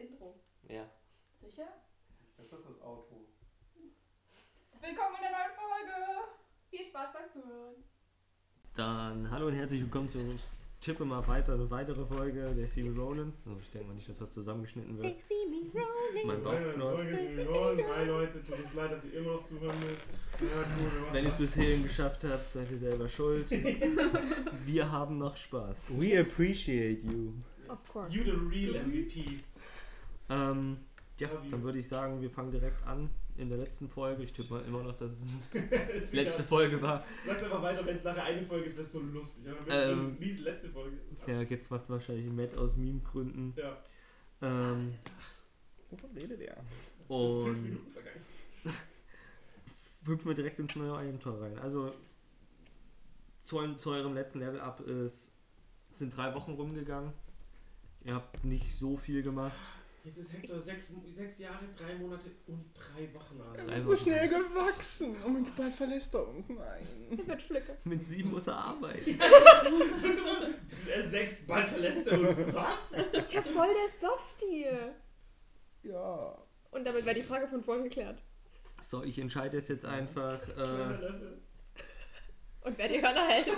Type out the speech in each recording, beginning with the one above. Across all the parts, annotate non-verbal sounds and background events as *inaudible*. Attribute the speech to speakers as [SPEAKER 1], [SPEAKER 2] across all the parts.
[SPEAKER 1] Intro.
[SPEAKER 2] Ja.
[SPEAKER 1] Sicher?
[SPEAKER 3] Das ist das Auto.
[SPEAKER 1] Willkommen in der neuen Folge! Viel Spaß beim Zuhören.
[SPEAKER 4] Dann hallo und herzlich willkommen zu Tippe mal weiter, eine also weitere Folge der Steve Ronan. Also ich denke mal nicht, dass das zusammengeschnitten wird.
[SPEAKER 5] They see me rolling.
[SPEAKER 4] Mein
[SPEAKER 6] Meine
[SPEAKER 4] Bauchknoll.
[SPEAKER 6] Folge ist geworden. Hi Leute, tut uns leid, dass ihr immer noch zuhören müsst. Ja, cool, wir machen
[SPEAKER 4] Wenn ihr es
[SPEAKER 6] das.
[SPEAKER 4] bis hierhin geschafft habt, seid ihr selber *laughs* schuld. Wir haben noch Spaß.
[SPEAKER 2] We appreciate you.
[SPEAKER 5] Of course.
[SPEAKER 6] You the real MVPs.
[SPEAKER 4] Ähm, ja, dann würde ich sagen, wir fangen direkt an in der letzten Folge. Ich tippe mal immer noch, *laughs* dass es
[SPEAKER 6] Ist
[SPEAKER 4] die letzte Folge war.
[SPEAKER 6] egal. Sag's einfach weiter, wenn es nachher eine Folge ist, wär's so lustig. Aber
[SPEAKER 4] Ähm.
[SPEAKER 6] wenn diese letzte Folge.
[SPEAKER 4] Ja, jetzt macht wahrscheinlich Matt aus Meme-Gründen.
[SPEAKER 6] Ja.
[SPEAKER 4] Ähm,
[SPEAKER 2] Wovon redet er?
[SPEAKER 6] Es sind fünf
[SPEAKER 4] und
[SPEAKER 6] Minuten vergangen.
[SPEAKER 4] hüpfen wir direkt ins neue Eigentor rein. Also zu, einem, zu eurem letzten Level-Up ist, sind drei Wochen rumgegangen. Ihr habt nicht so viel gemacht. *laughs*
[SPEAKER 6] Jetzt ist Hector sechs, Mo- sechs Jahre, drei Monate und drei Wochen alt.
[SPEAKER 4] Drei
[SPEAKER 2] so
[SPEAKER 4] Wochen.
[SPEAKER 2] schnell gewachsen. Oh mein Gott, bald verlässt er uns. Nein.
[SPEAKER 5] Ich wird Flücke.
[SPEAKER 4] Mit sieben muss er arbeiten.
[SPEAKER 6] Er ist sechs, bald verlässt er uns. Was?
[SPEAKER 4] Äh.
[SPEAKER 5] Ich hab voll der Soft hier.
[SPEAKER 2] Ja.
[SPEAKER 5] Und damit war die Frage von vorhin geklärt.
[SPEAKER 4] So, ich entscheide es jetzt einfach.
[SPEAKER 6] Kleiner
[SPEAKER 4] Äh,
[SPEAKER 6] Löffel.
[SPEAKER 5] Und wer die Hörner hält.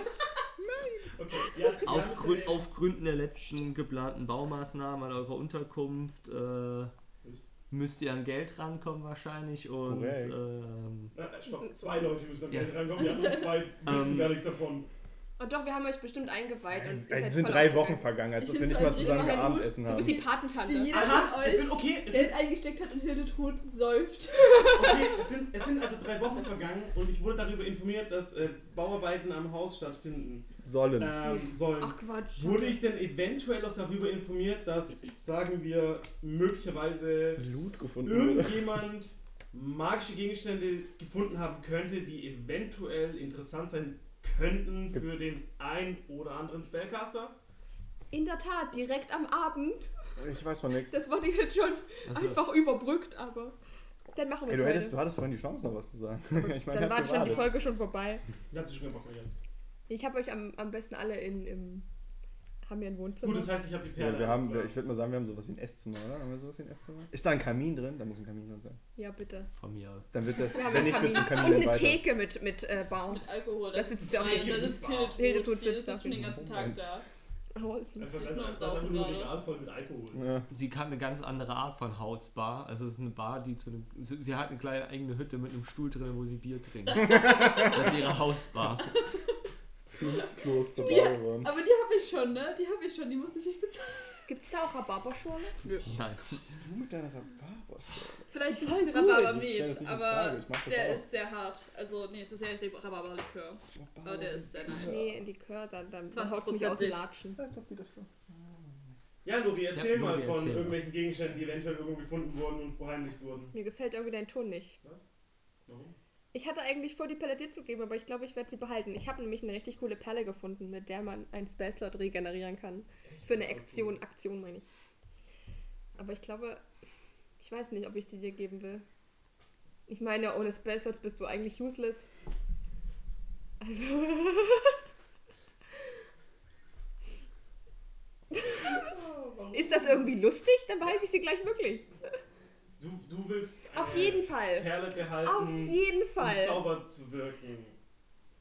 [SPEAKER 6] Okay, ja, wir haben es
[SPEAKER 4] aufgrund,
[SPEAKER 6] erledigt.
[SPEAKER 4] aufgrund der letzten geplanten Baumaßnahmen an eurer Unterkunft äh, müsst ihr an Geld rankommen wahrscheinlich. Und
[SPEAKER 2] Korrekt.
[SPEAKER 4] ähm,
[SPEAKER 6] Na, Stopp, zwei Leute müssen am
[SPEAKER 4] Ja.
[SPEAKER 6] Geld rankommen, die anderen zwei wissen
[SPEAKER 4] Ähm.
[SPEAKER 6] gar nichts davon.
[SPEAKER 5] Und Oh doch, wir haben euch bestimmt eingeweiht. Und ihr
[SPEAKER 2] Also,
[SPEAKER 5] seid
[SPEAKER 2] es sind
[SPEAKER 5] voll
[SPEAKER 2] drei
[SPEAKER 5] aufgegangen.
[SPEAKER 2] Wochen vergangen, als
[SPEAKER 1] Ich
[SPEAKER 2] ob wir
[SPEAKER 1] find's
[SPEAKER 2] nicht mal
[SPEAKER 1] eigentlich
[SPEAKER 2] zusammen
[SPEAKER 1] immer halt
[SPEAKER 2] Geabendessen
[SPEAKER 5] Du bist die
[SPEAKER 2] haben.
[SPEAKER 1] Wie
[SPEAKER 5] Patentante.
[SPEAKER 1] jeder von euch
[SPEAKER 6] es sind okay, es sind,
[SPEAKER 1] Geld eingesteckt hat und Hilde tot säuft.
[SPEAKER 6] okay es, sind, es sind also drei Wochen vergangen und ich wurde darüber informiert, dass äh, Bauarbeiten am Haus stattfinden
[SPEAKER 5] Äh.
[SPEAKER 2] Sollen.
[SPEAKER 6] ähm, sollen.
[SPEAKER 5] Ach Quatsch.
[SPEAKER 6] Wurde ich denn eventuell auch darüber informiert, dass, sagen wir, möglicherweise
[SPEAKER 2] Loot gefunden wurde.
[SPEAKER 6] irgendjemand magische Gegenstände gefunden haben könnte, die eventuell interessant sein könnten für den ein oder anderen Spellcaster?
[SPEAKER 5] In der Tat, direkt am Abend.
[SPEAKER 2] Ich weiß von nichts.
[SPEAKER 5] Das wurde jetzt schon
[SPEAKER 4] also,
[SPEAKER 5] einfach überbrückt, aber. Dann machen wir
[SPEAKER 2] Ey,
[SPEAKER 5] es
[SPEAKER 2] du,
[SPEAKER 5] heute.
[SPEAKER 2] hättest, du hattest vorhin die Chance, noch was zu sagen. *laughs* Ich meine,
[SPEAKER 5] Dann
[SPEAKER 2] ihr
[SPEAKER 5] war
[SPEAKER 2] habt
[SPEAKER 5] schon die
[SPEAKER 2] gewartet.
[SPEAKER 5] Folge schon vorbei.
[SPEAKER 6] Ja, zu schlimm, machen wir jetzt.
[SPEAKER 5] Ich habe euch am, am besten alle in, im. haben wir ein Wohnzimmer.
[SPEAKER 6] Gut, das heißt, ich habe die Perle. äh,
[SPEAKER 2] Ja, wir
[SPEAKER 6] alles
[SPEAKER 2] haben,
[SPEAKER 6] klar.
[SPEAKER 2] wir, ich würde mal sagen, wir haben sowas wie ein Esszimmer, oder? Haben wir sowas wie ein Esszimmer? Ist da ein Kamin drin? Da muss ein Kamin drin sein.
[SPEAKER 5] ja, bitte.
[SPEAKER 4] von mir aus.
[SPEAKER 2] Dann wird das,
[SPEAKER 5] Wir haben
[SPEAKER 2] wenn
[SPEAKER 5] einen
[SPEAKER 2] nicht, wird zum
[SPEAKER 5] Kamin.
[SPEAKER 2] Kamin
[SPEAKER 5] Und eine
[SPEAKER 2] weiter.
[SPEAKER 5] Theke mit, mit äh, Baum.
[SPEAKER 1] Mit Alkohol.
[SPEAKER 5] Das sitzt ja auf der
[SPEAKER 6] Nein,
[SPEAKER 1] Nein,
[SPEAKER 6] da
[SPEAKER 1] da
[SPEAKER 6] sitzt
[SPEAKER 1] sitzt
[SPEAKER 6] Hilde
[SPEAKER 1] Hilde
[SPEAKER 6] tot.
[SPEAKER 1] tot.
[SPEAKER 5] Hilde tot
[SPEAKER 1] Hilde
[SPEAKER 5] sitzt da.
[SPEAKER 1] sitzt schon den ganzen Tag da.
[SPEAKER 6] Einfach,
[SPEAKER 1] Ist nur am
[SPEAKER 6] das ist einfach
[SPEAKER 1] Saufen
[SPEAKER 6] nur ein
[SPEAKER 1] gerade.
[SPEAKER 6] Regal voll mit Alkohol.
[SPEAKER 2] Ja.
[SPEAKER 4] Sie kann eine ganz andere Art von Hausbar. Also es ist eine Bar, die zu einem, sie sie hat eine kleine eigene Hütte mit einem Stuhl drin, wo sie Bier trinkt. das ist ihre Hausbar.
[SPEAKER 2] Los zur Bauern.
[SPEAKER 1] Aber die habe ich schon, ne? Die habe ich schon, die muss ich nicht bezahlen.
[SPEAKER 5] Gibt's da auch Rhabarberschorle?
[SPEAKER 4] Nein.
[SPEAKER 2] Du
[SPEAKER 5] Oh,
[SPEAKER 2] mit deiner Rhabarber.
[SPEAKER 1] Vielleicht
[SPEAKER 5] Voll
[SPEAKER 1] ein
[SPEAKER 5] gut.
[SPEAKER 1] Rhabarber
[SPEAKER 2] Ich
[SPEAKER 1] mit,
[SPEAKER 2] stell das nicht in Frage,
[SPEAKER 1] aber
[SPEAKER 2] ich mach das
[SPEAKER 1] der
[SPEAKER 2] auch.
[SPEAKER 1] ist sehr hart. Also, nee, es ist ja Rhabarberlikör. Aber Oh, der ist sehr nice.
[SPEAKER 5] Nee, Likör, dann, dann, dann
[SPEAKER 1] 20%
[SPEAKER 5] haut's mich aus dem
[SPEAKER 1] Sicht.
[SPEAKER 5] Latschen.
[SPEAKER 2] Als ob die das so.
[SPEAKER 6] Ja, Lori, erzähl
[SPEAKER 4] Ja,
[SPEAKER 6] mal
[SPEAKER 4] Lori,
[SPEAKER 6] von
[SPEAKER 4] erzähl mal.
[SPEAKER 6] irgendwelchen Gegenständen, die eventuell irgendwo gefunden wurden und verheimlicht wurden.
[SPEAKER 5] Mir gefällt irgendwie dein Ton nicht.
[SPEAKER 6] Warum?
[SPEAKER 5] Ich hatte eigentlich vor, die Perle dir zu geben, aber ich glaube, ich werde sie behalten. Ich habe nämlich eine richtig coole Perle gefunden, mit der man einen Space Lord regenerieren kann. Für eine Aktion, Aktion meine ich. Aber ich glaube, ich weiß nicht, ob ich die dir geben will. Ich meine, ohne Space Lords bist du eigentlich useless. Also. *laughs* Ist das irgendwie lustig? Dann behalte ich sie gleich wirklich.
[SPEAKER 6] Du, du willst eine
[SPEAKER 5] Auf jeden Fall.
[SPEAKER 6] Perle behalten,
[SPEAKER 5] Auf jeden
[SPEAKER 6] um
[SPEAKER 5] Fall.
[SPEAKER 6] Zauber zu wirken.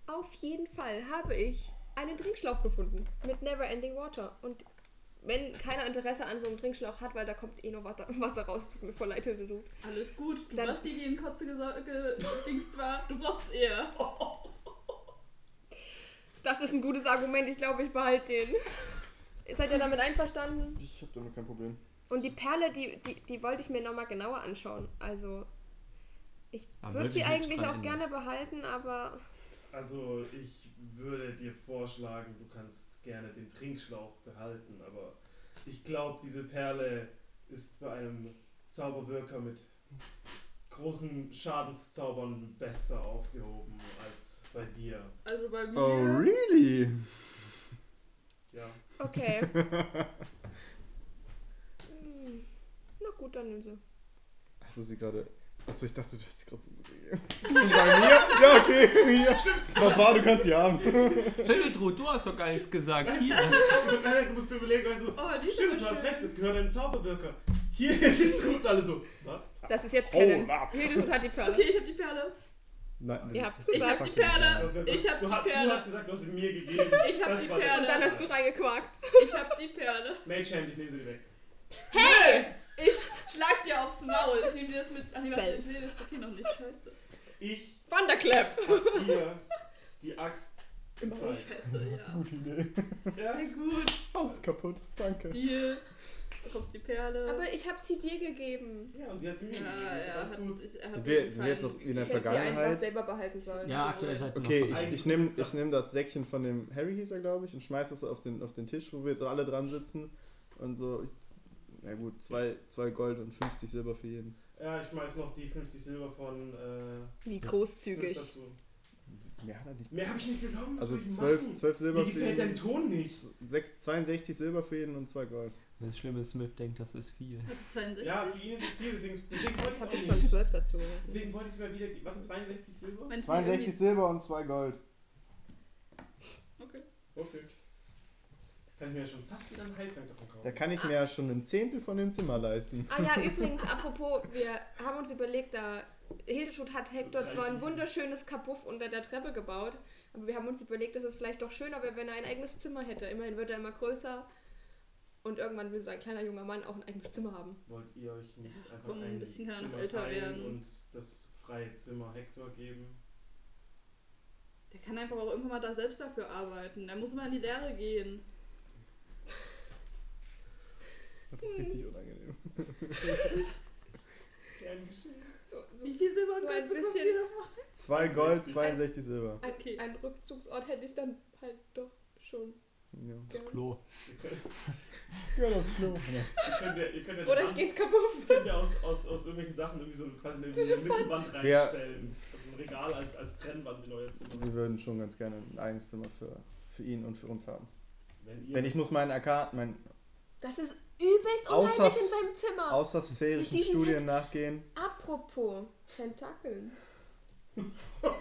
[SPEAKER 5] Auf jeden Fall habe ich einen Trinkschlauch gefunden mit Never Ending Water. Und wenn keiner Interesse an so einem Trinkschlauch hat, weil da kommt eh nur Wasser, *laughs* Wasser raus, tut mir voll leid, Hilde, du.
[SPEAKER 1] Alles gut. Du
[SPEAKER 5] Dann-
[SPEAKER 1] warst die, die in Kotze gesa- gedingst war. Du brauchst es eher.
[SPEAKER 5] Das ist ein gutes Argument, ich glaube, ich behalte den. Seid ihr damit einverstanden?
[SPEAKER 2] Ich hab damit kein Problem.
[SPEAKER 5] Und die Perle, die, die, die wollte ich mir nochmal genauer anschauen. Also, ich
[SPEAKER 4] Da
[SPEAKER 5] würde
[SPEAKER 4] würde
[SPEAKER 5] sie
[SPEAKER 4] ich nichts
[SPEAKER 5] eigentlich auch
[SPEAKER 4] dran ändern.
[SPEAKER 5] gerne
[SPEAKER 4] *laughs*
[SPEAKER 5] behalten, aber
[SPEAKER 6] Also, ich würde dir vorschlagen, du kannst gerne den Trinkschlauch behalten, aber ich glaube, diese Perle ist bei einem Zauberwirker mit großen Schadenszaubern besser aufgehoben als bei dir.
[SPEAKER 1] Also bei mir.
[SPEAKER 2] Oh, really?
[SPEAKER 6] Ja.
[SPEAKER 4] *laughs*
[SPEAKER 5] okay. Hm. Na gut, dann nimm sie.
[SPEAKER 2] Hast du sie gerade. Achso, ich dachte, du hast sie gerade so. so gegeben. *laughs* Bei mir? Ja, okay. Ja, stimmt. Papa, du kannst sie haben.
[SPEAKER 5] *laughs*
[SPEAKER 4] Hildetrud, du hast doch gar nichts gesagt. Hier.
[SPEAKER 6] Nein, nein, du musst dir überlegen, also
[SPEAKER 1] Oh, die ist
[SPEAKER 6] Stimmt,
[SPEAKER 1] aber
[SPEAKER 6] du hast
[SPEAKER 1] schön.
[SPEAKER 6] recht, es gehört einem Zauberwirker. Hier, *laughs* jetzt gucken alle so. Was?
[SPEAKER 5] Das ist jetzt
[SPEAKER 2] Hold
[SPEAKER 5] Canon.
[SPEAKER 2] up.
[SPEAKER 5] Hildegard hat die
[SPEAKER 1] Okay,
[SPEAKER 5] Perle.
[SPEAKER 1] ich hab die Perle.
[SPEAKER 2] Nein,
[SPEAKER 5] Ihr
[SPEAKER 2] das
[SPEAKER 5] habt's
[SPEAKER 2] ist-
[SPEAKER 5] gesagt.
[SPEAKER 1] Ich hab die Perle.
[SPEAKER 6] Du hast ja-
[SPEAKER 1] Ich hab
[SPEAKER 6] du,
[SPEAKER 1] die
[SPEAKER 6] hast- du
[SPEAKER 1] Perle.
[SPEAKER 6] hast gesagt, du hast sie mir gegeben.
[SPEAKER 1] *laughs* Ich hab
[SPEAKER 6] Das
[SPEAKER 1] die
[SPEAKER 6] war der-
[SPEAKER 1] Perle.
[SPEAKER 5] Und dann hast du reingequakt.
[SPEAKER 1] Ich hab die Perle.
[SPEAKER 6] Magehand, ich nehme sie dir weg.
[SPEAKER 1] Ich schlag dir aufs Maul. Ich nehm dir das mit. Ach nee, warte, ich
[SPEAKER 5] Spells.
[SPEAKER 1] sehe das Papier noch nicht. Scheiße.
[SPEAKER 6] Ich
[SPEAKER 5] Thunderclap.
[SPEAKER 1] *laughs*
[SPEAKER 6] hab dir die Axt
[SPEAKER 1] Oh,
[SPEAKER 6] gezeigt.
[SPEAKER 1] Scheiße, ja.
[SPEAKER 2] Gute Idee.
[SPEAKER 6] Ja?
[SPEAKER 1] Na gut.
[SPEAKER 2] Haus ist kaputt. Danke.
[SPEAKER 1] Deal. Du bekommst die Perle.
[SPEAKER 5] Aber ich hab sie dir gegeben.
[SPEAKER 6] Ja, und sie hat sie mir gegeben.
[SPEAKER 1] ja,
[SPEAKER 6] ist
[SPEAKER 1] ja,
[SPEAKER 6] alles
[SPEAKER 1] hat-
[SPEAKER 6] gut.
[SPEAKER 1] ich- er hat
[SPEAKER 2] Sind wir,
[SPEAKER 1] mir
[SPEAKER 2] sind wir jetzt
[SPEAKER 1] gefallen.
[SPEAKER 2] noch in der
[SPEAKER 5] Ich hätte sie einfach
[SPEAKER 2] Vergangenheit?
[SPEAKER 5] selber behalten sollen.
[SPEAKER 4] Ja, aktuell ist halt nur
[SPEAKER 2] Okay,
[SPEAKER 4] noch
[SPEAKER 2] ich, ich nehme ich nehm das Säckchen von dem Harry, hieß er, glaube ich, und schmeiß das auf den, auf den Tisch, wo wir alle dran sitzen. Und so, ich, na gut, zwei, zwei Gold und 50 Silber für jeden.
[SPEAKER 6] Ja, ich schmeiß noch die 50 Silber von äh,
[SPEAKER 5] Wie
[SPEAKER 6] Smith
[SPEAKER 5] großzügig.
[SPEAKER 6] dazu.
[SPEAKER 2] Mehr hat er nicht.
[SPEAKER 6] Mehr habe ich nicht genommen, was
[SPEAKER 2] Also
[SPEAKER 6] soll ich
[SPEAKER 2] 12,
[SPEAKER 6] machen?
[SPEAKER 2] 12 Silber
[SPEAKER 6] Mir
[SPEAKER 2] für
[SPEAKER 6] gefällt dein
[SPEAKER 2] jeden.
[SPEAKER 6] Ton nicht.
[SPEAKER 2] Sechs- 62 Silber für jeden und zwei Gold.
[SPEAKER 4] Das Schlimme ist, Smith denkt, das ist viel.
[SPEAKER 1] Ich hab 62.
[SPEAKER 6] Ja, für ihn ist es viel, deswegen, deswegen wollte ich
[SPEAKER 5] Jetzt
[SPEAKER 6] es
[SPEAKER 5] hab
[SPEAKER 6] auch
[SPEAKER 5] ich schon
[SPEAKER 6] nicht.
[SPEAKER 5] zwölf dazu.
[SPEAKER 6] Deswegen wollte ich es mal wieder. Was sind 62 Silber?
[SPEAKER 1] Meinst du irgendwie-
[SPEAKER 2] 62 Silber und zwei Gold.
[SPEAKER 1] Okay.
[SPEAKER 6] Okay. Kann ich mir ja schon fast wieder einen Heiltrank davon kaufen.
[SPEAKER 2] Da kann ich mir ja schon ein Zehntel von dem Zimmer leisten.
[SPEAKER 5] Ah ja, übrigens, apropos, wir haben uns überlegt, da Hildeschutt hat Hector zwar ein wunderschönes Kabuff unter der Treppe gebaut, aber wir haben uns überlegt, dass es vielleicht doch schöner wäre, wenn er ein eigenes Zimmer hätte. Immerhin wird er immer größer und irgendwann will sein kleiner junger Mann auch ein eigenes Zimmer haben.
[SPEAKER 6] Wollt ihr euch nicht einfach
[SPEAKER 1] komm, ein
[SPEAKER 6] ein
[SPEAKER 1] bisschen Herren
[SPEAKER 6] Zimmer
[SPEAKER 1] älter
[SPEAKER 6] teilen
[SPEAKER 1] werden.
[SPEAKER 6] und das freie Zimmer Hector geben?
[SPEAKER 1] Der kann einfach auch irgendwann mal da selbst dafür arbeiten. Der muss mal in die Lehre gehen.
[SPEAKER 2] Das ist richtig
[SPEAKER 5] Hm.
[SPEAKER 2] unangenehm.
[SPEAKER 6] Gern geschehen.
[SPEAKER 5] So, so
[SPEAKER 1] Wie viel Silber
[SPEAKER 5] So ein
[SPEAKER 1] bekommt
[SPEAKER 5] bisschen-
[SPEAKER 1] ihr davon?
[SPEAKER 2] Zwei Gold, 62 Silber.
[SPEAKER 5] ein,
[SPEAKER 1] Okay.
[SPEAKER 5] ein Rückzugsort hätte ich dann halt doch schon.
[SPEAKER 2] Ja.
[SPEAKER 5] gern.
[SPEAKER 4] Klo.
[SPEAKER 6] Ihr könnt,
[SPEAKER 2] Geh aufs Klo.
[SPEAKER 6] ihr könnt, ja, ihr könnt ja,
[SPEAKER 5] Oder
[SPEAKER 6] den
[SPEAKER 5] ich
[SPEAKER 6] Arm-
[SPEAKER 5] gehe ins Kabuff.
[SPEAKER 6] ihr könnt ja aus, aus, aus irgendwelchen Sachen irgendwie so ein- quasi eine, so eine Mittelwand
[SPEAKER 2] Wer-
[SPEAKER 6] reinstellen. Also ein Regal als, als Trennwand in euer Zimmer.
[SPEAKER 2] Wir würden schon ganz gerne ein eigenes Zimmer für, für ihn und für uns haben.
[SPEAKER 6] Wenn ihr
[SPEAKER 2] Denn ich
[SPEAKER 6] *laughs*
[SPEAKER 2] muss meinen Arkan, meinen
[SPEAKER 5] Das ist übelst
[SPEAKER 2] Außer-
[SPEAKER 5] unheimlich in seinem Zimmer.
[SPEAKER 2] außersphärischen
[SPEAKER 5] Ah, Mit diesem
[SPEAKER 2] Studien
[SPEAKER 5] Tent-
[SPEAKER 2] nachgehen.
[SPEAKER 5] *laughs* Apropos *laughs* Tentakeln. Oh,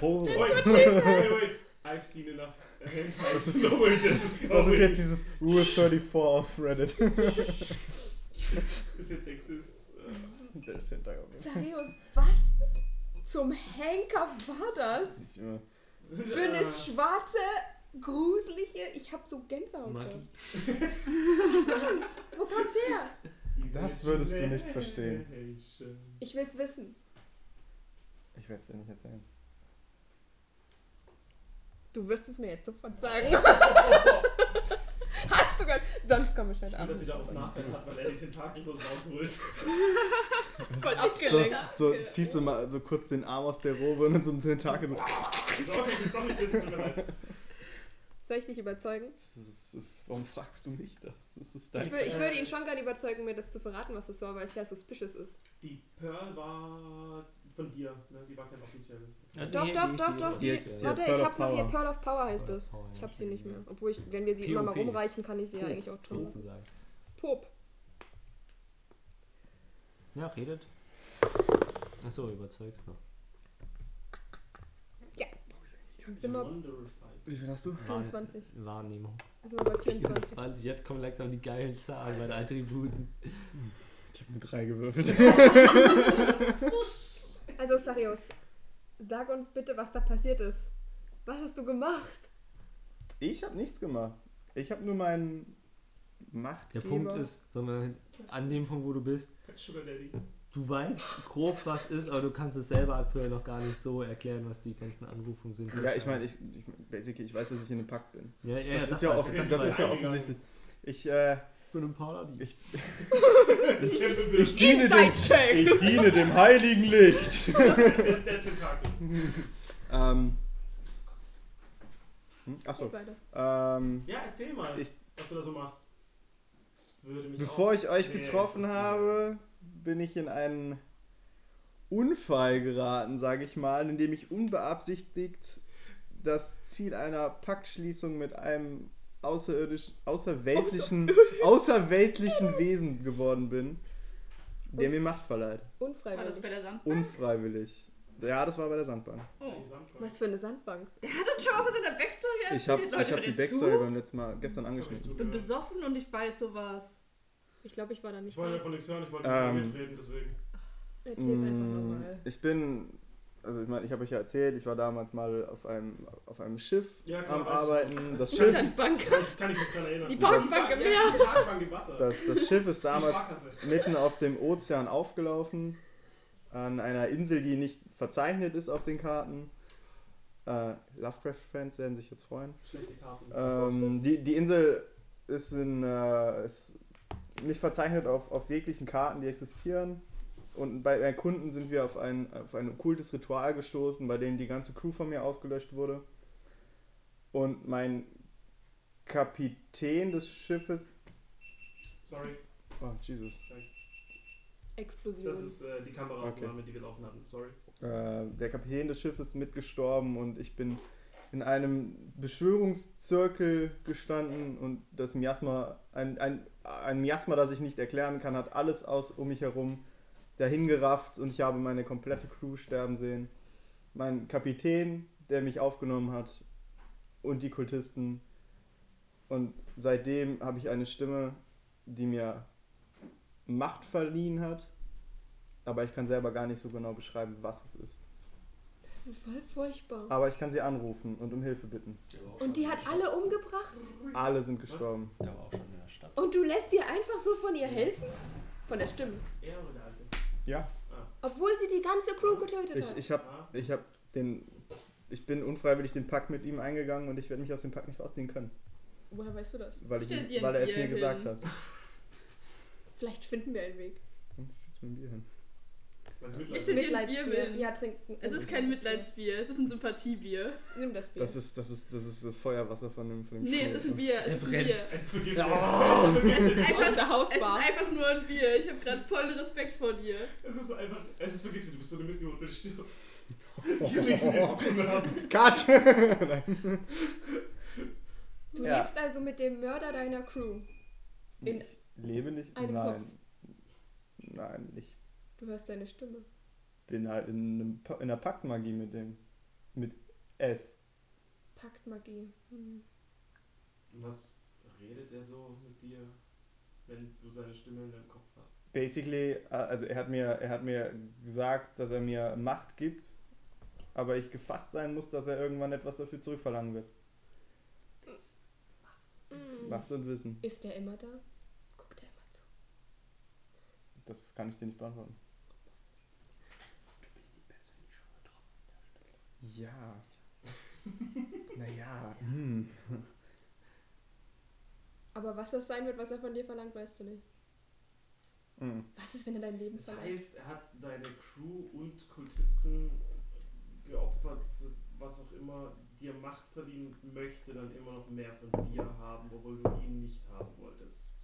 [SPEAKER 2] Horror.
[SPEAKER 6] Wait, wait, wait, wait. I've seen enough. *laughs* I know where this is going.
[SPEAKER 2] Das ist jetzt dieses Rule 34 auf Reddit. *laughs*
[SPEAKER 6] If it exists. äh,
[SPEAKER 2] Der ist Hintergrund.
[SPEAKER 5] Darius, was zum Henker war das?
[SPEAKER 2] Nicht immer.
[SPEAKER 6] das ist,
[SPEAKER 5] Für
[SPEAKER 6] äh,
[SPEAKER 5] eine
[SPEAKER 6] *laughs*
[SPEAKER 5] schwarze, gruselige. Ich hab so Gänsehaut.
[SPEAKER 4] Magie.
[SPEAKER 5] Wo kommt's her?
[SPEAKER 2] Das würdest du nicht verstehen.
[SPEAKER 6] Imagination.
[SPEAKER 5] Ich will's wissen.
[SPEAKER 2] Ich werde es dir nicht erzählen.
[SPEAKER 5] Du wirst es mir jetzt sofort sagen. Hast du gehört? Sonst komme ich Halt nicht
[SPEAKER 6] Nur,
[SPEAKER 5] ab.
[SPEAKER 6] dass sie da auch Nachteile hat, weil er die Tentakel so rausholt. *laughs*
[SPEAKER 5] Voll
[SPEAKER 2] So,
[SPEAKER 5] abgelenkt.
[SPEAKER 2] so ziehst du mal so kurz den Arm aus der Robe und dann so einen Tentakel so.
[SPEAKER 6] So, okay, ich will doch nicht wissen, tut mir leid.
[SPEAKER 5] Soll ich dich überzeugen?
[SPEAKER 2] Das ist, das ist, warum fragst du mich das? Das ist
[SPEAKER 5] Ich,
[SPEAKER 2] dein.
[SPEAKER 5] will, ich würde ihn schon gerne überzeugen, mir das zu verraten, was das war, weil es sehr suspicious ist.
[SPEAKER 6] Die Pearl war von dir, ne? Die war kein offizielles.
[SPEAKER 5] Äh, Doch, doch, doch, doch. Die,
[SPEAKER 2] Jetzt, ja,
[SPEAKER 5] warte,
[SPEAKER 2] Pearl
[SPEAKER 5] ich
[SPEAKER 2] of
[SPEAKER 5] hab's noch hier.
[SPEAKER 2] Power.
[SPEAKER 5] Pearl of Power heißt es.
[SPEAKER 4] Power, ja,
[SPEAKER 5] Ich hab sie nicht
[SPEAKER 4] stimmt,
[SPEAKER 5] mehr. Obwohl, ich, wenn wir sie immer mal
[SPEAKER 4] POP.
[SPEAKER 5] rumreichen, kann ich sie ja
[SPEAKER 4] Cool.
[SPEAKER 5] eigentlich auch tun.
[SPEAKER 4] Sozusagen.
[SPEAKER 5] Pop.
[SPEAKER 4] Ja, redet. Achso, überzeugst noch.
[SPEAKER 5] Sind
[SPEAKER 2] genau.
[SPEAKER 5] wir-
[SPEAKER 6] Wondrous Eye.
[SPEAKER 2] Wie viel hast du?
[SPEAKER 5] 24.
[SPEAKER 4] Wahrnehmung.
[SPEAKER 5] Sind wir bei
[SPEAKER 2] *laughs*
[SPEAKER 5] 24.
[SPEAKER 4] 24. Jetzt kommen langsam die geilen Zahlen bei den Attributen.
[SPEAKER 2] Ich habe eine 3 gewürfelt.
[SPEAKER 5] Also, Sarius, sag uns bitte, was da passiert ist. Was hast du gemacht?
[SPEAKER 2] Ich habe nichts gemacht. Ich habe nur meinen
[SPEAKER 4] Der
[SPEAKER 2] Machtgeber.
[SPEAKER 4] Punkt ist, sagen wir, an dem Punkt, wo du bist,
[SPEAKER 6] Sugar Daddy.
[SPEAKER 4] du weißt grob, was ist, aber du kannst es selber aktuell noch gar nicht so erklären, was die ganzen Anrufungen sind.
[SPEAKER 2] Ja, ich meine, ich, ich, basically, ich weiß, dass ich in einem Pakt bin.
[SPEAKER 4] Ja, ja,
[SPEAKER 2] Das,
[SPEAKER 4] ja,
[SPEAKER 2] ist, ja
[SPEAKER 4] weiß
[SPEAKER 2] offen,
[SPEAKER 4] ich,
[SPEAKER 2] das,
[SPEAKER 6] das
[SPEAKER 2] ist ja
[SPEAKER 6] weiß ich.
[SPEAKER 2] offensichtlich. Ich, äh,
[SPEAKER 4] Ich bin ein Paladin.
[SPEAKER 2] ich,
[SPEAKER 6] Ich kämpfe für
[SPEAKER 2] ich,
[SPEAKER 6] den
[SPEAKER 2] diene dem,
[SPEAKER 5] Inside-Check!
[SPEAKER 2] ich diene dem heiligen Licht.
[SPEAKER 6] der, der Tentakel.
[SPEAKER 2] Ähm. Hm? Achso.
[SPEAKER 5] Geht weiter.
[SPEAKER 2] Ähm,
[SPEAKER 6] Ja, erzähl mal,
[SPEAKER 2] Ich-
[SPEAKER 6] was du da so machst. Das würde mich
[SPEAKER 2] bevor
[SPEAKER 6] auch
[SPEAKER 2] ich euch
[SPEAKER 6] sehr
[SPEAKER 2] getroffen
[SPEAKER 6] interessieren.
[SPEAKER 2] habe, bin ich in einen Unfall geraten, sage ich mal, in dem ich unbeabsichtigt das Ziel einer Paktschließung mit einem außerirdischen, außerweltlichen, außerweltlichen Wesen geworden bin, der mir Macht verleiht.
[SPEAKER 1] War Oh, das
[SPEAKER 5] Unfreiwillig.
[SPEAKER 1] bei der Sand?
[SPEAKER 2] Unfreiwillig. Ja, das war bei der Sandbahn.
[SPEAKER 6] Die
[SPEAKER 1] Oh.
[SPEAKER 6] Sandbank.
[SPEAKER 5] Was für eine Sandbank.
[SPEAKER 1] Der hat uns schon mal von seiner Backstory erzählt.
[SPEAKER 2] Ich habe
[SPEAKER 1] Leute,
[SPEAKER 2] ich hab
[SPEAKER 1] hört
[SPEAKER 2] die
[SPEAKER 1] ihr zu?
[SPEAKER 2] Backstory beim letzten Mal gestern
[SPEAKER 6] Hab ich
[SPEAKER 2] angeschnitten.
[SPEAKER 1] Ich bin
[SPEAKER 6] zugehört.
[SPEAKER 1] besoffen und ich weiß sowas.
[SPEAKER 5] Ich glaube, ich war da
[SPEAKER 6] Ich
[SPEAKER 5] nicht
[SPEAKER 6] wollte
[SPEAKER 5] bei.
[SPEAKER 6] davon nichts hören, ich wollte nicht
[SPEAKER 2] Ähm.
[SPEAKER 6] mitreden,
[SPEAKER 2] *laughs*
[SPEAKER 6] deswegen.
[SPEAKER 5] Erzähl's einfach
[SPEAKER 2] Mm,
[SPEAKER 5] nochmal.
[SPEAKER 2] Ich bin, also ich meine, ich habe euch ja erzählt, ich war damals mal auf einem, auf einem Schiff
[SPEAKER 6] Ja, klar,
[SPEAKER 2] am
[SPEAKER 6] weiß ich noch.
[SPEAKER 2] Arbeiten.
[SPEAKER 6] *laughs*
[SPEAKER 2] Das
[SPEAKER 5] Die
[SPEAKER 2] Schiff,
[SPEAKER 5] Bank.
[SPEAKER 6] Kann ich, kann ich mich dran erinnern.
[SPEAKER 5] Die Parkbank im
[SPEAKER 6] Ja,
[SPEAKER 5] Meer.
[SPEAKER 6] stimmt, Parkbank im Wasser.
[SPEAKER 2] das, das Schiff ist
[SPEAKER 6] Die
[SPEAKER 2] damals
[SPEAKER 6] Sparkasse.
[SPEAKER 2] mitten auf dem Ozean aufgelaufen, an einer Insel, die nicht verzeichnet ist auf den Karten. Äh, Lovecraft-Fans werden sich jetzt freuen.
[SPEAKER 6] Schlechte Karten.
[SPEAKER 2] Ähm, die, die Insel ist, in, äh, ist nicht verzeichnet auf, auf jeglichen Karten, die existieren. Und bei Erkunden sind wir auf ein, auf ein okkultes Ritual gestoßen, bei dem die ganze Crew von mir ausgelöscht wurde. Und mein Kapitän des Schiffes.
[SPEAKER 6] Sorry,
[SPEAKER 2] Oh, Jesus.
[SPEAKER 5] Explosion.
[SPEAKER 6] das ist äh, die Kameraaufnahme,
[SPEAKER 2] Okay.
[SPEAKER 6] die wir laufen hatten. Sorry.
[SPEAKER 2] Äh, der Kapitän des Schiffes mitgestorben und ich bin in einem Beschwörungszirkel gestanden und das Miasma, ein, ein, ein Miasma, das ich nicht erklären kann, hat alles aus um mich herum dahin gerafft und ich habe meine komplette Crew sterben sehen. Mein Kapitän, der mich aufgenommen hat und die Kultisten. Und seitdem habe ich eine Stimme, die mir Macht verliehen hat, aber ich kann selber gar nicht so genau beschreiben, was es ist.
[SPEAKER 5] das ist voll furchtbar.
[SPEAKER 2] Aber ich kann sie anrufen und um Hilfe bitten.
[SPEAKER 5] Und die hat alle umgebracht?
[SPEAKER 2] Alle sind gestorben.
[SPEAKER 7] Der war auch schon in der Stadt.
[SPEAKER 5] Und du lässt ihr einfach so von ihr helfen? Von der Stimme.
[SPEAKER 6] Er oder der Alte?
[SPEAKER 2] Ja.
[SPEAKER 5] Obwohl sie die ganze Crew getötet
[SPEAKER 2] Ich,
[SPEAKER 5] hat.
[SPEAKER 2] ich hab, ich hab den, ich bin unfreiwillig den Pakt mit ihm eingegangen und ich werde mich aus dem Pakt nicht rausziehen können,
[SPEAKER 5] Woher weißt du das?
[SPEAKER 2] weil, ich,
[SPEAKER 1] Stell dir
[SPEAKER 2] weil er
[SPEAKER 1] ein
[SPEAKER 2] es
[SPEAKER 1] Bier
[SPEAKER 2] mir gesagt
[SPEAKER 1] hin.
[SPEAKER 2] hat.
[SPEAKER 5] Vielleicht finden wir einen Weg.
[SPEAKER 2] Dann steht's mit dem Bier hin.
[SPEAKER 6] Was
[SPEAKER 1] Ich
[SPEAKER 6] Mitleid?
[SPEAKER 1] will dir ein Bier
[SPEAKER 5] Mitleidsbier.
[SPEAKER 1] mit.
[SPEAKER 5] Ja, trinken. Also
[SPEAKER 1] Es ist kein Mitleidsbier, es ist ein Sympathiebier.
[SPEAKER 5] Nimm das Bier.
[SPEAKER 2] Das ist, das ist, das ist das Feuerwasser von dem, von dem
[SPEAKER 1] Nee,
[SPEAKER 2] Stuhl.
[SPEAKER 1] es ist ein Bier,
[SPEAKER 7] Er
[SPEAKER 1] es ist ein
[SPEAKER 7] brennt.
[SPEAKER 1] Bier.
[SPEAKER 6] Es ist vergiftet.
[SPEAKER 2] Oh.
[SPEAKER 6] Es
[SPEAKER 2] *laughs*
[SPEAKER 6] ist
[SPEAKER 5] Aus
[SPEAKER 6] vergiftet.
[SPEAKER 1] Einfach,
[SPEAKER 5] der
[SPEAKER 1] es ist
[SPEAKER 5] Hausbar.
[SPEAKER 1] einfach nur ein Bier. Ich habe gerade vollen Respekt vor dir.
[SPEAKER 6] Es ist einfach. Es ist vergiftet. Du bist so eine Missgeburt, bitte stirb. Ich will nichts mit dir zu tun haben.
[SPEAKER 2] Cut! Nein.
[SPEAKER 5] Du
[SPEAKER 2] Ja.
[SPEAKER 5] lebst also mit dem Mörder deiner Crew.
[SPEAKER 2] *laughs*
[SPEAKER 5] In-
[SPEAKER 2] ich lebe nicht.
[SPEAKER 5] Einem
[SPEAKER 2] Nein. Nein, ich
[SPEAKER 5] Du hörst deine Stimme.
[SPEAKER 2] bin halt in, einem, Pa- in der Paktmagie mit dem. Mit S.
[SPEAKER 5] Paktmagie. Hm.
[SPEAKER 6] Was redet er so mit dir, wenn du seine Stimme in deinem Kopf hast?
[SPEAKER 2] Basically, äh, also er hat mir, er hat mir gesagt, dass er mir Macht gibt, aber ich gefasst sein muss, dass er irgendwann etwas dafür zurückverlangen wird.
[SPEAKER 5] Hm.
[SPEAKER 2] Macht und Wissen.
[SPEAKER 5] Ist der immer da? Guckt er immer zu.
[SPEAKER 2] Das kann ich dir nicht beantworten.
[SPEAKER 7] Du bist die Person, die schon getroffen
[SPEAKER 2] Ja. *laughs* naja. Hm.
[SPEAKER 5] Aber was das sein wird, was er von dir verlangt, weißt du nicht.
[SPEAKER 2] Hm.
[SPEAKER 5] Was ist, wenn er dein Leben
[SPEAKER 6] Das
[SPEAKER 5] verlangt?
[SPEAKER 6] heißt, er hat deine Crew und Kultisten geopfert, was auch immer, dir Macht verliehen und möchte dann immer noch mehr von dir haben, obwohl du ihn nicht haben wolltest.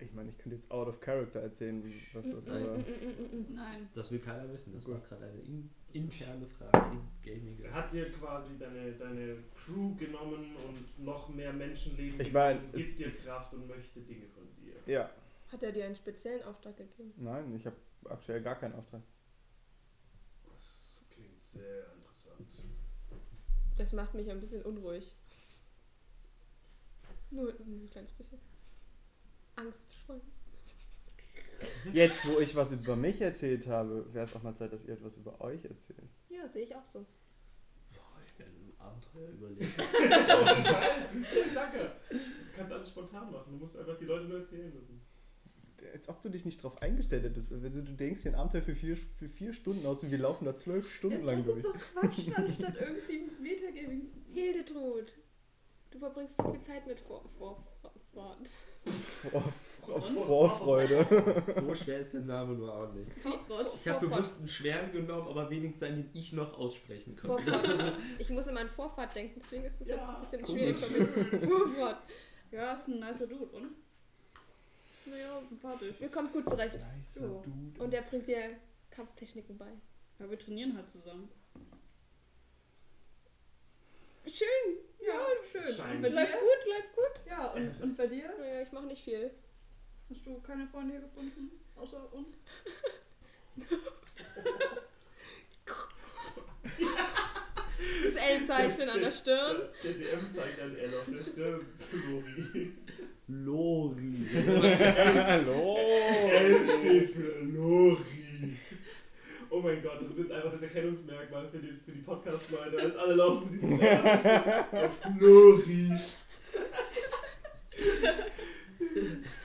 [SPEAKER 2] Ich meine, ich könnte jetzt out of character erzählen, was das
[SPEAKER 5] Mm,
[SPEAKER 7] *laughs*
[SPEAKER 2] aber.
[SPEAKER 5] mm, mm, mm, mm, mm.
[SPEAKER 1] Nein.
[SPEAKER 4] Das will keiner wissen. Das
[SPEAKER 2] Gut.
[SPEAKER 4] war gerade eine in, interne Frage in Gaming.
[SPEAKER 6] Er hat dir quasi deine, deine Crew genommen und noch mehr Menschenleben
[SPEAKER 2] Ich
[SPEAKER 6] gegeben,
[SPEAKER 2] mein, es-
[SPEAKER 6] gibt dir Kraft und möchte Dinge von dir.
[SPEAKER 2] Ja.
[SPEAKER 5] Hat er dir einen speziellen Auftrag gegeben?
[SPEAKER 2] Nein, ich habe aktuell gar keinen Auftrag.
[SPEAKER 6] Das klingt sehr interessant.
[SPEAKER 5] Das macht mich ein bisschen unruhig. Nur ein kleines bisschen. Angstschwanz.
[SPEAKER 2] Jetzt, wo ich was über mich erzählt habe, wäre es auch mal Zeit, dass ihr etwas über euch erzählt.
[SPEAKER 5] Ja, sehe ich auch so.
[SPEAKER 7] Boah, ich werde ein Abenteuer
[SPEAKER 6] *laughs*
[SPEAKER 7] überleben.
[SPEAKER 6] Ohne Scheiß, siehst du, ich sag ja. Du kannst alles spontan machen, du musst einfach die Leute nur erzählen lassen.
[SPEAKER 2] Als ob du dich nicht drauf eingestellt hättest. Also, du denkst dir ein Abenteuer für vier, für vier Stunden aus und wir laufen da zwölf Stunden
[SPEAKER 1] Jetzt
[SPEAKER 2] lang
[SPEAKER 1] lass uns
[SPEAKER 2] durch.
[SPEAKER 1] doch quatschen, anstatt irgendwie Metagaming zu
[SPEAKER 5] Hildetrud, du verbringst so viel Zeit mit vor, vor, vor, vor. *laughs*
[SPEAKER 2] Vor, vor, Vorfreude.
[SPEAKER 4] So schwer ist der Name nur auch nicht.
[SPEAKER 1] Vorfreude.
[SPEAKER 4] Ich habe
[SPEAKER 5] Vorfahrt.
[SPEAKER 4] bewusst einen schweren genommen, aber wenigstens einen, den ich noch aussprechen konnte.
[SPEAKER 5] Vorfahrt. Ich muss immer an Vorfahrt denken, deswegen ist das
[SPEAKER 6] Ja,
[SPEAKER 5] jetzt ein bisschen
[SPEAKER 4] komisch.
[SPEAKER 5] schwierig
[SPEAKER 1] *laughs*
[SPEAKER 5] für mich. Vorfahrt.
[SPEAKER 1] Ja, ist ein nicer Dude, und? Naja, sympathisch.
[SPEAKER 5] Wir kommen gut zurecht.
[SPEAKER 2] Nicer Dude.
[SPEAKER 5] Und er bringt dir Kampftechniken bei.
[SPEAKER 1] Ja, wir trainieren halt zusammen.
[SPEAKER 5] Schön,
[SPEAKER 1] Ja, schön. Und bei
[SPEAKER 6] Scheinbar.
[SPEAKER 5] läuft
[SPEAKER 1] dir?
[SPEAKER 5] gut, läuft gut.
[SPEAKER 1] Ja, und, und bei dir?
[SPEAKER 5] Naja, ich mache nicht viel.
[SPEAKER 1] Hast du keine Freunde hier gefunden? Außer uns?
[SPEAKER 5] Das L-Zeichen an der Stirn.
[SPEAKER 6] Der DM zeigt ein L auf der Stirn zu Lori.
[SPEAKER 4] Lori.
[SPEAKER 2] *laughs* Hallo.
[SPEAKER 6] Geld für Lori. Oh mein Gott, das ist jetzt einfach das Erkennungsmerkmal für die, für die Podcast-Leute, dass alle laufen mit diesem Werbestimmen auf Lori.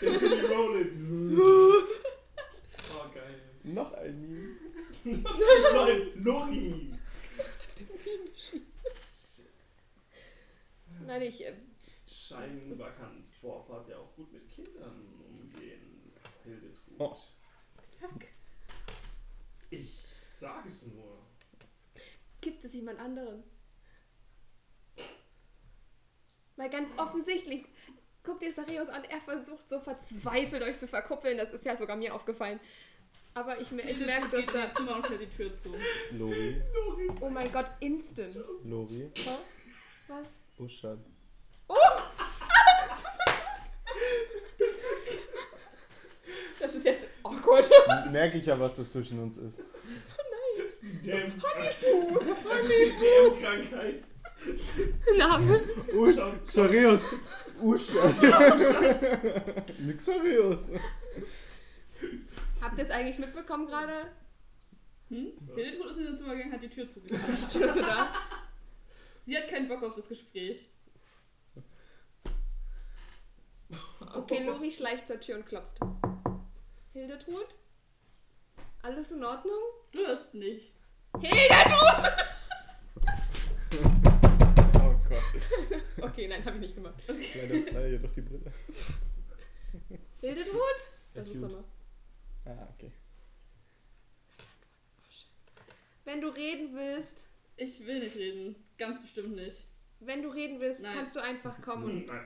[SPEAKER 6] Der City *laughs* Rollin. Oh, geil.
[SPEAKER 2] Noch ein Meme.
[SPEAKER 6] Nein, Lori.
[SPEAKER 5] Nein, ich. äh,
[SPEAKER 6] Scheinbar kann Vorfahrt ja auch gut mit Kindern umgehen, Hildetrud.
[SPEAKER 2] Oh.
[SPEAKER 5] äh,
[SPEAKER 6] Ich sage es nur.
[SPEAKER 5] *laughs* Gibt es jemand anderen? Mal ganz offensichtlich. Guckt ihr Sarius an, er versucht so verzweifelt euch zu verkuppeln. Das ist ja sogar mir aufgefallen. Aber ich, mer- ich merke, dass
[SPEAKER 1] geht in
[SPEAKER 5] da.
[SPEAKER 1] ihr Zimmer und hält die Tür zu.
[SPEAKER 2] Lori,
[SPEAKER 5] Oh mein Gott, instant.
[SPEAKER 2] Lori,
[SPEAKER 5] Hä? Was?
[SPEAKER 2] Uschan.
[SPEAKER 5] Das ist jetzt awkward.
[SPEAKER 2] *laughs* Merke ich ja, was das zwischen uns ist.
[SPEAKER 6] Die Däm das ist die Dämkrankheit.
[SPEAKER 5] Name.
[SPEAKER 2] Usch,
[SPEAKER 6] Schau, schau.
[SPEAKER 2] Xareus. Uschan. Nix Xareus.
[SPEAKER 5] Habt ihr es eigentlich mitbekommen gerade?
[SPEAKER 1] Hm? Hildetrud ist in ihr Zimmer gegangen, hat die Tür zugemacht.
[SPEAKER 5] Ich so da.
[SPEAKER 1] Sie hat keinen Bock auf das Gespräch.
[SPEAKER 5] Okay, Lori schleicht zur Tür und klopft. Hildetrud? Alles in Ordnung?
[SPEAKER 1] Du hast nichts.
[SPEAKER 2] Oh Gott.
[SPEAKER 5] Okay, nein, habe ich nicht gemacht.
[SPEAKER 2] Leider, leider hier doch die Brille.
[SPEAKER 5] Hildetrud? Das ist
[SPEAKER 4] Cute.
[SPEAKER 5] Sommer.
[SPEAKER 2] Ah, okay.
[SPEAKER 5] Wenn du reden willst,
[SPEAKER 1] Ich will nicht reden. Ganz bestimmt nicht.
[SPEAKER 5] wenn du reden willst,
[SPEAKER 1] Nein.
[SPEAKER 5] kannst du einfach kommen.
[SPEAKER 6] Nein.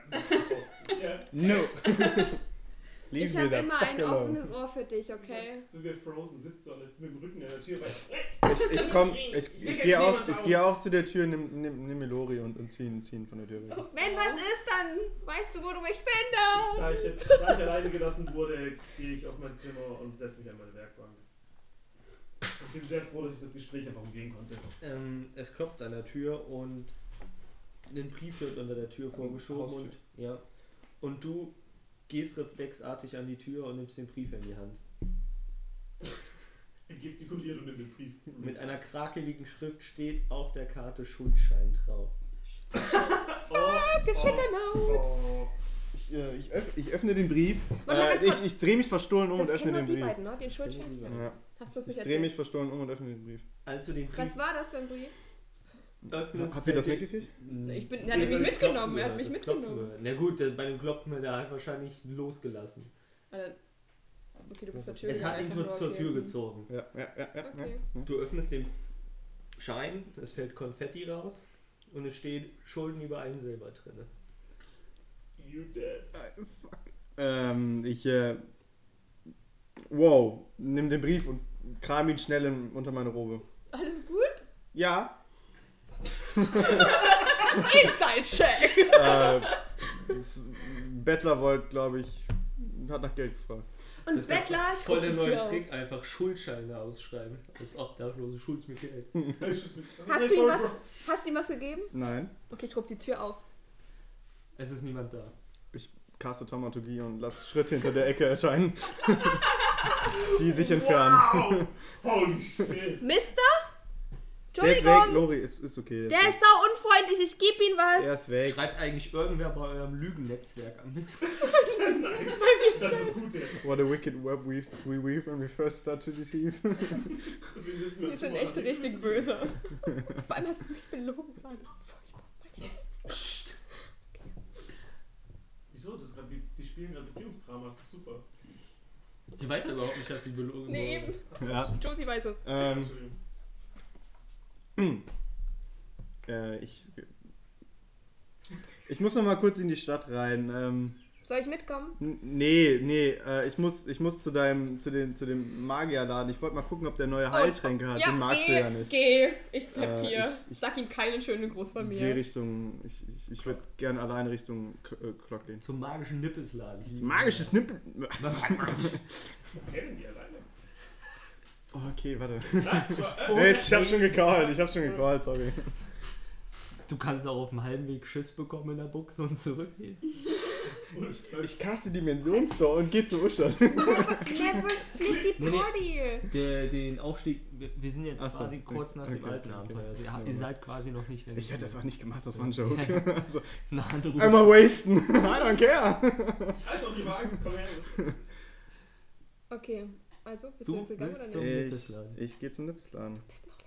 [SPEAKER 6] Ja,
[SPEAKER 2] No.
[SPEAKER 5] *laughs* ich habe immer ein offenes Ohr für dich, okay?
[SPEAKER 6] so wie Frozen sitzt so mit dem Rücken in der Tür. Weil
[SPEAKER 2] Ich, ich komm, ich, ich
[SPEAKER 6] jetzt
[SPEAKER 2] gehe auch,
[SPEAKER 6] niemand
[SPEAKER 2] ich
[SPEAKER 6] auf.
[SPEAKER 2] geh auch zu der Tür, nimm, nimm, nimm mir Lori und, und zieh ihn zieh ihn von der Tür weg.
[SPEAKER 5] Wenn was ist, dann weißt du, wo du mich findest.
[SPEAKER 6] da ich jetzt da ich alleine gelassen wurde, gehe ich auf mein Zimmer und setze mich an meine Werkbank. Ich bin sehr froh, dass ich das Gespräch einfach umgehen konnte.
[SPEAKER 4] Ähm, es klopft an der Tür und ein Brief wird unter der Tür
[SPEAKER 2] An-
[SPEAKER 4] vorgeschoben
[SPEAKER 2] Haustür.
[SPEAKER 4] und ja. Und du gehst reflexartig an die Tür und nimmst den Brief in die Hand.
[SPEAKER 6] Gestikuliert und mit dem Brief.
[SPEAKER 2] Mhm.
[SPEAKER 4] Mit einer krakeligen Schrift steht auf der Karte Schuldschein drauf.
[SPEAKER 6] Oh,
[SPEAKER 5] Geschüttelmaut.
[SPEAKER 6] oh.
[SPEAKER 2] Ich, äh, ich, öff, ich öffne den Brief.
[SPEAKER 5] Warte, ganz
[SPEAKER 2] Äh,
[SPEAKER 5] kurz.
[SPEAKER 2] ich ich drehe mich verstohlen um und
[SPEAKER 5] Das
[SPEAKER 2] öffne
[SPEAKER 5] kennen nur
[SPEAKER 2] den
[SPEAKER 5] die
[SPEAKER 2] Brief.
[SPEAKER 5] beiden, ne? Den Schuldschein?
[SPEAKER 2] Ja.
[SPEAKER 5] Hast du uns
[SPEAKER 2] Ich
[SPEAKER 5] nicht
[SPEAKER 2] drehe mich
[SPEAKER 5] erzählt?
[SPEAKER 2] verstohlen um und öffne den Brief.
[SPEAKER 4] Als du Also den Brief
[SPEAKER 5] Was war das für ein Brief?
[SPEAKER 4] öffnest.
[SPEAKER 2] Hat sie das
[SPEAKER 4] fällt dir-
[SPEAKER 2] mitgekriegt?
[SPEAKER 4] Mm.
[SPEAKER 5] Ich bin-
[SPEAKER 4] Du
[SPEAKER 5] er hat
[SPEAKER 4] hast
[SPEAKER 5] mich
[SPEAKER 4] das
[SPEAKER 5] mitgenommen,
[SPEAKER 4] Klopfen
[SPEAKER 5] er
[SPEAKER 4] gehört,
[SPEAKER 5] hat mich
[SPEAKER 4] das
[SPEAKER 5] mitgenommen.
[SPEAKER 4] Klopfen gehört. Na gut, das- bei dem Klopfen hat er halt wahrscheinlich losgelassen.
[SPEAKER 5] Äh, Okay, du bist zur Tür
[SPEAKER 4] Es hat ihn kurz
[SPEAKER 5] gegangen, einfach
[SPEAKER 4] zur
[SPEAKER 5] nur,
[SPEAKER 4] Tür
[SPEAKER 5] okay.
[SPEAKER 4] gezogen.
[SPEAKER 2] Ja, ja, ja, ja.
[SPEAKER 5] Okay.
[SPEAKER 2] ja.
[SPEAKER 4] Du öffnest den Schein, es fällt Konfetti raus und es steht Schulden über einen Silber drin.
[SPEAKER 6] You dead.
[SPEAKER 2] Ähm, ich, äh, wow, nimm den Brief und kram ihn schnell in, unter meine Robe.
[SPEAKER 5] Alles gut?
[SPEAKER 2] Ja,
[SPEAKER 5] Inside-Check!
[SPEAKER 2] äh, *laughs* das Bettler wollte, glaube ich, hat nach Geld gefragt.
[SPEAKER 5] Und
[SPEAKER 4] Das wär
[SPEAKER 5] Bettler
[SPEAKER 4] Voll
[SPEAKER 5] spuckt
[SPEAKER 4] der
[SPEAKER 5] die
[SPEAKER 4] neue
[SPEAKER 5] Tür auf.
[SPEAKER 4] Trick, einfach Schuldscheine ausschreiben. Als Obdachlose schuldet mir Geld.
[SPEAKER 6] Hast du ihm
[SPEAKER 5] Hast du, ihm was, hast du ihm was gegeben?
[SPEAKER 2] Nein,
[SPEAKER 5] Okay, ich rub die Tür auf.
[SPEAKER 4] Es ist niemand da.
[SPEAKER 2] caste Taumaturgie und lass Schritte hinter der Ecke erscheinen, *laughs* die sich entfernen.
[SPEAKER 6] Holy shit.
[SPEAKER 5] Mister?
[SPEAKER 2] Der ist weg,
[SPEAKER 5] Entschuldigung!
[SPEAKER 2] Lori, ist, ist okay.
[SPEAKER 5] Der ist da unfreundlich, ich geb ihm was!
[SPEAKER 2] er ist weg.
[SPEAKER 4] Schreibt eigentlich irgendwer bei eurem Lügennetzwerk an mit.
[SPEAKER 6] Nein, das ist das Gute.
[SPEAKER 2] What a wicked web we, we weave when we first start to deceive.
[SPEAKER 6] Deswegen sitzen wir
[SPEAKER 5] Wir sind
[SPEAKER 6] im
[SPEAKER 5] echt
[SPEAKER 6] Zimmer.
[SPEAKER 5] richtig böse. *laughs* Vor allem hast du mich belogen. Mann. Furchtbar.
[SPEAKER 6] Wieso? Das ist grad, die, die spielen gerade Beziehungsdrama. Das ist doch super.
[SPEAKER 4] *laughs* Sie weiß ja überhaupt nicht, dass sie belogen wurde.
[SPEAKER 5] Nee, eben.
[SPEAKER 2] ja.
[SPEAKER 5] Josie weiß es.
[SPEAKER 2] Ähm,
[SPEAKER 6] Entschuldigung.
[SPEAKER 2] *clears throat* Äh, ich. Ich muss noch mal kurz in die Stadt rein. Ähm,
[SPEAKER 5] Soll ich mitkommen?
[SPEAKER 2] n- nee, nee, äh, ich muss, ich muss zu deinem, zu dem, zu dem Magierladen. Ich wollte mal gucken, ob der neue Heiltränke hat. Den magst
[SPEAKER 5] Oh, geh,
[SPEAKER 2] du ja nicht.
[SPEAKER 5] Geh, ich bleib
[SPEAKER 2] Äh,
[SPEAKER 5] hier.
[SPEAKER 2] ich- ich-
[SPEAKER 5] Sag ihm keinen schönen Gruß von
[SPEAKER 2] Geh
[SPEAKER 5] mir.
[SPEAKER 2] Richtung, ich, ich, ich würde gerne allein Richtung K äh, Clock gehen.
[SPEAKER 4] Zum magischen Nippesladen. Ich liebe
[SPEAKER 2] Magisches Nippel. *laughs*
[SPEAKER 4] das. Was sagt man?
[SPEAKER 6] Wo kennen die alleine?
[SPEAKER 2] Oh, okay, warte. *laughs*
[SPEAKER 6] Nein, aber,
[SPEAKER 2] Nee, ich hab schon gecallt, ich hab schon gecallt, sorry.
[SPEAKER 4] Du kannst auch auf dem halben Weg Schiss bekommen in der Buchse und zurückgehen.
[SPEAKER 6] Und
[SPEAKER 2] Ich caste Dimensionstor und geh zu Uschern.
[SPEAKER 5] *laughs* Never split the
[SPEAKER 4] Nee, nee.
[SPEAKER 5] party!
[SPEAKER 4] Der, den Aufstieg, wir wir sind jetzt
[SPEAKER 2] Ach so,
[SPEAKER 4] quasi
[SPEAKER 2] okay,
[SPEAKER 4] kurz nach dem
[SPEAKER 2] okay,
[SPEAKER 4] alten
[SPEAKER 2] okay.
[SPEAKER 4] Abenteuer. Also ihr,
[SPEAKER 2] Ja,
[SPEAKER 4] habt- ihr
[SPEAKER 2] aber-
[SPEAKER 4] seid quasi noch nicht.
[SPEAKER 2] Ich hätte das auch nicht gemacht, das war ein Joke. *laughs* Also,
[SPEAKER 4] Na, du
[SPEAKER 2] einmal wasten. *laughs* I don't care.
[SPEAKER 6] Scheiß auf die Angst, komm her.
[SPEAKER 5] Okay, also, bist
[SPEAKER 4] Du
[SPEAKER 5] du, jetzt gegangen oder
[SPEAKER 4] willst so-
[SPEAKER 5] nicht? Du
[SPEAKER 2] Ich,
[SPEAKER 4] Nippesladen.
[SPEAKER 2] ich gehe zum Nippesladen.
[SPEAKER 5] bist noch lecker.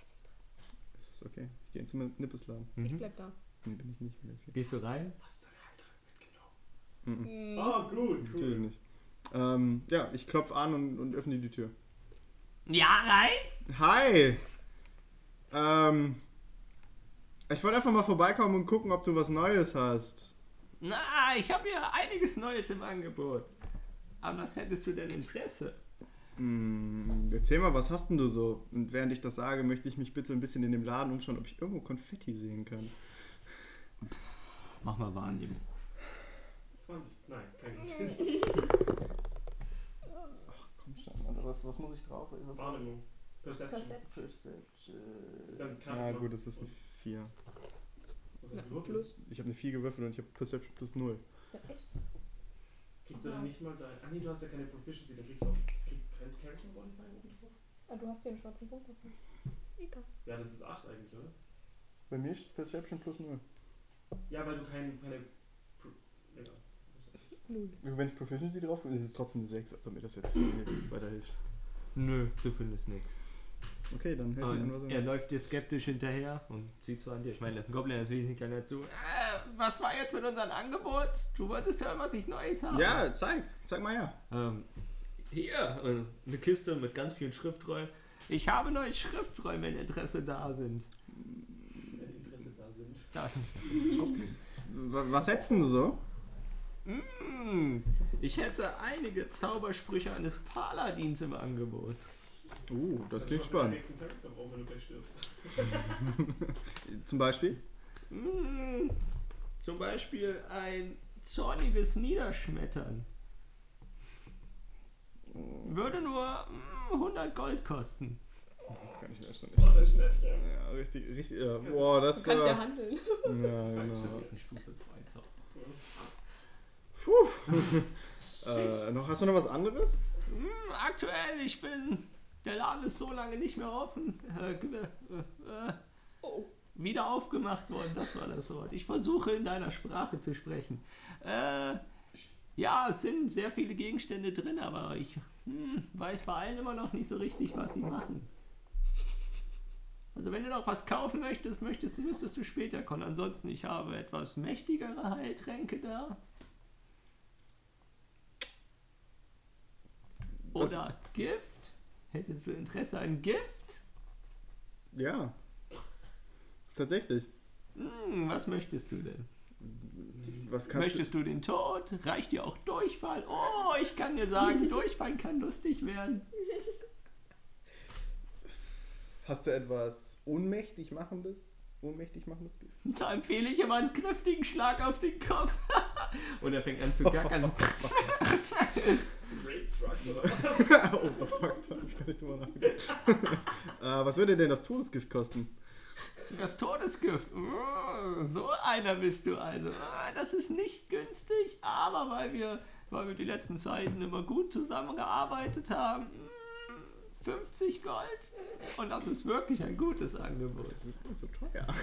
[SPEAKER 2] Ist okay. Ich gehe zum Nippesladen.
[SPEAKER 5] Ich
[SPEAKER 4] mhm.
[SPEAKER 5] bleib da.
[SPEAKER 2] Nee, bin ich nicht. Bin ich nicht.
[SPEAKER 4] Gehst du rein?
[SPEAKER 6] Hast du deine Halterung mitgenommen?
[SPEAKER 2] Mhm.
[SPEAKER 4] Mm.
[SPEAKER 6] Ah, gut,
[SPEAKER 2] Natürlich
[SPEAKER 6] cool.
[SPEAKER 2] nicht. Ähm, ja, ich klopfe an und, und öffne die Tür.
[SPEAKER 4] Ja, rein!
[SPEAKER 2] Hi! Ähm, ich wollte einfach mal vorbeikommen und gucken, ob du was Neues hast.
[SPEAKER 4] Na, ich habe hier einiges Neues im Angebot. An was hättest du denn Interesse?
[SPEAKER 2] Hm, erzähl mal, was hast denn du so? Und während ich das sage, möchte ich mich bitte ein bisschen in dem Laden umschauen, ob ich irgendwo Konfetti sehen kann.
[SPEAKER 4] Mach mal Wahrnehmung.
[SPEAKER 6] 20. Nein, kein Geschenk.
[SPEAKER 2] Komm schon, Alter, was, was muss ich drauf?
[SPEAKER 6] *laughs* Wahrnehmung. Perception. Ist dann Charisma.
[SPEAKER 2] Ja, gut, das ist ein 4.
[SPEAKER 6] Was hast du gewürfelt?
[SPEAKER 5] Plus.
[SPEAKER 2] Ich habe eine 4 gewürfelt und ich habe Perception plus 0.
[SPEAKER 5] Ja, echt?
[SPEAKER 6] Kriegst du dann nicht mal dein. Ah, nee, du hast ja keine Proficiency, dann kriegst du auch. Kriegst kein Charisma Modifier oben drauf?
[SPEAKER 5] Ah, du hast den schwarzen Punkt dafür. Egal.
[SPEAKER 6] Ja, das ist 8 eigentlich, oder?
[SPEAKER 2] Bei mir ist Perception plus 0.
[SPEAKER 6] Ja, weil du kein, keine. Pro- Egal.
[SPEAKER 5] Nun.
[SPEAKER 2] Wenn ich Proficiency drauf ist es trotzdem eine 6, als ob mir das jetzt viel weiterhilft.
[SPEAKER 4] Nö, du findest nichts.
[SPEAKER 2] Okay, dann helfen wir an,
[SPEAKER 4] Und
[SPEAKER 2] was
[SPEAKER 4] er läuft dir skeptisch hinterher und zieht so an dir. Ich meine, das ist ein Goblin, das ist wesentlich kleiner zu. Äh, was war jetzt mit unserem Angebot? Du wolltest hören, was ich Neues habe.
[SPEAKER 2] Ja, zeig, zeig mal her.
[SPEAKER 4] Ähm, hier, äh, eine Kiste mit ganz vielen Schriftrollen. Ich habe neue Schriftrollen, wenn Interesse da sind.
[SPEAKER 6] Wenn Interesse da sind.
[SPEAKER 4] Da sind
[SPEAKER 2] W- Was setzt denn du so?
[SPEAKER 4] Hm, ich hätte einige Zaubersprüche eines Paladins im Angebot.
[SPEAKER 2] Uh, das klingt
[SPEAKER 6] machen wir beim
[SPEAKER 2] spannend.
[SPEAKER 6] nächsten Charakter brauchen, wenn du gleich stirbst. *laughs*
[SPEAKER 2] Zum Beispiel?
[SPEAKER 4] Hm, zum Beispiel ein zorniges Niederschmettern. Würde nur hm, 100 Gold kosten.
[SPEAKER 2] Das kann ich mir schon
[SPEAKER 6] Was ein Schnäppchen.
[SPEAKER 2] Ja, richtig, richtig. Ja. Boah,
[SPEAKER 5] Du
[SPEAKER 2] das
[SPEAKER 5] kannst ja halt-
[SPEAKER 2] war.
[SPEAKER 5] handeln.
[SPEAKER 2] Ja, genau.
[SPEAKER 4] eine Stufe 2 Zauber.
[SPEAKER 2] Äh, noch, hast du noch was anderes?
[SPEAKER 4] Hm, aktuell, ich bin. Der Laden ist so lange nicht mehr offen. Äh, ge- äh, äh,
[SPEAKER 5] Oh.
[SPEAKER 4] wieder aufgemacht worden, das war das Wort. Ich versuche in deiner Sprache zu sprechen. Äh, ja, es sind sehr viele Gegenstände drin, aber ich hm, weiß bei allen immer noch nicht so richtig, was sie machen. Also wenn du noch was kaufen möchtest, möchtest müsstest du später kommen. Ansonsten, ich habe etwas mächtigere Heiltränke da.
[SPEAKER 2] Was-
[SPEAKER 4] Oder Gift? Hättest du Interesse an Gift?
[SPEAKER 2] Ja. Tatsächlich.
[SPEAKER 4] Hm, was möchtest du denn?
[SPEAKER 2] Was kannst du.
[SPEAKER 4] Möchtest du den Tod? Reicht dir auch Durchfall? Oh, ich kann dir
[SPEAKER 2] *laughs*
[SPEAKER 4] sagen, Durchfall kann lustig werden.
[SPEAKER 2] Hast du etwas ohnmächtig machendes? Ohnmächtig machendes Bier? *laughs*
[SPEAKER 4] Da empfehle ich immer einen kräftigen Schlag auf den Kopf. Und er fängt an zu *laughs* gackern.
[SPEAKER 6] Rape Drugs oder was?
[SPEAKER 2] oh, fuck, da hab ich gar nicht drüber nachgedacht. *laughs* äh, was würde denn das Todesgift kosten?
[SPEAKER 4] Das Todesgift. Oh, So einer bist du also. Ah, Das ist nicht günstig, aber weil wir, weil wir die letzten Zeiten immer gut zusammengearbeitet haben, mm, 50 Gold. Und das ist wirklich ein gutes Angebot.
[SPEAKER 2] Das ist gar nicht so teuer. *laughs*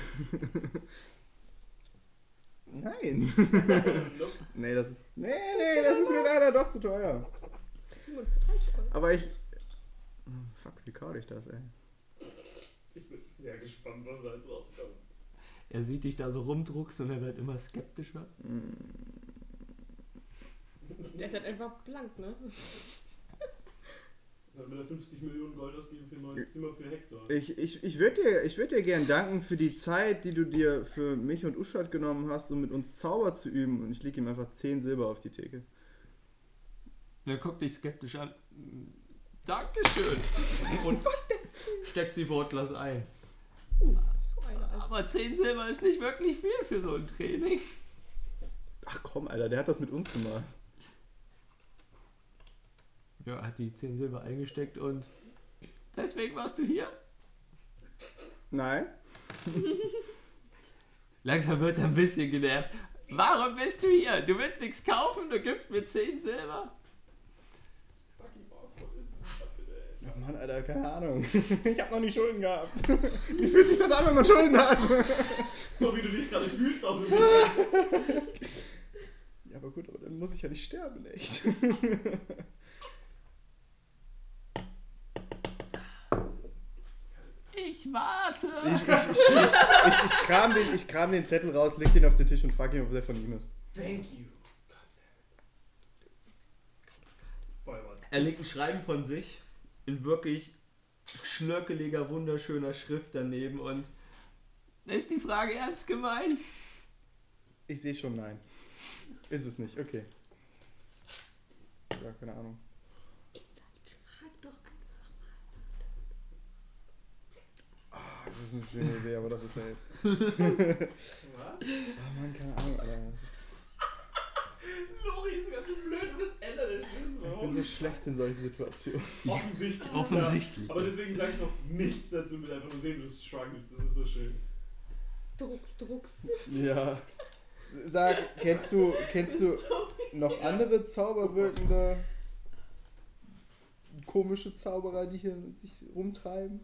[SPEAKER 2] Nein. *laughs* nee, das ist. Nee, nee, das ist mir leider doch zu teuer.
[SPEAKER 5] 37 Euro.
[SPEAKER 2] Aber ich. Hm, Fuck, wie kaufe ich das, ey?
[SPEAKER 6] Ich bin sehr gespannt, was da jetzt rauskommt.
[SPEAKER 4] Er sieht dich da so rumdruckst und er wird immer skeptischer.
[SPEAKER 5] Der ist halt einfach blank, ne?
[SPEAKER 6] Dann will er 50 Millionen Gold ausgeben für ein neues Zimmer für Hector.
[SPEAKER 2] Ich, ich, ich würde dir, ich würd dir gern danken für die Zeit, die du dir für mich und Uschat genommen hast, um mit uns Zauber zu üben. Und ich lege ihm einfach 10 Silber auf die Theke.
[SPEAKER 4] Er guckt dich skeptisch an. Mm, Dankeschön. Und steckt sie wortlos ein.
[SPEAKER 5] *laughs* So einer. Also.
[SPEAKER 4] Aber 10 Silber ist nicht wirklich viel für so ein Training.
[SPEAKER 2] Ach komm, Alter, der hat das mit uns gemacht.
[SPEAKER 4] Ja, hat die 10 Silber eingesteckt und deswegen warst du hier.
[SPEAKER 2] Nein?
[SPEAKER 4] Langsam wird er ein bisschen genervt. Warum bist du hier? Du willst nichts kaufen, du gibst mir 10 Silber?
[SPEAKER 6] Fucking awkward ist das da bitte, ey.
[SPEAKER 2] Oh Mann, Alter, keine *laughs* Ahnung. Ich hab noch nie Schulden gehabt. Wie fühlt sich das an, wenn man Schulden hat?
[SPEAKER 6] So wie du dich gerade fühlst, auch so.
[SPEAKER 2] Ja, aber gut, aber dann muss ich ja nicht sterben, echt.
[SPEAKER 4] Ich warte.
[SPEAKER 2] Ich, ich, ich, ich, ich, ich, kram den, ich kram den Zettel raus, leg den auf den Tisch und frag ihn, ob der von ihm ist.
[SPEAKER 6] Thank you. Boy, Mann.
[SPEAKER 7] Er legt ein Schreiben von sich in wirklich schnörkeliger, wunderschöner Schrift daneben und
[SPEAKER 4] Ist die Frage ernst gemeint?
[SPEAKER 2] Ich sehe schon, nein. Ist es nicht, okay. Ja, keine Ahnung.
[SPEAKER 1] Frag doch einfach.
[SPEAKER 2] Ah, das ist eine schöne Idee, aber das ist *laughs* ja jetzt.
[SPEAKER 6] Was?
[SPEAKER 2] Oh Mann, keine Ahnung, Alter. Das ist,
[SPEAKER 6] Lori ist sogar zu blöd für das Ende der Stunde.
[SPEAKER 2] ich bin so schlecht in solchen Situationen.
[SPEAKER 6] Offensichtlich.
[SPEAKER 4] Offensichtlich.
[SPEAKER 6] Ja. Aber deswegen sage ich auch nichts dazu, ich will einfach nur sehen, wie du struggles. Das ist so schön.
[SPEAKER 5] Drucks, drucks.
[SPEAKER 2] Ja. Sag, kennst du, kennst du noch andere zauberwirkende komische Zauberer, die hier mit sich rumtreiben?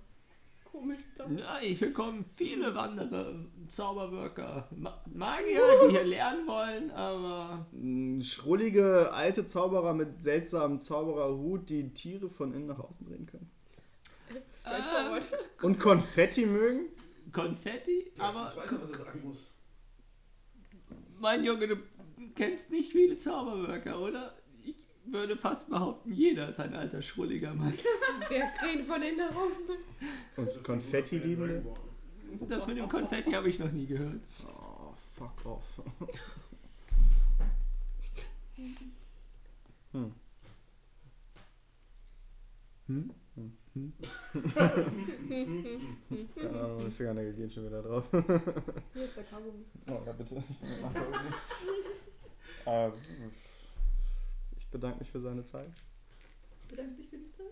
[SPEAKER 5] Komisch. doch.
[SPEAKER 4] Na, hier kommen viele Wanderer, Zauberwirker, Ma Magier, die hier lernen wollen, aber
[SPEAKER 2] Mm, Schrullige alte Zauberer mit seltsamem Zaubererhut, die Tiere von innen nach außen drehen können.
[SPEAKER 5] Straightforward. *laughs*
[SPEAKER 2] Und Konfetti mögen?
[SPEAKER 4] Konfetti?
[SPEAKER 6] ich
[SPEAKER 4] Aber
[SPEAKER 6] weiß nicht, was er sagen muss.
[SPEAKER 4] mein Junge, du kennst nicht viele Zauberwirker, oder? Ich würde fast behaupten, jeder ist ein alter schrulliger Mann.
[SPEAKER 5] Der Krähen von innen nach außen drückt.
[SPEAKER 6] Also
[SPEAKER 2] Und Konfetti liebende?
[SPEAKER 4] Das mit dem Konfetti habe ich noch nie gehört.
[SPEAKER 2] Oh, fuck *laughs* off.
[SPEAKER 4] Hm?
[SPEAKER 2] Keine Ahnung, meine Fingernägel gehen schon wieder drauf.
[SPEAKER 5] Hier ist der Kaugummi.
[SPEAKER 2] Oh, ja, bitte. Ich nehme nach Hause. *laughs* ähm, ich bedanke mich für seine Zeit.
[SPEAKER 1] Bedanke dich für die Zeit.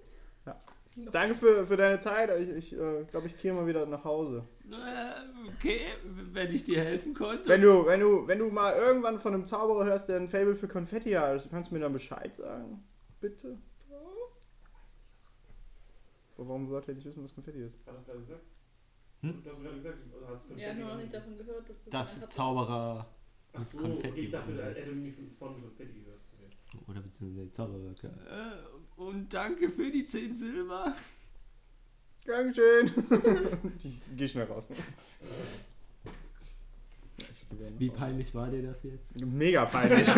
[SPEAKER 2] Danke für, für deine Zeit. Ich, ich äh, glaube, ich gehe mal wieder nach Hause.
[SPEAKER 4] Äh, okay, wenn ich dir helfen konnte.
[SPEAKER 2] Wenn du, wenn du, wenn du mal irgendwann von einem Zauberer hörst, der ein Fable für Konfetti hat, also kannst du mir dann Bescheid sagen? Bitte? Aber Warum sollte er nicht wissen, was Konfetti ist?
[SPEAKER 6] Hat er gerade gesagt?
[SPEAKER 4] Hm?
[SPEAKER 6] Du hast gerade gesagt, du hast Konfetti.
[SPEAKER 1] Ja, nur noch nicht
[SPEAKER 6] genannt.
[SPEAKER 1] davon gehört, dass
[SPEAKER 4] das
[SPEAKER 1] einfach-
[SPEAKER 4] Zauberer
[SPEAKER 6] Achso,
[SPEAKER 4] Konfetti
[SPEAKER 6] okay, ich dachte,
[SPEAKER 4] genannt.
[SPEAKER 6] er hätte nicht von, von Konfetti gehört. Okay.
[SPEAKER 4] oder beziehungsweise Zauberwirker. Äh, und danke für die 10 Silber.
[SPEAKER 2] Dankeschön. *laughs* ich geh schnell raus. Ja, ich geh wieder nach
[SPEAKER 4] Wie
[SPEAKER 2] Hause.
[SPEAKER 4] peinlich war dir das jetzt?
[SPEAKER 2] Mega peinlich.
[SPEAKER 6] Auf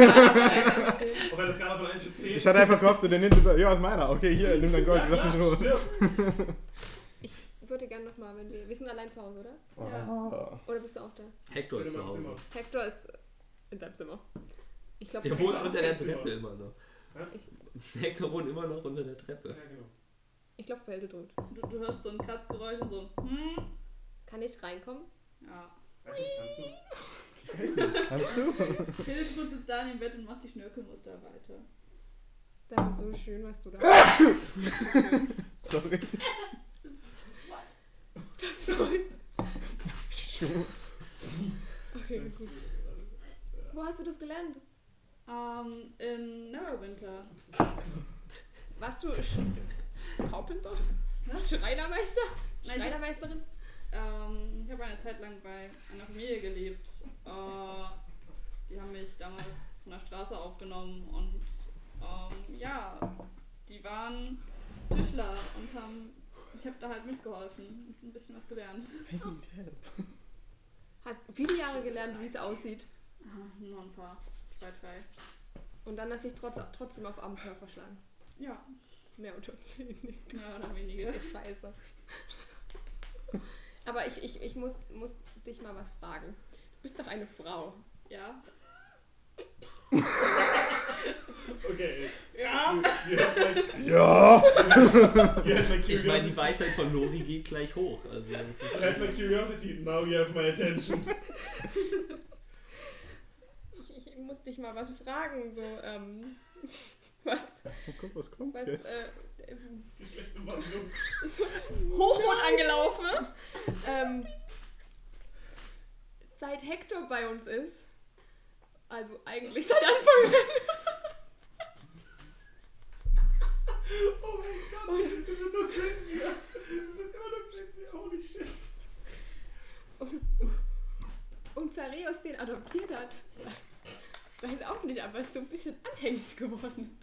[SPEAKER 6] einer Skala von 1 bis 10.
[SPEAKER 2] Ich hatte einfach gehofft, du nimmst es. Ja, ist meiner. Okay, hier, nimm dein Gold, lass mich in Ruhe.
[SPEAKER 6] Stirb.
[SPEAKER 5] Ich würde gerne nochmal, wenn wir. Wir sind allein zu Hause, oder?
[SPEAKER 2] Ah.
[SPEAKER 5] Oder bist du auch da?
[SPEAKER 7] Hector
[SPEAKER 6] In
[SPEAKER 7] ist zu
[SPEAKER 6] meinem
[SPEAKER 7] Hause.
[SPEAKER 6] Zimmer.
[SPEAKER 5] Hector ist in deinem Zimmer. Ich glaube,
[SPEAKER 7] Der wohnt unter der
[SPEAKER 6] Zimmer.
[SPEAKER 7] Treppe immer noch.
[SPEAKER 6] Hä?
[SPEAKER 7] Hector wohnt immer noch unter der
[SPEAKER 6] Ja,
[SPEAKER 7] Treppe.
[SPEAKER 6] genau.
[SPEAKER 5] ich glaube, Bälle drückt.
[SPEAKER 1] Du, du hörst so ein Kratzgeräusch und so ein hm.
[SPEAKER 5] Kann ich reinkommen?
[SPEAKER 1] Ja.
[SPEAKER 6] Weiß nicht, kannst du?
[SPEAKER 2] Kannst du?
[SPEAKER 1] Philipp kurz sitzt da in dem Bett und macht die Schnörkelmuster weiter.
[SPEAKER 5] Das ist so schön, was du da *laughs* hast.
[SPEAKER 2] Sorry.
[SPEAKER 5] Das war Okay,
[SPEAKER 6] Das-
[SPEAKER 5] gut. Wo hast du das gelernt?
[SPEAKER 1] Ähm, in Neverwinter.
[SPEAKER 5] Warst du Sch Carpenter?
[SPEAKER 1] Was?
[SPEAKER 5] Schreinermeister?
[SPEAKER 1] ne? Nein, ich-
[SPEAKER 5] Schreinermeisterin?
[SPEAKER 1] Ähm, ich habe eine Zeit lang bei einer Familie gelebt. Äh, die haben mich damals von der Straße aufgenommen und ähm, ja, die waren Tischler und haben. Ich habe da halt mitgeholfen und ein bisschen was gelernt.
[SPEAKER 5] Hast viele Jahre gelernt, wie es aussieht.
[SPEAKER 1] Ah, Nur ein paar. Zwei, drei.
[SPEAKER 5] Und dann hast dich trotz, trotzdem auf Abenteuer verschlagen.
[SPEAKER 1] Ja,
[SPEAKER 5] Mehr *laughs* oder weniger.
[SPEAKER 1] mehr oder weniger.
[SPEAKER 5] Die Scheiße. Aber ich, ich, ich muss, muss dich mal was fragen. Du bist doch eine Frau.
[SPEAKER 1] Ja.
[SPEAKER 6] Okay.
[SPEAKER 1] Ja.
[SPEAKER 6] Ihr hört mein-
[SPEAKER 2] Ja.
[SPEAKER 6] ihr hört mein
[SPEAKER 7] Ich meine, die
[SPEAKER 6] Curiosity.
[SPEAKER 7] Weisheit von Lori geht gleich hoch. Also, das ist
[SPEAKER 6] Ihr hört mein Curiosity. Now you have my attention.
[SPEAKER 5] Ich, ich muss dich mal was fragen. So, ähm, *laughs* was,
[SPEAKER 2] Guck, was kommt
[SPEAKER 5] was,
[SPEAKER 2] jetzt?
[SPEAKER 5] äh, äh,
[SPEAKER 6] Geschlechtsumwandlung.
[SPEAKER 5] so hochrot *laughs* angelaufen. Ähm, seit Hector bei uns ist, Also eigentlich seit Anfang an.
[SPEAKER 6] Oh mein Gott, das sind nur Cringe. Das sind immer nur Cringe. Holy shit.
[SPEAKER 5] Und um Zareus den adoptiert hat. Weiß auch nicht, aber ist so ein bisschen anhängig geworden.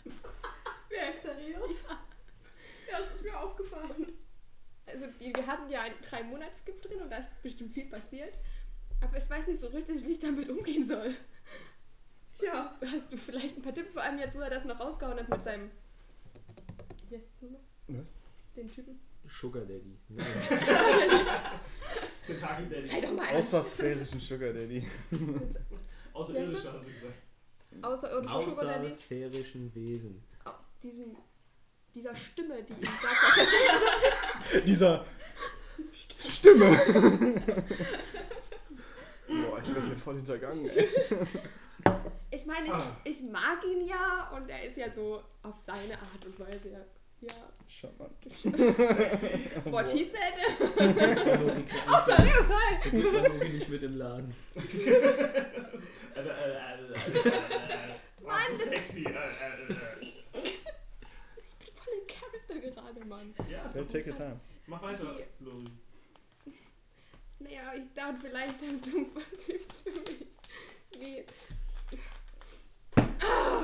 [SPEAKER 1] Wer Xarius? Ja, das ist mir aufgefallen.
[SPEAKER 5] Also die, wir hatten ja einen drei monats skip drin und da ist bestimmt viel passiert. Aber ich weiß nicht so richtig, wie ich damit umgehen soll.
[SPEAKER 1] Tja,
[SPEAKER 5] Hast du vielleicht ein paar Tipps? Vor allem jetzt, wo er das noch rausgehauen hat mit seinem... Wie heißt das nochmal?
[SPEAKER 7] Was?
[SPEAKER 5] Den Typen. *laughs*
[SPEAKER 7] Sugar Daddy.
[SPEAKER 6] Tentakel
[SPEAKER 5] Sei
[SPEAKER 6] Daddy.
[SPEAKER 5] doch mal einer.
[SPEAKER 2] Außersphärischen Sugar Daddy. *laughs*
[SPEAKER 6] Außerirdischer hast du gesagt.
[SPEAKER 5] Außerirdische Sugar Daddy.
[SPEAKER 7] Außersphärischen
[SPEAKER 5] *laughs*
[SPEAKER 7] Wesen.
[SPEAKER 5] Au- Diesem, dieser Stimme, die ihm sagt, *laughs* was er
[SPEAKER 2] Dieser Stimme. Boah, ich werde hier voll hintergangen. Ey.
[SPEAKER 5] Ich meine, ich, ich mag ihn ja und er ist ja so auf seine Art und Weise ja. Ja,
[SPEAKER 2] Charmant.
[SPEAKER 5] what he said.
[SPEAKER 7] Auch
[SPEAKER 5] Außer Leo, hi.
[SPEAKER 7] nicht mit im Laden.
[SPEAKER 6] Äh, äh, äh, äh, äh, äh. Oh, so sexy. Äh, äh, äh.
[SPEAKER 5] Ich bin voll in Character gerade, Mann.
[SPEAKER 6] Ja,
[SPEAKER 2] Hey,
[SPEAKER 6] so.
[SPEAKER 2] take your time.
[SPEAKER 6] Mach weiter, Lori.
[SPEAKER 5] Naja, ich dachte, vielleicht hast du ein paar Tipps für mich. Wie. Ah,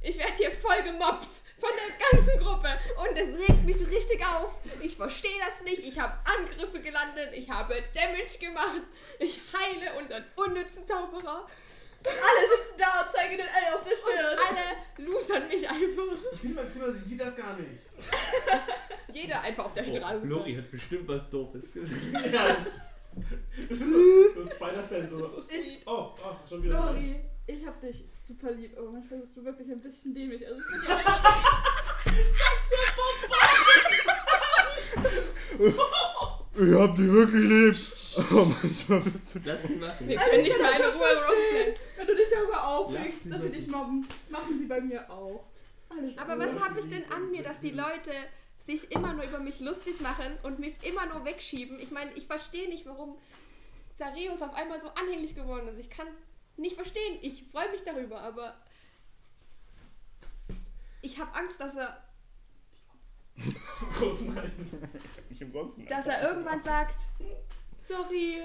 [SPEAKER 5] ich werde hier voll gemobbt von der ganzen Gruppe und es regt mich richtig auf. Ich verstehe das nicht. Ich habe Angriffe gelandet. Ich habe Damage gemacht. Ich heile unseren unnützen Zauberer.
[SPEAKER 1] alle sitzen da und zeigen den L auf der
[SPEAKER 5] Und
[SPEAKER 1] Stirn.
[SPEAKER 5] alle losern mich einfach.
[SPEAKER 6] Ich bin in meinem Zimmer, sie sieht das gar nicht.
[SPEAKER 5] Jeder einfach auf der Straße.
[SPEAKER 7] Oh, Lori hat bestimmt was Doofes gesagt.
[SPEAKER 6] Yes. Das ist so, so ein Spider-Sense.
[SPEAKER 1] Das
[SPEAKER 6] oder-
[SPEAKER 1] ist so sweet.
[SPEAKER 6] Oh, oh, schon wieder so weit.
[SPEAKER 1] Lori, ich hab dich super lieb, aber manchmal bist du wirklich ein bisschen dämlich. Also ich
[SPEAKER 6] *laughs*
[SPEAKER 1] bin ja
[SPEAKER 2] Ich hab die wirklich lieb. Aber manchmal bist du.
[SPEAKER 7] Lass sie machen.
[SPEAKER 5] Wir können nicht mal eine Ruhe rumplanen.
[SPEAKER 1] Wenn du dich darüber
[SPEAKER 7] Lass
[SPEAKER 1] aufregst,
[SPEAKER 7] sie
[SPEAKER 1] dass
[SPEAKER 7] mal
[SPEAKER 1] sie dich mobben, machen sie bei mir auch. Alles
[SPEAKER 5] Aber
[SPEAKER 1] gut.
[SPEAKER 5] was habe ich denn an mir, dass die Leute sich immer nur über mich lustig machen und mich immer nur wegschieben? Ich meine, ich verstehe nicht, warum Sareus auf einmal so anhänglich geworden ist. Ich kann es nicht verstehen. Ich freue mich darüber, aber ich habe Angst, dass er,
[SPEAKER 6] Zum großen Halten. *laughs*
[SPEAKER 2] Nicht umsonst. ne?
[SPEAKER 5] dass er irgendwann sagt, sorry,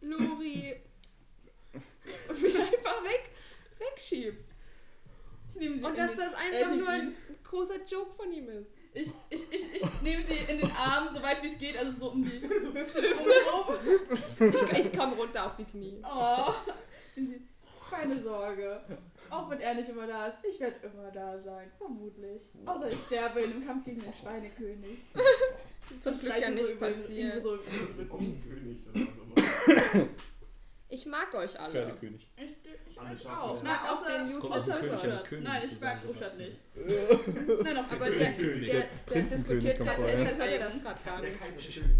[SPEAKER 5] Lori, und mich einfach weg, wegschiebt.
[SPEAKER 1] Ich nehme sie
[SPEAKER 5] Und
[SPEAKER 1] in
[SPEAKER 5] dass
[SPEAKER 1] den-
[SPEAKER 5] das einfach nur ein großer Joke von ihm ist.
[SPEAKER 1] Ich, ich, ich, ich nehme sie in den Arm, soweit wie es geht, also so
[SPEAKER 7] *laughs*
[SPEAKER 1] um die Hüfte drumherum.
[SPEAKER 5] Ich, ich komme runter auf die Knie.
[SPEAKER 1] Oh. Und sie, Keine Sorge. Auch wenn er nicht immer da ist, ich werde immer da sein. Vermutlich. Außer ich sterbe in einem Kampf gegen den Schweinekönig.
[SPEAKER 5] *laughs* Zum Glück ja
[SPEAKER 1] Streichen so
[SPEAKER 5] nicht
[SPEAKER 1] über den-
[SPEAKER 5] passiert.
[SPEAKER 1] so über den
[SPEAKER 6] Der
[SPEAKER 1] Rücken.
[SPEAKER 6] große König oder so. was.
[SPEAKER 5] Ich mag euch alle.
[SPEAKER 2] Pferdekönig.
[SPEAKER 1] Ich, ich
[SPEAKER 6] An den
[SPEAKER 1] mag
[SPEAKER 6] Schafen.
[SPEAKER 1] auch.
[SPEAKER 6] Ich
[SPEAKER 1] Nein,
[SPEAKER 5] mag auch
[SPEAKER 1] außer,
[SPEAKER 5] den
[SPEAKER 7] Kommt
[SPEAKER 1] außer,
[SPEAKER 7] aus dem also König,
[SPEAKER 1] Ruschat.
[SPEAKER 7] also König
[SPEAKER 1] Nein, ich mag Ruschat
[SPEAKER 7] zusammengewachsen.
[SPEAKER 1] nicht. Nein, auf
[SPEAKER 5] Aber
[SPEAKER 1] jeden
[SPEAKER 5] der,
[SPEAKER 1] Fall.
[SPEAKER 6] König.
[SPEAKER 5] der, der
[SPEAKER 2] Prinzenkönig
[SPEAKER 5] diskutiert
[SPEAKER 2] kommt
[SPEAKER 5] gerade,
[SPEAKER 2] vorher.
[SPEAKER 5] deshalb hört ihr das gerade gar
[SPEAKER 6] Der
[SPEAKER 5] nicht.
[SPEAKER 6] Kaiser. ist schön.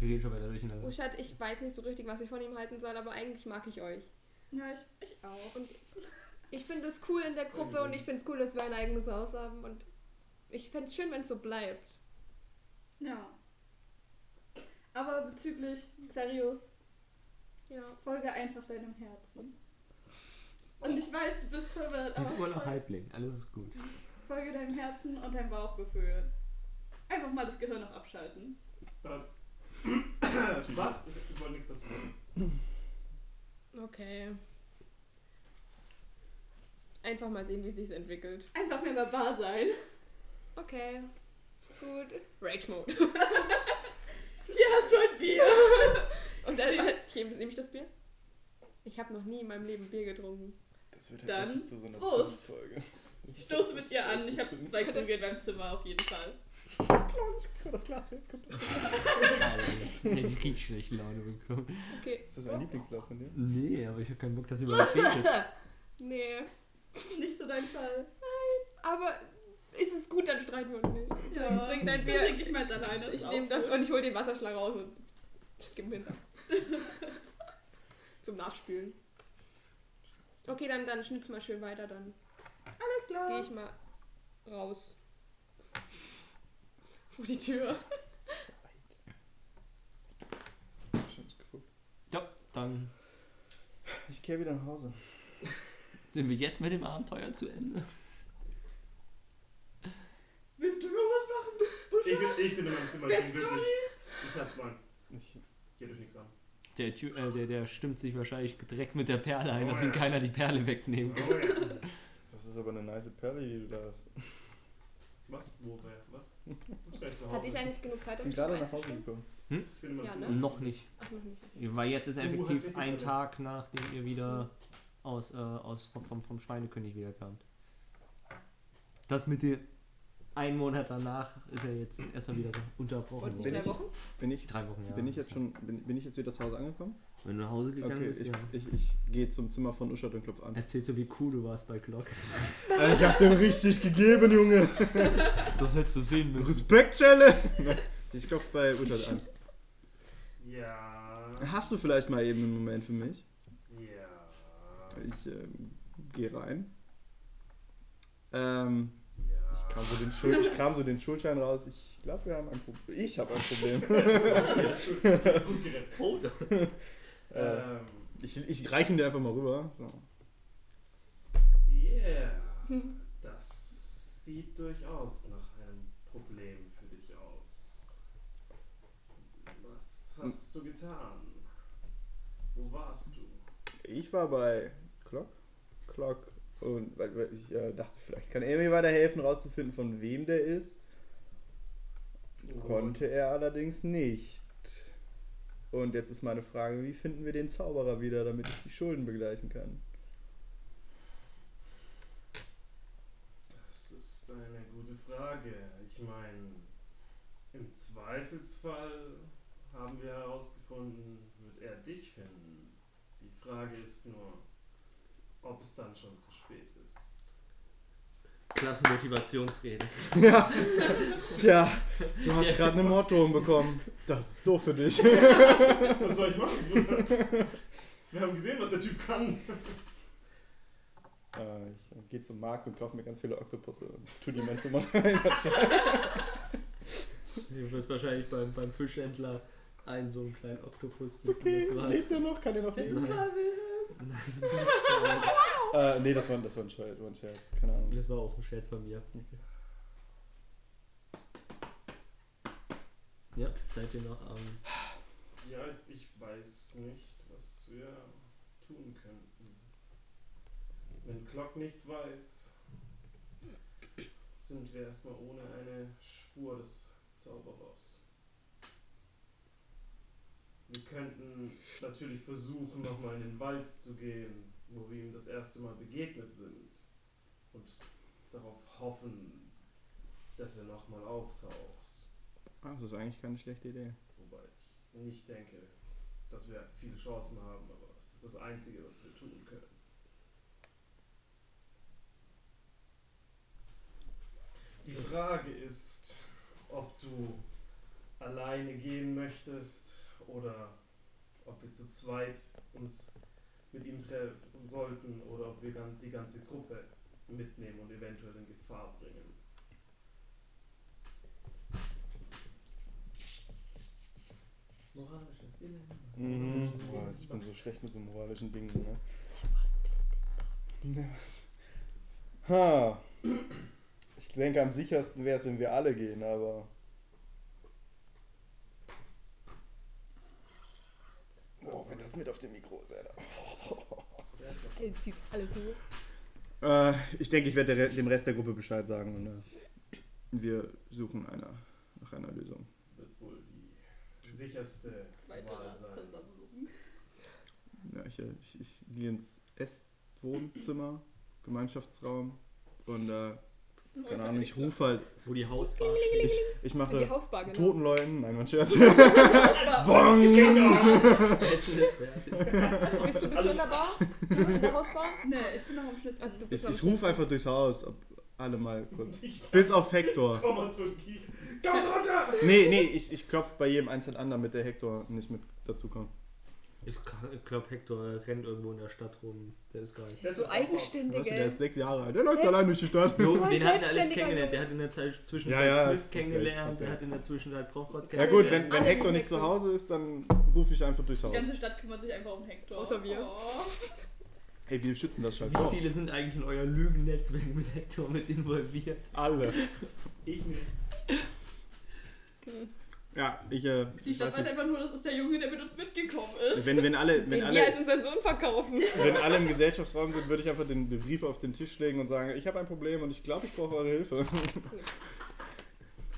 [SPEAKER 7] Wir gehen schon weiter durcheinander.
[SPEAKER 5] Uschat, ich weiß nicht so richtig, was ich von ihm halten soll, aber eigentlich mag ich euch.
[SPEAKER 1] Ja, ich, ich auch.
[SPEAKER 5] Und ich finde es cool in der Gruppe und ich finde es cool, dass wir ein eigenes Haus haben und ich fände es schön, wenn es so bleibt.
[SPEAKER 1] Ja. Aber bezüglich Xarius,
[SPEAKER 5] Ja.
[SPEAKER 1] folge einfach deinem Herzen. Und ich weiß, du bist verwirrt,
[SPEAKER 7] Sie ist immer noch
[SPEAKER 1] aber
[SPEAKER 7] Halbling. Alles ist gut.
[SPEAKER 1] folge deinem Herzen und deinem Bauchgefühl. Einfach mal das Gehirn noch abschalten.
[SPEAKER 6] Dann. Was? Ich wollte nichts dazu sagen.
[SPEAKER 5] Okay. Einfach mal sehen, wie sich's entwickelt.
[SPEAKER 1] Einfach mehr barbar sein.
[SPEAKER 5] Okay. Gut. Rage Mode. *laughs*
[SPEAKER 1] Hier hast du ein Bier.
[SPEAKER 5] Und dann nehme ich das Bier. Ich habe noch nie in meinem Leben Bier getrunken.
[SPEAKER 2] Das wird halt
[SPEAKER 1] Dann
[SPEAKER 2] wirklich zu so einer
[SPEAKER 1] Prost.
[SPEAKER 2] Folge.
[SPEAKER 1] Ich stoße mit dir an. Ich habe zwei Krüge in meinem Zimmer auf jeden Fall.
[SPEAKER 2] Das Glas jetzt kommt.
[SPEAKER 7] Alter, ich hätte richtig schlechte Laune bekommen.
[SPEAKER 5] Okay.
[SPEAKER 2] Ist das ein Lieblingsglas von dir?
[SPEAKER 7] Nee, aber ich habe keinen Bock, dass du über mich redest.
[SPEAKER 5] *laughs* Nee.
[SPEAKER 1] Nicht so dein Fall.
[SPEAKER 5] Aber ist es gut, dann streiten wir uns nicht.
[SPEAKER 1] Ja.
[SPEAKER 5] Bring dein
[SPEAKER 1] Dann trinke
[SPEAKER 5] Bier.
[SPEAKER 1] ich meins alleine. ist
[SPEAKER 5] Ich
[SPEAKER 1] auch
[SPEAKER 5] nehme das
[SPEAKER 1] gut.
[SPEAKER 5] und ich hole den Wasserschlag raus und gib mir hinter. Zum Nachspülen. Okay, dann, dann schnitz mal schön weiter, dann
[SPEAKER 1] Alles klar.
[SPEAKER 5] gehe ich mal raus. Vor die Tür.
[SPEAKER 2] Schönes Gefühl.
[SPEAKER 7] Ja, dann
[SPEAKER 2] Ich kehre wieder nach Hause.
[SPEAKER 4] Sind wir jetzt mit dem Abenteuer zu Ende?
[SPEAKER 6] Willst du noch was machen? Ich bin, ich bin in meinem Zimmer, ich bin glücklich. Ich hab mal.
[SPEAKER 2] Ich,
[SPEAKER 6] Geht euch nichts an.
[SPEAKER 4] Der, Tür, äh, der, der stimmt sich wahrscheinlich direkt mit der Perle ein,
[SPEAKER 6] Oh
[SPEAKER 4] dass
[SPEAKER 6] ja.
[SPEAKER 4] ihm keiner die Perle wegnehmen kann.
[SPEAKER 6] Oh ja.
[SPEAKER 2] das ist aber eine nice Perle, die du da hast.
[SPEAKER 6] Was? Wo? Wer? Was? Du bist gleich zu Hause.
[SPEAKER 5] Hatte ich eigentlich genug Zeit, um
[SPEAKER 2] Ich bin
[SPEAKER 5] Stück
[SPEAKER 2] gerade nach Hause
[SPEAKER 5] einzustellen?
[SPEAKER 2] gekommen.
[SPEAKER 6] Ich bin in meinem
[SPEAKER 5] Ja,
[SPEAKER 6] Zimmer.
[SPEAKER 5] ne?
[SPEAKER 4] Noch nicht.
[SPEAKER 5] Ach, noch nicht.
[SPEAKER 4] Weil jetzt ist
[SPEAKER 6] Du hast
[SPEAKER 4] effektiv
[SPEAKER 6] nicht die
[SPEAKER 4] ein
[SPEAKER 6] Perle.
[SPEAKER 4] Tag, nachdem ihr wieder aus, äh, aus vom, vom, vom Schweinekönig wiederkamt. Das mit dir. Ein Monat danach ist er jetzt erstmal wieder unterbrochen.
[SPEAKER 5] Wolltest du
[SPEAKER 2] Bin
[SPEAKER 5] nicht
[SPEAKER 4] worden.
[SPEAKER 5] drei
[SPEAKER 2] ich-
[SPEAKER 5] Wochen?
[SPEAKER 2] Bin ich,
[SPEAKER 4] Drei Wochen, ja.
[SPEAKER 2] bin ich jetzt schon, bin, bin ich jetzt wieder zu Hause angekommen?
[SPEAKER 4] Wenn du nach Hause gegangen
[SPEAKER 2] Okay,
[SPEAKER 4] bist,
[SPEAKER 2] ich,
[SPEAKER 4] ja.
[SPEAKER 2] ich, ich gehe zum Zimmer von Uschat und Club an.
[SPEAKER 4] Erzählst du, wie cool du warst bei Glock.
[SPEAKER 2] ich hab den richtig gegeben, Junge.
[SPEAKER 4] Das hättest du sehen *laughs*
[SPEAKER 2] Respekt, Schelle. Ich klopf bei Uschat an. *laughs*
[SPEAKER 6] Ja.
[SPEAKER 2] Hast du vielleicht mal eben einen Moment für mich?
[SPEAKER 6] Ja.
[SPEAKER 2] Ich ähm, gehe rein. Ähm,
[SPEAKER 6] Ja.
[SPEAKER 2] ich, kram so den Schul ich kram so den Schulschein raus. Ich glaube, wir haben ein Problem. Ich habe ein Problem. *laughs*
[SPEAKER 6] Gut gerettet.
[SPEAKER 7] Oh,
[SPEAKER 2] äh,
[SPEAKER 6] *laughs* Ähm.
[SPEAKER 2] ich ich reiche ihn dir einfach mal rüber. So.
[SPEAKER 6] Yeah. Das sieht durchaus nach einem Problem für dich aus. Was hast du getan? Wo warst du?
[SPEAKER 2] Ich war bei Clock. Clock. Und weil, weil ich äh, dachte, vielleicht kann er mir weiterhelfen, rauszufinden, von wem der ist.
[SPEAKER 6] Oh,
[SPEAKER 2] Konnte er allerdings nicht. Und jetzt ist meine Frage, wie finden wir den Zauberer wieder, damit ich die Schulden begleichen kann?
[SPEAKER 6] Das ist eine gute Frage. Ich meine, im Zweifelsfall haben wir herausgefunden, wird er dich finden. Die Frage ist nur, ob es dann schon zu spät ist.
[SPEAKER 7] Klassenmotivationsrede.
[SPEAKER 2] Ja. Tja, du hast
[SPEAKER 7] Ja,
[SPEAKER 2] gerade einen
[SPEAKER 7] muss-
[SPEAKER 2] Morddrohung bekommen. Das ist doof für *laughs* dich.
[SPEAKER 6] Was soll ich machen? Bruder? Wir haben gesehen, was der Typ kann.
[SPEAKER 2] Äh, ich gehe zum Markt und kaufe mir ganz viele Oktopusse und tu die Menschen mal rein.
[SPEAKER 7] Du wirst wahrscheinlich beim, beim Fischhändler einen so einen kleinen Oktopus
[SPEAKER 2] Ist okay,
[SPEAKER 7] finden, das war's.
[SPEAKER 2] lebt er noch? Kann er noch leben?
[SPEAKER 7] Nein,
[SPEAKER 2] Äh, nee, das war, das war ein Scherz, war ein Scherz. keine Ahnung.
[SPEAKER 7] Das war auch ein Scherz von mir. Ja, seid ihr noch am.
[SPEAKER 6] Ja, ich weiß nicht, was wir tun könnten. Wenn Glock nichts weiß, sind wir erstmal ohne eine Spur des Zauberers. Wir könnten natürlich versuchen, nochmal in den Wald zu gehen, wo wir ihm das erste Mal begegnet sind. Und darauf hoffen, dass er nochmal auftaucht.
[SPEAKER 2] Ah, Das ist eigentlich keine schlechte Idee.
[SPEAKER 6] Wobei ich nicht denke, dass wir viele Chancen haben, aber es ist das Einzige, was wir tun können. Die Frage ist, ob du alleine gehen möchtest oder ob wir zu zweit uns mit ihm treffen sollten oder ob wir gan- die ganze Gruppe mitnehmen und eventuell in Gefahr bringen. Moralisches Dilemma.
[SPEAKER 2] Mhm.
[SPEAKER 6] Moralisches
[SPEAKER 2] Boah, ich bin so schlecht mit so moralischen Dingen, ne? Ja. *laughs* Ha. Ich denke, am sichersten wäre es, wenn wir alle gehen, aber. Boah, wenn das mit auf dem Mikro ist, *laughs* Alter.
[SPEAKER 6] Dilemma.
[SPEAKER 5] Jetzt zieht's alles hoch.
[SPEAKER 2] Äh, ich denke, ich werde der Re- dem Rest der Gruppe Bescheid sagen und äh, wir suchen einer, nach einer Lösung.
[SPEAKER 6] wird wohl die sicherste
[SPEAKER 1] Zweite
[SPEAKER 6] Wahl sein.
[SPEAKER 1] Ratsversammlung.
[SPEAKER 2] Ja, ich, äh, ich, ich gehe ins Esswohnzimmer, Gemeinschaftsraum und äh, keine Ahnung, ich rufe halt.
[SPEAKER 7] Wo die Hausbar steht.
[SPEAKER 2] Ich, ich
[SPEAKER 5] Die
[SPEAKER 2] mache
[SPEAKER 5] Hausbar, genau.
[SPEAKER 2] Totenleuten. Nein, mein Scherz. *laughs*
[SPEAKER 7] Essen ist fertig.
[SPEAKER 5] Bist du, bist du in der Bar? In der Hausbar?
[SPEAKER 2] *laughs*
[SPEAKER 1] Nee, ne, ich bin noch am Schnitzen.
[SPEAKER 5] Ah, du
[SPEAKER 2] Ich,
[SPEAKER 5] bist am
[SPEAKER 2] ich rufe einfach durchs Haus, ob alle mal kurz.
[SPEAKER 6] Ich
[SPEAKER 2] Bis auf Hector.
[SPEAKER 6] Dramaturgie. Kommt runter!
[SPEAKER 2] Nee, nee, ich, ich klopfe bei jedem einzelnen an, damit der Hector nicht mit dazukommt.
[SPEAKER 7] Ich glaube, Hector rennt irgendwo in der Stadt rum. Der ist geil.
[SPEAKER 5] Schnitzen. So eigenständig,
[SPEAKER 2] Weißt du, der
[SPEAKER 5] ey.
[SPEAKER 2] ist sechs Jahre alt. Der läuft
[SPEAKER 5] Sechs?
[SPEAKER 2] allein durch die Stadt.
[SPEAKER 5] Jo.
[SPEAKER 7] Logan, den hat er alles
[SPEAKER 5] Selbstständiger
[SPEAKER 7] kennengelernt. Der hat in der Zeit Zwischenzeit
[SPEAKER 2] Ja, ja, das-
[SPEAKER 7] Smith
[SPEAKER 2] das weiß ich,
[SPEAKER 7] kennengelernt.
[SPEAKER 2] das
[SPEAKER 7] Der
[SPEAKER 2] weiß
[SPEAKER 7] hat in der Zwischenzeit Frauchrott
[SPEAKER 2] Ja
[SPEAKER 5] Ja,
[SPEAKER 2] gut,
[SPEAKER 5] wir
[SPEAKER 2] wenn,
[SPEAKER 5] werden
[SPEAKER 2] wenn
[SPEAKER 5] alle
[SPEAKER 2] Hector nicht
[SPEAKER 5] wechseln.
[SPEAKER 2] zu Hause ist, dann rufe ich einfach durchs
[SPEAKER 1] Die
[SPEAKER 2] Haus.
[SPEAKER 1] ganze Stadt kümmert sich einfach um Hector.
[SPEAKER 5] Außer wir.
[SPEAKER 1] Oh.
[SPEAKER 2] Ey, wir schützen das schon.
[SPEAKER 7] Wie viele sind eigentlich in euer Lügennetzwerk mit Hector mit involviert?
[SPEAKER 2] Alle.
[SPEAKER 7] Ich nicht.
[SPEAKER 2] Ja, ich, äh,
[SPEAKER 1] Die
[SPEAKER 2] ich
[SPEAKER 1] Stadt
[SPEAKER 2] weiß
[SPEAKER 1] sagt
[SPEAKER 2] nicht.
[SPEAKER 1] einfach nur, das ist der Junge, der mit uns mitgekommen ist.
[SPEAKER 2] Wenn, wenn alle, wenn
[SPEAKER 5] Den wir als
[SPEAKER 2] alle,
[SPEAKER 5] unseren Sohn verkaufen.
[SPEAKER 2] wenn alle im Gesellschaftsraum sind, würde ich einfach den Brief auf den Tisch legen und sagen, ich habe ein Problem und ich glaube, ich brauche eure
[SPEAKER 5] *laughs*
[SPEAKER 2] Hilfe.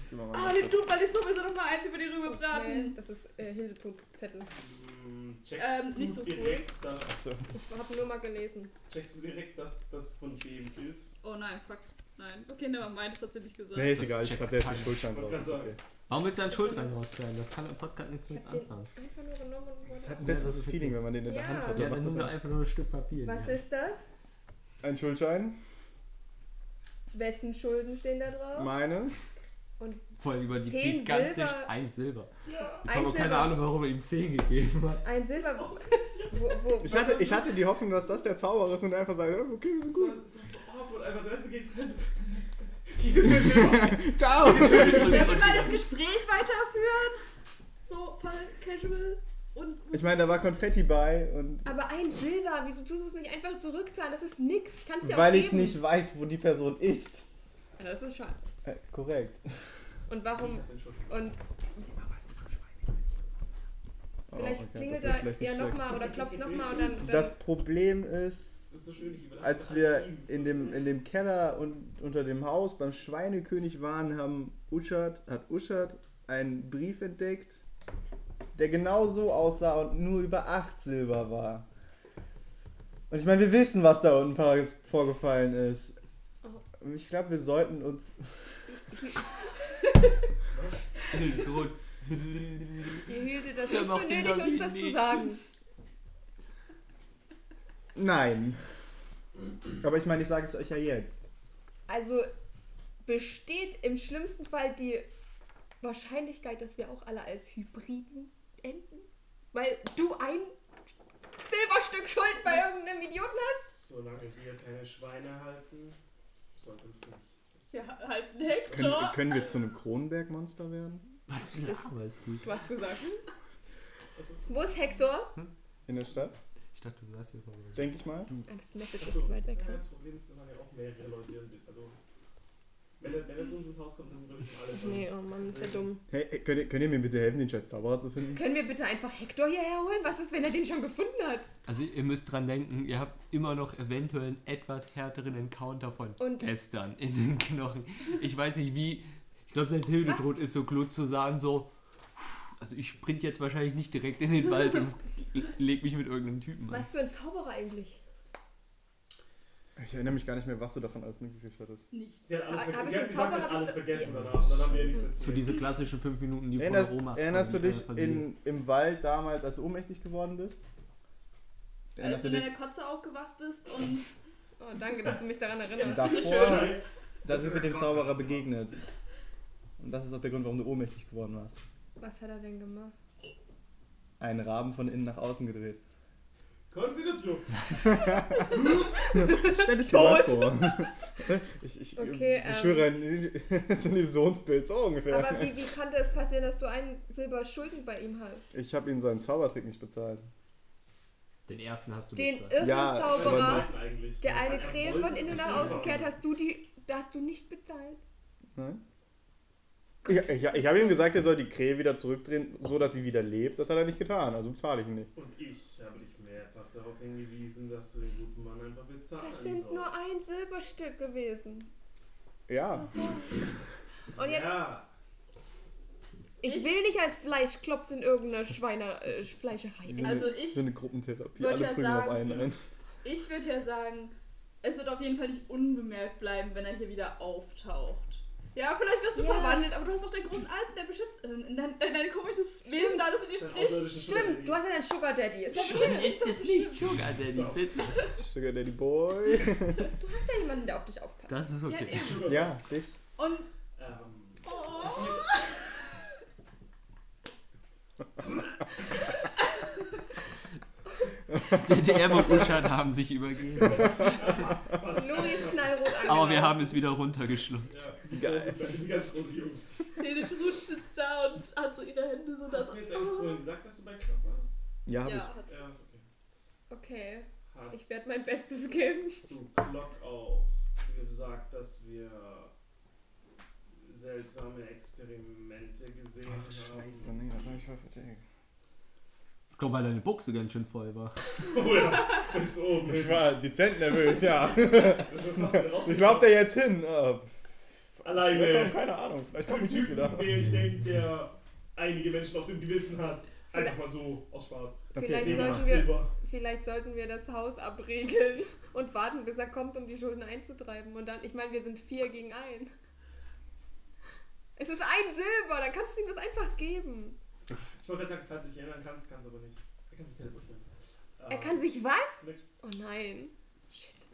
[SPEAKER 2] Gehen wir mal
[SPEAKER 1] Ah, den Dude, weil ich sowieso noch mal eins über die Rübe braten.
[SPEAKER 5] Nee, Das ist äh, Hildetodszettel.
[SPEAKER 6] Mm, Checkst
[SPEAKER 1] Ähm,
[SPEAKER 6] du
[SPEAKER 1] nicht so cool.
[SPEAKER 6] direkt, dass,
[SPEAKER 2] So.
[SPEAKER 5] Ich habe nur mal gelesen.
[SPEAKER 6] checkst du direkt, dass das von dem ist?
[SPEAKER 1] Oh nein, fuck. Nein. Okay, never mind, das hat sie nicht gesagt.
[SPEAKER 2] Nee, ist egal, ich habe der ist die Schuld
[SPEAKER 6] Ich wollte
[SPEAKER 2] drauf.
[SPEAKER 6] gerade
[SPEAKER 2] Okay.
[SPEAKER 4] Warum willst du einen Schuldschein rausschneiden? Das kann im Podcast nichts
[SPEAKER 5] Ich
[SPEAKER 4] mit
[SPEAKER 5] hab den
[SPEAKER 4] anfangen.
[SPEAKER 5] einfach nur genommen und
[SPEAKER 2] Es
[SPEAKER 5] wurde
[SPEAKER 2] hat ein
[SPEAKER 4] Ja,
[SPEAKER 2] besseres
[SPEAKER 4] das ist
[SPEAKER 2] Feeling, wenn man den in der
[SPEAKER 5] Ja.
[SPEAKER 2] Hand hat.
[SPEAKER 4] Ja,
[SPEAKER 2] Dann
[SPEAKER 4] dann
[SPEAKER 2] macht
[SPEAKER 4] nimm doch
[SPEAKER 2] das
[SPEAKER 4] einfach nur ein Stück Papier.
[SPEAKER 5] Was
[SPEAKER 4] ja.
[SPEAKER 5] ist das?
[SPEAKER 2] ein, ein Schuldschein.
[SPEAKER 5] Wessen Schulden stehen da drauf?
[SPEAKER 2] Meine.
[SPEAKER 4] Voll über die
[SPEAKER 5] Zehn
[SPEAKER 4] gigantisch
[SPEAKER 5] Silber.
[SPEAKER 4] ein Silber. Ich
[SPEAKER 5] Ein
[SPEAKER 4] habe auch keine
[SPEAKER 5] Silber.
[SPEAKER 4] Ahnung, warum er ihm 10 gegeben
[SPEAKER 5] *laughs*
[SPEAKER 4] hat.
[SPEAKER 5] Ein Silber. Wo, wo,
[SPEAKER 2] Oh. *laughs* Ich hatte, ich hatte die Hoffnung, dass das der Zauberer ist und einfach sagt, "Ja, okay, wir sind
[SPEAKER 6] So,
[SPEAKER 2] gut.
[SPEAKER 6] so, so ab und einfach, du weißt, du gehst rein. Die sind im Zimmer.
[SPEAKER 2] Ciao!
[SPEAKER 1] Lass uns mal das Gespräch weiterführen. So, voll casual. Und
[SPEAKER 2] Ich meine, da war Konfetti bei und
[SPEAKER 5] aber ein Silber, wieso tust du es nicht einfach zurückzahlen? Das ist nix. Ich kann es dir
[SPEAKER 2] weil
[SPEAKER 5] auch
[SPEAKER 2] ich
[SPEAKER 5] geben.
[SPEAKER 2] nicht weiß, wo die Person ist.
[SPEAKER 5] Ja, Das ist scheiße.
[SPEAKER 2] Äh, korrekt.
[SPEAKER 5] Und warum? Und
[SPEAKER 2] Oh,
[SPEAKER 5] vielleicht
[SPEAKER 2] okay,
[SPEAKER 5] klingelt
[SPEAKER 2] das wär
[SPEAKER 5] da
[SPEAKER 2] vielleicht nicht
[SPEAKER 5] ja
[SPEAKER 2] schlecht.
[SPEAKER 5] nochmal oder klopft nochmal und dann. dann
[SPEAKER 2] Das Problem
[SPEAKER 6] Das
[SPEAKER 2] ist,
[SPEAKER 6] ist so schön, ich überlasse
[SPEAKER 2] als
[SPEAKER 6] das
[SPEAKER 2] wir
[SPEAKER 6] alles ihm.
[SPEAKER 2] in dem, in dem Keller und unter dem Haus beim Schweinekönig waren, haben Uschat, hat Uschat einen Brief entdeckt, der genau so aussah und nur über 8 Silber war. Und ich meine, wir wissen, was da unten Paris vorgefallen ist. Und Ich glaube, wir sollten uns.
[SPEAKER 5] ihr hieltet das
[SPEAKER 4] Ja,
[SPEAKER 5] nicht
[SPEAKER 4] noch
[SPEAKER 5] für nötig, uns das zu
[SPEAKER 4] Dynamit.
[SPEAKER 5] sagen.
[SPEAKER 2] Nein. Aber ich meine, ich sage es euch ja jetzt.
[SPEAKER 5] Also besteht im schlimmsten Fall die Wahrscheinlichkeit, dass wir auch alle als Hybriden enden? Weil du ein Silberstück Schuld bei irgendeinem Idioten hast?
[SPEAKER 6] Solange wir keine Schweine halten, sollte uns nichts passieren.
[SPEAKER 1] wir halten Hector.
[SPEAKER 2] wir zu einem Kronenberg-Monster werden?
[SPEAKER 4] Was laberst du?
[SPEAKER 5] Du hast gesagt.
[SPEAKER 6] Was soll's?
[SPEAKER 5] Wo ist Hector?
[SPEAKER 2] In der Stadt,
[SPEAKER 4] Ich dachte, du sagst jetzt noch was.
[SPEAKER 2] denke ich mal.
[SPEAKER 5] Ah, Das Message ist
[SPEAKER 6] Achso,
[SPEAKER 5] zu weit weg.
[SPEAKER 6] ja, das Problem ist, da waren ja auch mehrere Leute. die dann mit- Also, wenn er, wenn er zu uns ins Haus kommt, dann sind glaube ich alle schon.
[SPEAKER 5] Nee, oh Mann, ist ja dumm.
[SPEAKER 2] Hey, ey, könnt ihr, könnt ihr mir bitte helfen, den scheiß Zauberer zu finden?
[SPEAKER 5] Können wir bitte einfach Hector hierher holen? Was ist, wenn er den schon gefunden hat?
[SPEAKER 4] Also ihr müsst dran denken, ihr habt immer noch eventuell einen etwas härteren Encounter von
[SPEAKER 5] Und-
[SPEAKER 4] gestern in den Knochen. Ich weiß nicht wie. Ich glaube, selbst Hildetrud ist so klug zu sagen, so. Also ich sprint jetzt wahrscheinlich nicht direkt in den Wald und leg mich mit irgendeinem Typen an.
[SPEAKER 5] Was für ein Zauberer eigentlich?
[SPEAKER 2] Ich erinnere mich gar nicht mehr, was du davon alles mitgekriegt hattest.
[SPEAKER 1] Nichts.
[SPEAKER 6] Sie hat alles,
[SPEAKER 5] Hab- Ah, hab
[SPEAKER 6] vergessen.
[SPEAKER 5] ich
[SPEAKER 6] sie
[SPEAKER 5] den
[SPEAKER 6] hat, gesagt, sie hat
[SPEAKER 5] Zauberer-
[SPEAKER 6] alles vergessen danach. Und dann haben wir ja nichts
[SPEAKER 4] So
[SPEAKER 6] erzählt.
[SPEAKER 4] diese klassischen fünf Minuten, die
[SPEAKER 2] Erinnerst,
[SPEAKER 4] von Roma abfallen,
[SPEAKER 2] erinnerst du
[SPEAKER 4] die
[SPEAKER 2] dich
[SPEAKER 4] alles verliest.
[SPEAKER 2] in, im Wald damals, als du ohnmächtig geworden bist?
[SPEAKER 1] Als
[SPEAKER 2] Erinnerst
[SPEAKER 5] Also,
[SPEAKER 1] du
[SPEAKER 2] du
[SPEAKER 1] in
[SPEAKER 2] dich
[SPEAKER 1] deiner Kotze aufgewacht bist
[SPEAKER 5] *laughs*
[SPEAKER 1] und
[SPEAKER 5] Oh, danke, dass du mich daran erinnerst.
[SPEAKER 2] davor?
[SPEAKER 6] Nice.
[SPEAKER 2] Da
[SPEAKER 5] Also,
[SPEAKER 2] sind wir dem Zauberer begegnet. Und das ist auch der Grund, warum du ohnmächtig geworden warst.
[SPEAKER 5] Was hat er denn gemacht?
[SPEAKER 2] Einen Raben von innen nach außen
[SPEAKER 5] *laughs*
[SPEAKER 2] gedreht.
[SPEAKER 6] Konstitution.
[SPEAKER 2] Stell es dir mal vor.
[SPEAKER 5] *laughs*
[SPEAKER 2] Ich, ich,
[SPEAKER 5] Okay,
[SPEAKER 2] ich
[SPEAKER 5] ähm,
[SPEAKER 2] schwöre, ein, *laughs* so ein Illusionspilz, so ungefähr.
[SPEAKER 5] Aber wie, wie konnte es passieren, dass du einen Silber Schulden bei ihm hast?
[SPEAKER 2] Ich habe ihm seinen Zaubertrick nicht bezahlt.
[SPEAKER 4] Den ersten hast du
[SPEAKER 5] Den
[SPEAKER 4] bezahlt.
[SPEAKER 5] irren
[SPEAKER 2] Ja,
[SPEAKER 6] Beim
[SPEAKER 5] Zauberer,
[SPEAKER 6] zweiten eigentlich.
[SPEAKER 5] der eine
[SPEAKER 6] Weil er
[SPEAKER 5] Krähe
[SPEAKER 6] wollte
[SPEAKER 5] von
[SPEAKER 6] uns
[SPEAKER 5] innen
[SPEAKER 6] nicht
[SPEAKER 5] nach außen
[SPEAKER 6] liefern.
[SPEAKER 5] kehrt, hast du die, da hast du nicht bezahlt.
[SPEAKER 2] Nein? Ich, ich, ich habe ihm gesagt, er soll die Krähe wieder zurückdrehen, so dass sie wieder lebt. Das hat er nicht getan, also bezahle ich ihn nicht.
[SPEAKER 6] Und ich habe dich mehrfach darauf hingewiesen, dass du den guten Mann einfach bezahlen
[SPEAKER 5] Das sind
[SPEAKER 6] sollst.
[SPEAKER 5] nur ein Silberstück gewesen.
[SPEAKER 2] Ja.
[SPEAKER 5] Und jetzt,
[SPEAKER 6] Ja,
[SPEAKER 5] ich will nicht als Fleischklops in irgendeiner Schweiner, äh, Fleischerei.
[SPEAKER 2] So eine-
[SPEAKER 1] Also ich
[SPEAKER 2] So eine Gruppentherapie.
[SPEAKER 1] würd
[SPEAKER 2] Alle
[SPEAKER 1] ja
[SPEAKER 2] prügeln auf
[SPEAKER 1] sagen-
[SPEAKER 2] einen ein.
[SPEAKER 1] ich würde ja sagen, es wird auf jeden Fall nicht unbemerkt bleiben, wenn er hier wieder auftaucht. Ja, vielleicht wirst du
[SPEAKER 5] Ja.
[SPEAKER 1] verwandelt, aber du hast doch den großen Alten, der beschützt äh, dein, dein, dein komisches Wesen da, das mit dir
[SPEAKER 6] dein
[SPEAKER 1] spricht.
[SPEAKER 6] außerirdischen
[SPEAKER 5] Stimmt, du hast ja deinen Sugar Daddy. Ist ja schön.
[SPEAKER 4] Ist jetzt nicht Sugar Daddy,
[SPEAKER 6] Doch.
[SPEAKER 4] bitte.
[SPEAKER 2] Sugar Daddy Boy.
[SPEAKER 5] *laughs* Du hast ja jemanden, der auf dich aufpasst.
[SPEAKER 4] Das ist
[SPEAKER 1] Ja,
[SPEAKER 4] okay.
[SPEAKER 1] eben.
[SPEAKER 6] Sugar-
[SPEAKER 2] Ja, dich.
[SPEAKER 1] Und
[SPEAKER 6] Ähm,
[SPEAKER 1] oh,
[SPEAKER 6] es wird
[SPEAKER 4] Der DM und Uschad haben sich übergeben.
[SPEAKER 6] fast, fast.
[SPEAKER 5] Lori ist knallrot angelaufen.
[SPEAKER 4] Aber wir haben es wieder runtergeschluckt.
[SPEAKER 6] Ja, die, großen, die ganz großen Jungs.
[SPEAKER 1] Hildetrud sitzt da und hat so ihre Hände so da.
[SPEAKER 6] Hast du mir jetzt eigentlich vorhin gesagt, dass du bei Club warst?
[SPEAKER 2] Ja, hab
[SPEAKER 1] ja, hat
[SPEAKER 6] Ja, ist okay.
[SPEAKER 5] Okay.
[SPEAKER 6] Hast
[SPEAKER 5] Ich werde mein Bestes geben.
[SPEAKER 6] du Glock auch gesagt, dass wir seltsame Experimente gesehen haben. *laughs*
[SPEAKER 2] nee, das habe ich voll vercheckt.
[SPEAKER 4] Ich glaube, weil deine Buchse ganz schön voll war.
[SPEAKER 6] Oh ja, ist oben.
[SPEAKER 2] Ich war dezent nervös, ja.
[SPEAKER 6] Das wird fast wieder
[SPEAKER 2] *laughs* Ich laufe da jetzt hin. Äh,
[SPEAKER 6] Alleine.
[SPEAKER 2] Keine Ahnung, vielleicht habe
[SPEAKER 6] Zum
[SPEAKER 2] ich nicht
[SPEAKER 6] Typen,
[SPEAKER 2] gedacht.
[SPEAKER 6] der ich denke, der einige Menschen auf dem Gewissen hat. Einfach mal so aus Spaß.
[SPEAKER 5] Vielleicht
[SPEAKER 6] Neben
[SPEAKER 5] sollten
[SPEAKER 6] acht
[SPEAKER 5] wir-
[SPEAKER 6] Silber.
[SPEAKER 5] Vielleicht sollten wir das Haus abriegeln und warten, bis er kommt, um die Schulden einzutreiben. Und dann, ich meine, wir sind vier gegen ein. Es ist ein Silber, dann kannst du ihm das einfach geben.
[SPEAKER 6] Ich wollte gerade sagen, falls du dich erinnern kannst, kannst du aber nicht. Er kann sich teleportieren.
[SPEAKER 5] Er kann sich was?
[SPEAKER 6] Nix.
[SPEAKER 5] Oh nein.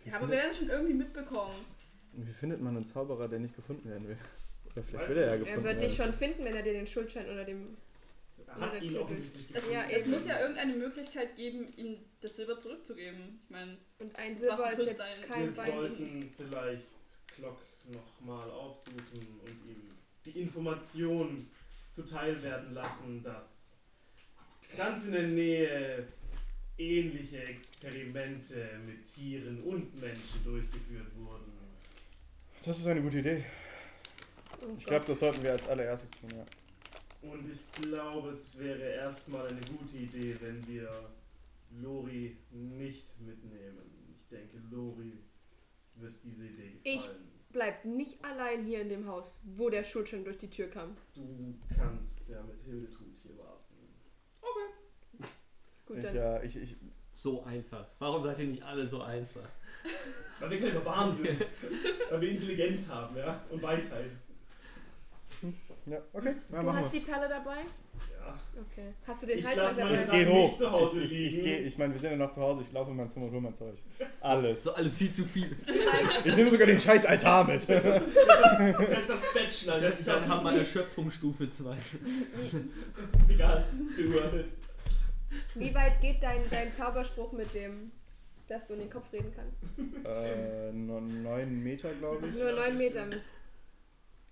[SPEAKER 1] Ja, aber wir werden schon irgendwie mitbekommen.
[SPEAKER 2] Wie findet man einen Zauberer, der nicht gefunden werden will? Oder vielleicht
[SPEAKER 6] Weißt
[SPEAKER 2] will er ja
[SPEAKER 6] du,
[SPEAKER 2] gefunden
[SPEAKER 5] Er
[SPEAKER 2] werden.
[SPEAKER 5] wird dich schon finden, wenn er dir den Schuldschein oder dem.
[SPEAKER 6] Er hat ihn offensichtlich
[SPEAKER 1] Es,
[SPEAKER 6] gefunden.
[SPEAKER 5] Also Ja,
[SPEAKER 1] es
[SPEAKER 5] eben.
[SPEAKER 1] muss ja irgendeine Möglichkeit geben, ihm das Silber zurückzugeben. Ich meine,
[SPEAKER 5] Und ein
[SPEAKER 1] Das
[SPEAKER 5] Silber
[SPEAKER 1] macht
[SPEAKER 5] ist
[SPEAKER 1] schon
[SPEAKER 5] jetzt
[SPEAKER 1] sein.
[SPEAKER 5] kein
[SPEAKER 6] Wir
[SPEAKER 5] Wein.
[SPEAKER 6] sollten vielleicht Glock nochmal aufsuchen und ihm die Information zuteilwerden lassen, dass ganz in der Nähe ähnliche Experimente mit Tieren und Menschen durchgeführt wurden.
[SPEAKER 2] Das ist eine gute Idee.
[SPEAKER 5] Oh
[SPEAKER 2] Ich glaube,
[SPEAKER 5] Gott.
[SPEAKER 2] das sollten wir als allererstes tun, ja.
[SPEAKER 6] Und ich glaube, es wäre erstmal eine gute Idee, wenn wir Lori nicht mitnehmen. Ich denke, Lori wird diese Idee
[SPEAKER 5] Ich-
[SPEAKER 6] gefallen.
[SPEAKER 5] Bleibt nicht allein hier in dem Haus, wo der Schuldschein durch die Tür kam.
[SPEAKER 6] Du kannst ja mit Hildetrud hier warten.
[SPEAKER 5] Gut,
[SPEAKER 2] ich,
[SPEAKER 5] dann.
[SPEAKER 2] ja ich, ich,
[SPEAKER 4] So einfach. Warum seid ihr nicht alle so einfach?
[SPEAKER 6] Weil wir keine
[SPEAKER 5] *laughs*
[SPEAKER 6] Barbaren sind. Weil wir Intelligenz haben, ja. Und Weisheit.
[SPEAKER 2] ja, okay. Ja,
[SPEAKER 5] Du
[SPEAKER 2] machen
[SPEAKER 5] hast die Perle dabei? *laughs*
[SPEAKER 6] Ja.
[SPEAKER 5] Okay. Hast du den
[SPEAKER 6] Ich lasse
[SPEAKER 5] Halsband dabei?
[SPEAKER 6] meine
[SPEAKER 2] Es
[SPEAKER 6] Sachen
[SPEAKER 2] geht hoch.
[SPEAKER 6] nicht zu Hause
[SPEAKER 2] wir. Ich, ich, ich,
[SPEAKER 6] liegen.
[SPEAKER 2] geh- ich meine, wir sind ja noch zu Hause. Ich laufe in mein Zimmer und hole mein
[SPEAKER 6] *laughs*
[SPEAKER 2] Zeug. Alles.
[SPEAKER 4] So alles viel zu viel.
[SPEAKER 2] Ich nehme sogar den scheiß Altar mit.
[SPEAKER 6] Selbst *laughs* das- selbst das- Selbst das Bachelor lässt sich
[SPEAKER 4] Dann haben wir
[SPEAKER 6] haben.
[SPEAKER 4] Erschöpfungsstufe 2.
[SPEAKER 6] Egal, still worth it.
[SPEAKER 5] Wie weit geht dein, dein Zauberspruch mit dem, dass du in den Kopf reden kannst?
[SPEAKER 2] *laughs* äh, no- neun Meter, glaube ich.
[SPEAKER 5] Nur 9 Meter Mist.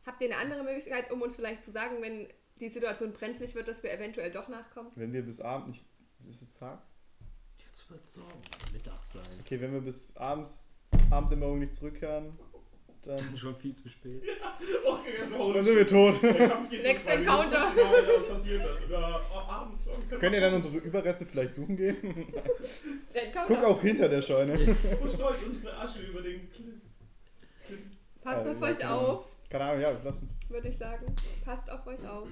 [SPEAKER 5] Habt ihr eine andere Möglichkeit, um uns vielleicht zu sagen, wenn die Situation brenzlig wird, dass wir eventuell doch nachkommen?
[SPEAKER 2] Wenn wir bis Abend nicht. Ist es Tag?
[SPEAKER 4] Jetzt wird es so Mittag sein.
[SPEAKER 2] Okay, wenn wir bis abends, Abenddämmerung nicht zurückkehren, dann.
[SPEAKER 4] Schon viel zu spät.
[SPEAKER 6] Okay, das war
[SPEAKER 2] Dann
[SPEAKER 6] holy
[SPEAKER 2] sind wir
[SPEAKER 6] shit.
[SPEAKER 2] tot. *laughs*
[SPEAKER 6] Der Kampf geht so
[SPEAKER 5] Next
[SPEAKER 6] zwei Minuten,
[SPEAKER 5] encounter.
[SPEAKER 6] das ist egal, was genau passiert dann. Ja, ab- abends. ja, wir
[SPEAKER 2] Könnt ihr dann
[SPEAKER 6] können
[SPEAKER 2] unsere Überreste vielleicht suchen
[SPEAKER 6] *laughs*
[SPEAKER 2] gehen?
[SPEAKER 5] Dann kommt
[SPEAKER 2] Guck
[SPEAKER 5] doch.
[SPEAKER 2] auch hinter der Scheune.
[SPEAKER 5] *laughs*
[SPEAKER 6] auch- Verstreut uns eine Asche über den Cliffs.
[SPEAKER 5] Passt
[SPEAKER 2] Ja,
[SPEAKER 5] auf
[SPEAKER 2] ja,
[SPEAKER 5] euch
[SPEAKER 2] keine Ahnung.
[SPEAKER 5] auf,
[SPEAKER 2] Keine Ahnung, ja, lass uns.
[SPEAKER 5] würde ich sagen. Passt auf euch auf.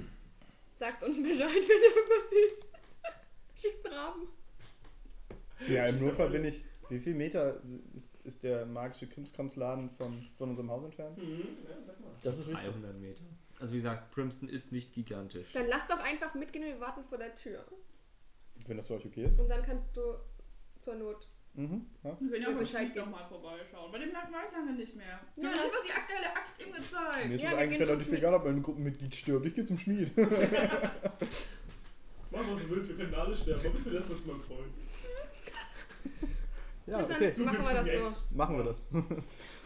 [SPEAKER 5] Sagt uns Bescheid, *laughs* wenn ihr was ist. Schickt Raben.
[SPEAKER 2] Ja, im Notfall bin ich. Wie viel Meter ist, ist der magische Krimskramsladen von, von unserem Haus entfernt?
[SPEAKER 6] Hm, ja, sag mal.
[SPEAKER 2] Das ist
[SPEAKER 4] 300 Meter. Also wie gesagt, Primston ist nicht gigantisch.
[SPEAKER 5] Dann lasst doch einfach mitgehen und wir warten vor der Tür.
[SPEAKER 2] Wenn das für euch okay ist.
[SPEAKER 5] Und dann kannst du zur Not.
[SPEAKER 2] Mhm. Ja.
[SPEAKER 1] wir können ja
[SPEAKER 5] Ja,
[SPEAKER 1] auch
[SPEAKER 5] Bescheid
[SPEAKER 1] Bescheid
[SPEAKER 5] geben.
[SPEAKER 1] mal vorbeischauen. Bei dem lag ich lange nicht mehr.
[SPEAKER 5] Ja.
[SPEAKER 1] Ja, ich was die aktuelle Axt ihm
[SPEAKER 2] Mir
[SPEAKER 1] gezeigt.
[SPEAKER 2] ist
[SPEAKER 5] Ja,
[SPEAKER 2] es
[SPEAKER 5] wir gehen
[SPEAKER 2] eigentlich
[SPEAKER 5] zum
[SPEAKER 2] relativ
[SPEAKER 5] Schmied.
[SPEAKER 2] egal, ob ein Gruppenmitglied stirbt. Ich gehe zum Schmied.
[SPEAKER 6] Mach was du willst, wir können alle sterben. Aber ich will erstmal zu meinem Freund. *laughs*
[SPEAKER 2] *laughs* Ja,
[SPEAKER 5] Bis dann.
[SPEAKER 2] okay.
[SPEAKER 5] Machen wir das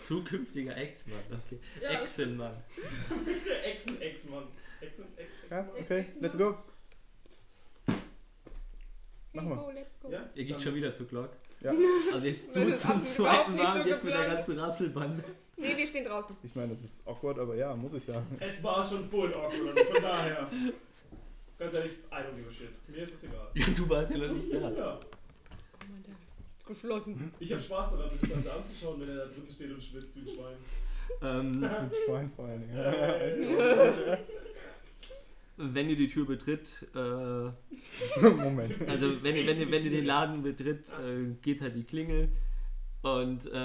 [SPEAKER 6] Zukünftigen
[SPEAKER 5] so.
[SPEAKER 6] Ex-
[SPEAKER 2] Machen wir das.
[SPEAKER 4] Zukünftiger Ex-Mann. Okay.
[SPEAKER 1] Ja.
[SPEAKER 4] Exenmann.
[SPEAKER 6] Der Exen-Ex-Mann. Exen-Ex-Ex.
[SPEAKER 2] Ja, okay, let's go. Machen wir.
[SPEAKER 5] Hey, ho, let's go.
[SPEAKER 6] Ja?
[SPEAKER 4] Ihr geht schon wieder zu Glock.
[SPEAKER 2] Ja.
[SPEAKER 4] Also jetzt
[SPEAKER 5] Das
[SPEAKER 4] du
[SPEAKER 5] ist
[SPEAKER 4] zum
[SPEAKER 5] absolut überhaupt
[SPEAKER 4] zweiten
[SPEAKER 5] nicht
[SPEAKER 4] Mal,
[SPEAKER 5] so
[SPEAKER 4] jetzt mit der
[SPEAKER 5] geplant.
[SPEAKER 4] ganzen Rasselbande.
[SPEAKER 5] Nee, wir stehen draußen.
[SPEAKER 2] Ich meine, das ist awkward, aber ja, muss ich ja.
[SPEAKER 6] Es war schon vorhin awkward, also von daher. Ganz ehrlich, I don't give a shit. Mir ist es egal.
[SPEAKER 4] Ja, du warst ja noch nicht da.
[SPEAKER 6] Ja.
[SPEAKER 4] Oh
[SPEAKER 5] Ist geschlossen.
[SPEAKER 6] Ich habe Spaß daran, mir das Ganze anzuschauen, wenn er da drin steht und schwitzt wie ein Schwein.
[SPEAKER 4] Ähm,
[SPEAKER 5] *laughs*
[SPEAKER 2] Mit Schwein vor allen Dingen. *laughs*
[SPEAKER 4] wenn ihr die Tür betritt, äh,
[SPEAKER 2] Moment.
[SPEAKER 4] Also wenn ihr, wenn ihr, wenn ihr den Laden betritt, äh, geht halt die Klingel und äh,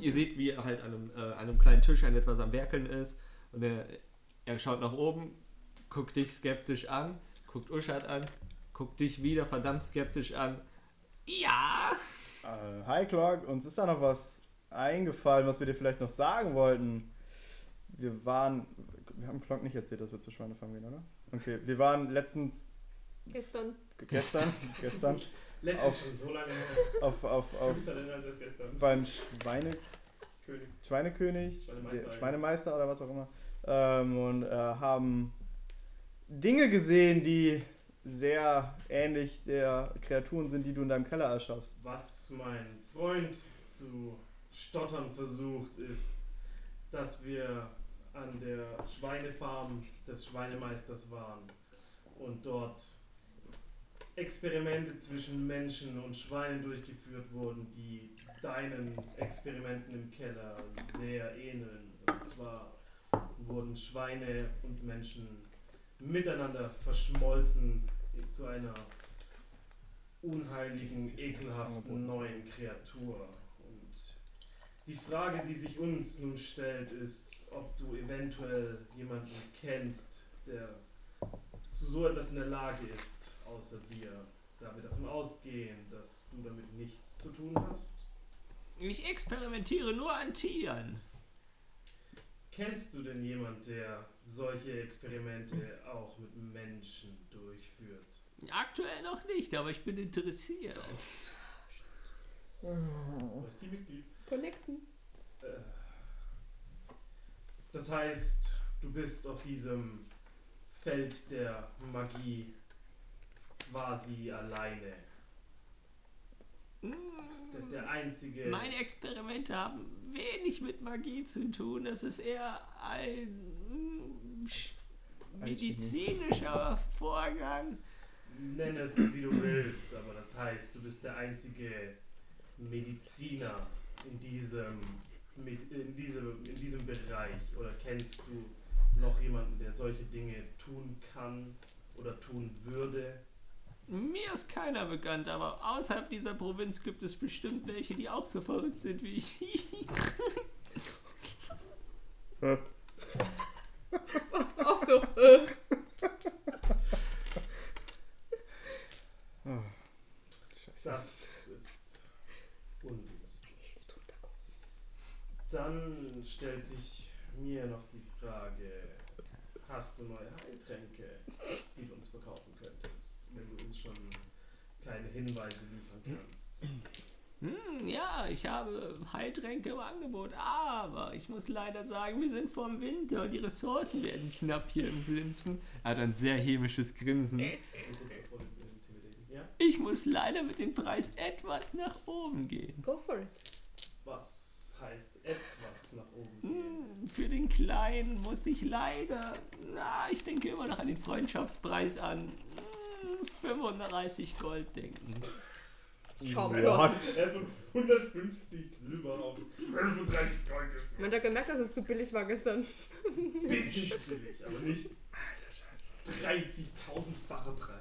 [SPEAKER 4] ihr seht, wie er halt an einem, äh, an einem kleinen Tisch an etwas am Werkeln ist und er, er schaut nach oben, guckt dich skeptisch an, guckt Uschat an, guckt dich wieder verdammt skeptisch an. Ja!
[SPEAKER 2] Äh, hi Clark, uns ist da noch was eingefallen, was wir dir vielleicht noch sagen wollten. Wir waren, wir haben Clark nicht erzählt, dass wir zu Schweinefarm gehen, oder? Okay, wir waren letztens,
[SPEAKER 5] Gestern. *laughs*
[SPEAKER 2] gestern, gestern,
[SPEAKER 6] Letztes
[SPEAKER 2] Auf-
[SPEAKER 6] schon so lange her.
[SPEAKER 2] auf, auf, auf,
[SPEAKER 6] Ich erinnere mich als gestern.
[SPEAKER 2] beim Schweine,
[SPEAKER 6] König.
[SPEAKER 2] Schweinekönig,
[SPEAKER 6] Schweinemeister
[SPEAKER 2] der Schweinemeister oder was auch immer, ähm, und äh, haben Dinge gesehen, die sehr ähnlich der Kreaturen sind, die du in deinem Keller erschaffst.
[SPEAKER 6] Was mein Freund zu stottern versucht, ist, dass wir an der Schweinefarm des Schweinemeisters waren und dort Experimente zwischen Menschen und Schweinen durchgeführt wurden, die deinen Experimenten im Keller sehr ähneln. Und zwar wurden Schweine und Menschen miteinander verschmolzen zu einer unheiligen, ekelhaften neuen Kreatur. Und die Frage, die sich uns nun stellt, ist, ob du eventuell jemanden kennst, der zu so etwas in der Lage ist, außer dir. Da wir davon ausgehen, dass du damit nichts zu tun hast.
[SPEAKER 4] Ich experimentiere nur an Tieren.
[SPEAKER 6] Kennst du denn jemand, der solche Experimente auch mit Menschen durchführt?
[SPEAKER 4] Aktuell noch nicht, aber ich bin interessiert.
[SPEAKER 6] Oh. Ist die Mitglied?
[SPEAKER 5] Connecten.
[SPEAKER 6] Äh, Das heißt, du bist auf diesem Feld der Magie quasi alleine. Du bist der, der einzige.
[SPEAKER 4] Meine Experimente haben wenig mit Magie zu tun. Das ist eher ein mm, sch- medizinischer Vorgang.
[SPEAKER 6] Nenn es wie du willst, aber das heißt, du bist der einzige Mediziner in diesem, mit- in diesem, in diesem Bereich. Oder kennst du noch jemanden, der solche Dinge tun kann oder tun würde?
[SPEAKER 4] Mir ist keiner bekannt, aber außerhalb dieser Provinz gibt es bestimmt welche, die auch so verrückt sind wie ich.
[SPEAKER 5] Macht's auch so.
[SPEAKER 6] Das ist unbewusst. Dann stellt sich mir noch die Frage, hast du neue Heiltränke, die du uns verkaufen könntest, wenn du uns schon keine Hinweise liefern kannst?
[SPEAKER 4] Hm, ja, ich habe Heiltränke im Angebot, aber ich muss leider sagen, wir sind vom Winter und die Ressourcen werden knapp hier im Blinzen. Er hat ein sehr hämisches Grinsen.
[SPEAKER 6] So Also, kurz davor, dich zu intimidieren. Ja?
[SPEAKER 4] Ich muss leider mit dem Preis etwas nach oben gehen.
[SPEAKER 5] Go for it.
[SPEAKER 6] Was heißt etwas nach oben gehen?
[SPEAKER 4] Hm, Für den Kleinen muss ich leider, na, ich denke immer noch an den Freundschaftspreis an hm, 35 Gold denken.
[SPEAKER 5] Schaum.
[SPEAKER 6] Also 150 Silber auf 35 Gold.
[SPEAKER 5] Man hat ja gemerkt, dass es zu billig war gestern.
[SPEAKER 6] Bisschen billig, aber nicht 30.000-fache Preis.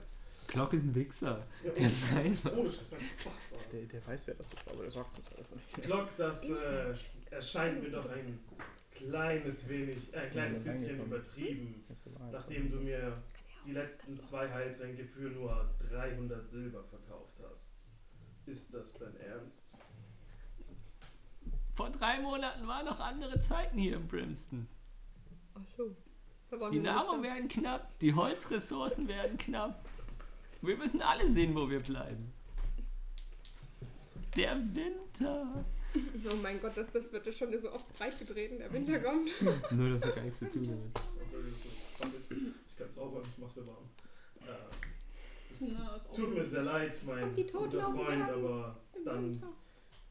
[SPEAKER 4] Glock ist ein Wichser.
[SPEAKER 6] Ja,
[SPEAKER 4] Kann sein.
[SPEAKER 6] Ohne Scheiß, mein Bastard.
[SPEAKER 2] Der, der weiß, wer das ist, aber der sagt uns einfach nicht.
[SPEAKER 6] Glock, das äh, erscheint mir doch ein kleines wenig, äh, ein kleines bisschen übertrieben, nachdem du mir die letzten zwei Heiltränke für nur 300 Silber verkauft hast. Ist das dein Ernst?
[SPEAKER 4] Vor drei Monaten waren noch andere Zeiten hier in Brimston.
[SPEAKER 5] Ach so. Da waren
[SPEAKER 4] Die
[SPEAKER 5] wir
[SPEAKER 4] Nahrung
[SPEAKER 5] nicht
[SPEAKER 4] werden knapp, die Holzressourcen werden knapp. Wir müssen alle sehen, wo wir bleiben. Der Winter.
[SPEAKER 5] da. Oh mein Gott, das, das wird ja schon so oft breit gedreht, der Winter kommt.
[SPEAKER 4] Nur, dass wir gar nichts zu tun haben.
[SPEAKER 6] Ich kann zaubern, ich mach's mir warm. Äh, es
[SPEAKER 1] Na, ist auch
[SPEAKER 6] tut mir sehr leid, mein
[SPEAKER 5] Kommt die Toten
[SPEAKER 6] guter
[SPEAKER 5] aus dem
[SPEAKER 6] Freund,
[SPEAKER 5] Laden?
[SPEAKER 6] aber dann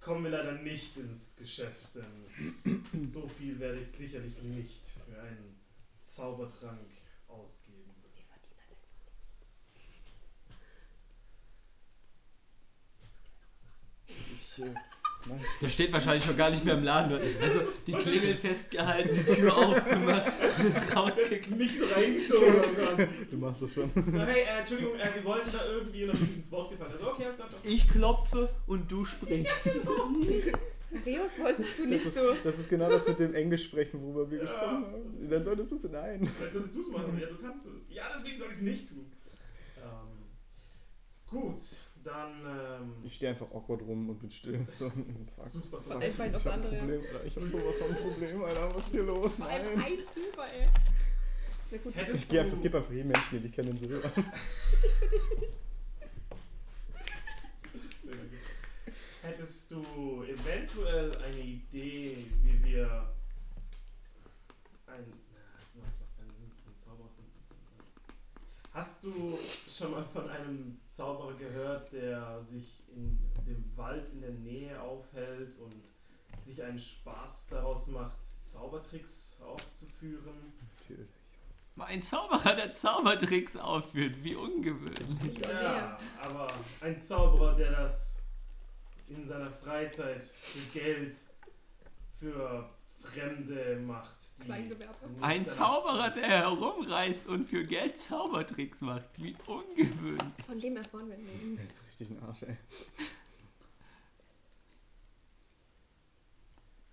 [SPEAKER 6] kommen wir leider nicht ins Geschäft, denn so viel werde ich sicherlich nicht für einen Zaubertrank ausgeben.
[SPEAKER 2] Ich, äh,
[SPEAKER 4] Der steht wahrscheinlich schon gar nicht mehr im Laden. Also die Klingel festgehalten, die Tür aufgemacht, ist rausgekickt.
[SPEAKER 6] Nicht so reingeschoben oder quasi.
[SPEAKER 2] du machst das schon.
[SPEAKER 6] So, hey, äh, Entschuldigung, äh, wir wollten da irgendwie und dann bin ich ins Wort gefallen. Also, okay, alles klar. ciao.
[SPEAKER 4] Ich klopfe und du sprichst.
[SPEAKER 5] Reus wolltest du
[SPEAKER 2] Das
[SPEAKER 5] nicht
[SPEAKER 2] ist,
[SPEAKER 5] so.
[SPEAKER 2] das ist genau das mit dem Englisch sprechen, worüber wir
[SPEAKER 6] Ja.
[SPEAKER 2] gesprochen haben. Dann solltest du es nein.
[SPEAKER 6] Als solltest du es machen, ja, du kannst es. Ja, deswegen soll ich es nicht tun. Ähm, gut, dann ähm,
[SPEAKER 2] Ich stehe einfach awkward rum und bin still. So, fuck.
[SPEAKER 6] suchst du
[SPEAKER 5] Von einem Bein aufs
[SPEAKER 2] Ich hab ein
[SPEAKER 5] andere, ja.
[SPEAKER 2] Problem, Alter. Ich hab sowas von ein Problem, Alter. Was ist hier los?
[SPEAKER 5] Vor allem
[SPEAKER 2] Nein.
[SPEAKER 5] ein Silber, ey. Na gut,
[SPEAKER 2] Ich
[SPEAKER 6] Hättest
[SPEAKER 2] geh einfach,
[SPEAKER 6] du,
[SPEAKER 2] gib einfach jedem Menschen, den ich kenne, den *laughs* Silber.
[SPEAKER 6] hättest du eventuell eine Idee, wie wir ein. Na, das macht das macht keinen Sinn. Ein Zauber finden. Hast du schon mal von einem Zauberer gehört, der sich in dem Wald in der Nähe aufhält und sich einen Spaß daraus macht, Zaubertricks aufzuführen?
[SPEAKER 2] Natürlich.
[SPEAKER 4] Mein Zauberer, der Zaubertricks aufführt, wie ungewöhnlich.
[SPEAKER 5] Ja.
[SPEAKER 6] Ja, aber ein Zauberer, der das in seiner Freizeit für Geld für Fremde macht. Die
[SPEAKER 5] Kleingewerbe.
[SPEAKER 6] nicht
[SPEAKER 4] Ein
[SPEAKER 6] danach-
[SPEAKER 4] Zauberer, der herumreist und für Geld Zaubertricks macht, wie
[SPEAKER 2] Mhm.
[SPEAKER 4] ungewöhnlich.
[SPEAKER 5] Von dem erfahren wir nicht.
[SPEAKER 2] Das ist richtig ein Arsch, ey.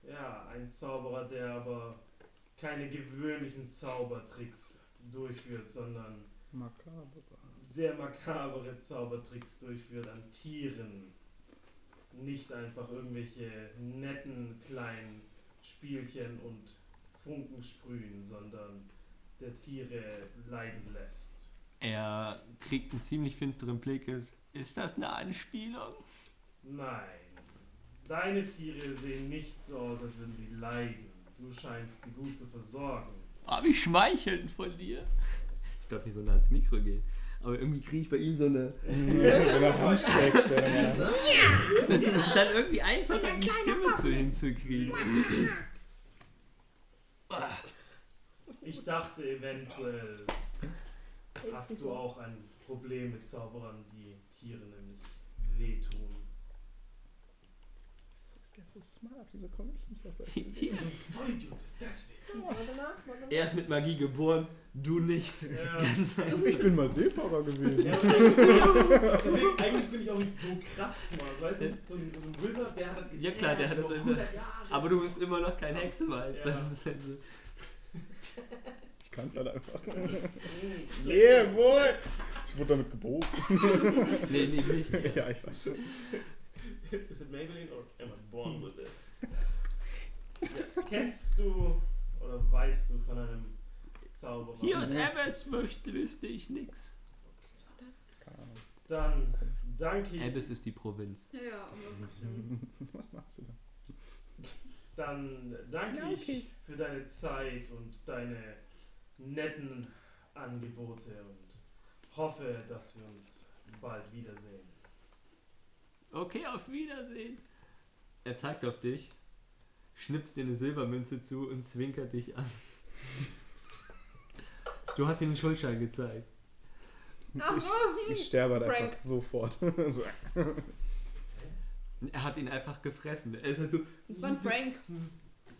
[SPEAKER 6] Ja, ein Zauberer, der aber keine gewöhnlichen Zaubertricks durchführt, sondern
[SPEAKER 2] Makaber.
[SPEAKER 6] sehr makabere Zaubertricks durchführt an Tieren. Nicht einfach irgendwelche netten kleinen Spielchen und Funken sprühen, sondern der Tiere leiden lässt.
[SPEAKER 4] Er kriegt einen ziemlich finsteren Blick. Ist, ist das eine Anspielung?
[SPEAKER 6] Nein, deine Tiere sehen nicht so aus, als würden sie leiden. Du scheinst sie gut zu versorgen.
[SPEAKER 4] Ah, wie schmeichelnd von dir.
[SPEAKER 7] Ich darf nicht so nah ans Mikro gehen. Aber irgendwie kriege ich bei ihm so eine.
[SPEAKER 2] Handshake-Stellung.
[SPEAKER 4] Das ist dann irgendwie einfacher, die Stimme zu hinzukriegen.
[SPEAKER 6] Ich dachte eventuell hast du auch ein Problem mit Zauberern, die Tieren nämlich wehtun.
[SPEAKER 2] Ist der so smart? Wieso komme ich nicht aus der
[SPEAKER 6] Du Vollidiot bist deswegen.
[SPEAKER 5] Warte mal, warte mal.
[SPEAKER 7] Er ist mit Magie geboren, du nicht.
[SPEAKER 6] Ja.
[SPEAKER 2] Ich bin mal Seefahrer gewesen.
[SPEAKER 6] Ja, aber eigentlich- *laughs* Deswegen, eigentlich bin ich auch nicht so krass, Mann. Weißt du, so ein, so ein Wizard, der hat das
[SPEAKER 7] Ja, klar, der hat das
[SPEAKER 6] über
[SPEAKER 7] also-
[SPEAKER 6] 100 Jahre.
[SPEAKER 7] Aber du bist immer noch kein Hexenmeister.
[SPEAKER 6] Ja.
[SPEAKER 7] Das ist halt so.
[SPEAKER 2] Ich kann es halt einfach.
[SPEAKER 6] Mhm.
[SPEAKER 2] Jawohl! Ich wurde damit gebogen.
[SPEAKER 7] Nee, nee, nicht.
[SPEAKER 2] Ja, ich weiß.
[SPEAKER 6] Is it Maybelline or am I born with it? Ja. Kennst du oder weißt du von einem Zauberer?
[SPEAKER 4] Hier aus Abbas möchte, wüsste ich nix.
[SPEAKER 2] Keine Ahnung.
[SPEAKER 6] Dann danke ich
[SPEAKER 7] Abyss ist die Provinz.
[SPEAKER 1] Ja, ja, aber mhm.
[SPEAKER 2] Was machst du da?
[SPEAKER 6] Dann danke
[SPEAKER 5] Ja, okay.
[SPEAKER 6] ich für deine Zeit und deine netten Angebote und hoffe, dass wir uns bald wiedersehen.
[SPEAKER 4] Okay, auf Wiedersehen.
[SPEAKER 7] Er zeigt auf dich, schnippst dir eine Silbermünze zu und zwinkert dich an. Du hast ihm den Schuldschein gezeigt.
[SPEAKER 5] Ach, oh,
[SPEAKER 2] Ich sterbe halt
[SPEAKER 5] Prank.
[SPEAKER 2] einfach sofort. *laughs* so,
[SPEAKER 7] Er hat ihn einfach gefressen. Er ist halt so,
[SPEAKER 5] das war ein Prank.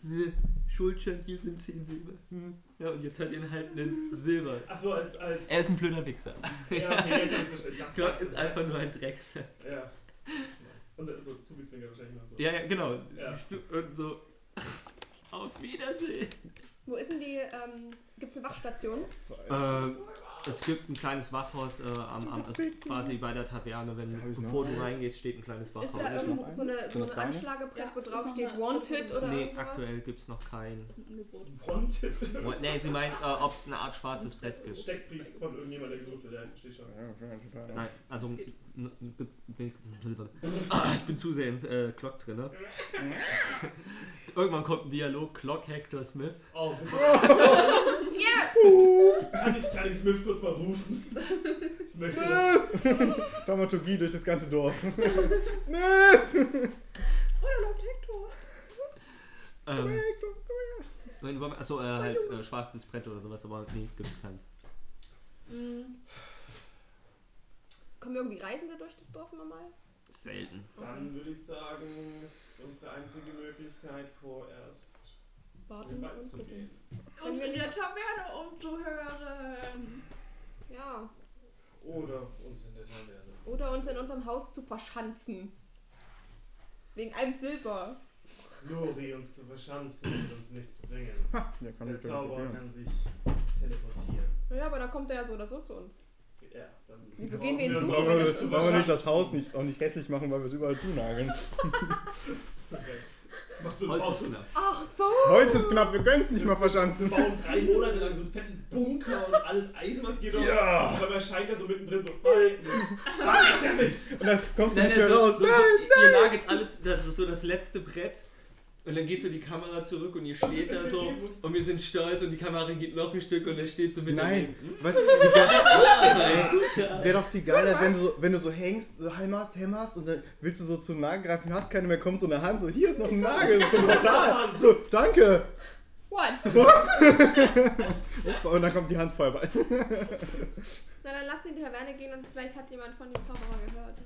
[SPEAKER 7] ne, Schuldschein, hier sind 10 Silber. Hm. Ja, und jetzt hat er halt einen Silber.
[SPEAKER 6] Achso, als. als
[SPEAKER 7] Er ist ein blöder Wichser.
[SPEAKER 6] ja,
[SPEAKER 7] *laughs*
[SPEAKER 6] okay, jetzt hab ich's verstanden. Ich dachte,
[SPEAKER 7] Gott
[SPEAKER 6] das
[SPEAKER 7] ist einfach nur ein Drecksack.
[SPEAKER 6] Ja. Und so zugezwinkert wahrscheinlich noch so.
[SPEAKER 7] Ja, ja, genau.
[SPEAKER 6] Ja.
[SPEAKER 7] Und so, *laughs* auf Wiedersehen.
[SPEAKER 5] Wo ist denn die, ähm, gibt's eine Wachstation?
[SPEAKER 7] Ähm, es gibt ein kleines Wachhaus äh, am, am also quasi bei der Taverne. Wenn,
[SPEAKER 2] Da hab ich noch.
[SPEAKER 7] bevor du reingehst, steht ein kleines
[SPEAKER 5] Ist
[SPEAKER 7] Wachhaus.
[SPEAKER 5] da irgendwo
[SPEAKER 2] noch
[SPEAKER 5] so eine, so
[SPEAKER 2] Sind das
[SPEAKER 5] ein
[SPEAKER 2] deine?
[SPEAKER 5] Anschlagebrett,
[SPEAKER 1] Ja,
[SPEAKER 5] wo
[SPEAKER 1] ist
[SPEAKER 5] drauf
[SPEAKER 1] noch
[SPEAKER 5] steht
[SPEAKER 1] eine-
[SPEAKER 5] Wanted oder
[SPEAKER 7] nee,
[SPEAKER 5] irgendwas?
[SPEAKER 7] aktuell gibt es noch keinen.
[SPEAKER 1] das ist ein Angebot.
[SPEAKER 6] Wanted.
[SPEAKER 7] Nee, sie meint, äh, ob es eine Art schwarzes Brett gibt.
[SPEAKER 6] Steckbrief von irgendjemand, der gesucht wird, der steht schon.
[SPEAKER 7] Nein, also n- n- bin- bin- Ah, ich bin zu sehr ins äh, Clock drin.
[SPEAKER 5] *laughs*
[SPEAKER 7] Ne? Irgendwann kommt ein Dialog, Clock Hector Smith.
[SPEAKER 6] Oh, bitte.
[SPEAKER 5] Yes!
[SPEAKER 6] kann, ich, kann ich Smith kurz mal rufen? Ich möchte das.
[SPEAKER 2] *laughs* Dramaturgie durch das ganze Dorf.
[SPEAKER 5] Oh, da läuft Hector.
[SPEAKER 7] Ähm, wenn- wollen wir- achso, äh, halt äh, schwarzes Brett oder sowas, aber nee, gibt's keins.
[SPEAKER 5] Mhm. Kommen irgendwie Reisende durch das Dorf normal?
[SPEAKER 7] Selten.
[SPEAKER 6] Dann würde ich sagen, ist unsere einzige Möglichkeit vorerst in den
[SPEAKER 5] Warten
[SPEAKER 6] Wald
[SPEAKER 5] und
[SPEAKER 6] zu
[SPEAKER 5] bitten.
[SPEAKER 6] gehen.
[SPEAKER 1] Uns in der Taverne umzuhören.
[SPEAKER 5] Ja,
[SPEAKER 6] Oder uns in der Taverne.
[SPEAKER 5] oder uns in unserem Haus zu verschanzen. Wegen einem Silber.
[SPEAKER 6] Lori uns zu verschanzen und uns nichts
[SPEAKER 2] *laughs*
[SPEAKER 6] bringen.
[SPEAKER 2] Ja, kann
[SPEAKER 6] Der
[SPEAKER 2] ich schon
[SPEAKER 6] Zauberer
[SPEAKER 2] probieren.
[SPEAKER 6] kann sich teleportieren.
[SPEAKER 5] Ja, aber da kommt er ja so oder so zu uns.
[SPEAKER 6] Ja, dann
[SPEAKER 5] Wieso
[SPEAKER 6] brauchen
[SPEAKER 5] gehen wir ihn
[SPEAKER 6] uns
[SPEAKER 5] suchen,
[SPEAKER 6] auch
[SPEAKER 2] Wollen
[SPEAKER 5] wenn
[SPEAKER 2] wir,
[SPEAKER 5] er
[SPEAKER 6] nicht zu
[SPEAKER 2] wollen wir nicht das
[SPEAKER 6] verschanzen.
[SPEAKER 2] Haus nicht, auch nicht hässlich machen, weil wir es überall zunageln?
[SPEAKER 6] Machst du
[SPEAKER 7] Holz
[SPEAKER 6] auch
[SPEAKER 7] ist
[SPEAKER 6] so
[SPEAKER 7] knapp.
[SPEAKER 5] Ach so!
[SPEAKER 2] Holz ist knapp, wir können es nicht mal verschanzen.
[SPEAKER 6] bauen drei Monate lang so einen fetten Bunker und alles Eisen, was geht.
[SPEAKER 2] Ja.
[SPEAKER 6] Und dann erscheint er so mittendrin so, nein, nein, damit.
[SPEAKER 2] Und dann kommst du
[SPEAKER 4] also,
[SPEAKER 7] Nein,
[SPEAKER 2] nicht mehr
[SPEAKER 7] so, So,
[SPEAKER 2] raus.
[SPEAKER 7] so, ihr lagert alle, zu- das ist so das letzte Brett.
[SPEAKER 4] Und dann geht so die Kamera zurück und ihr steht da so und wir sind stolz und die Kamera geht noch ein Stück und er steht so mit
[SPEAKER 2] Nein, was, wie geil,
[SPEAKER 4] Nein.
[SPEAKER 2] wäre doch viel geiler, wenn du, so, wenn du so hängst, so hämmerst, hämmerst und dann willst du so zum Nagel greifen, hast keine mehr, kommt so eine Hand, so hier ist noch ein Nagel, so
[SPEAKER 5] Ah.
[SPEAKER 2] brutal, so danke.
[SPEAKER 5] What?
[SPEAKER 2] Und dann kommt die Hand voll bei.
[SPEAKER 5] Na dann lass in die Taverne gehen und vielleicht hat jemand von dem Zauberer gehört.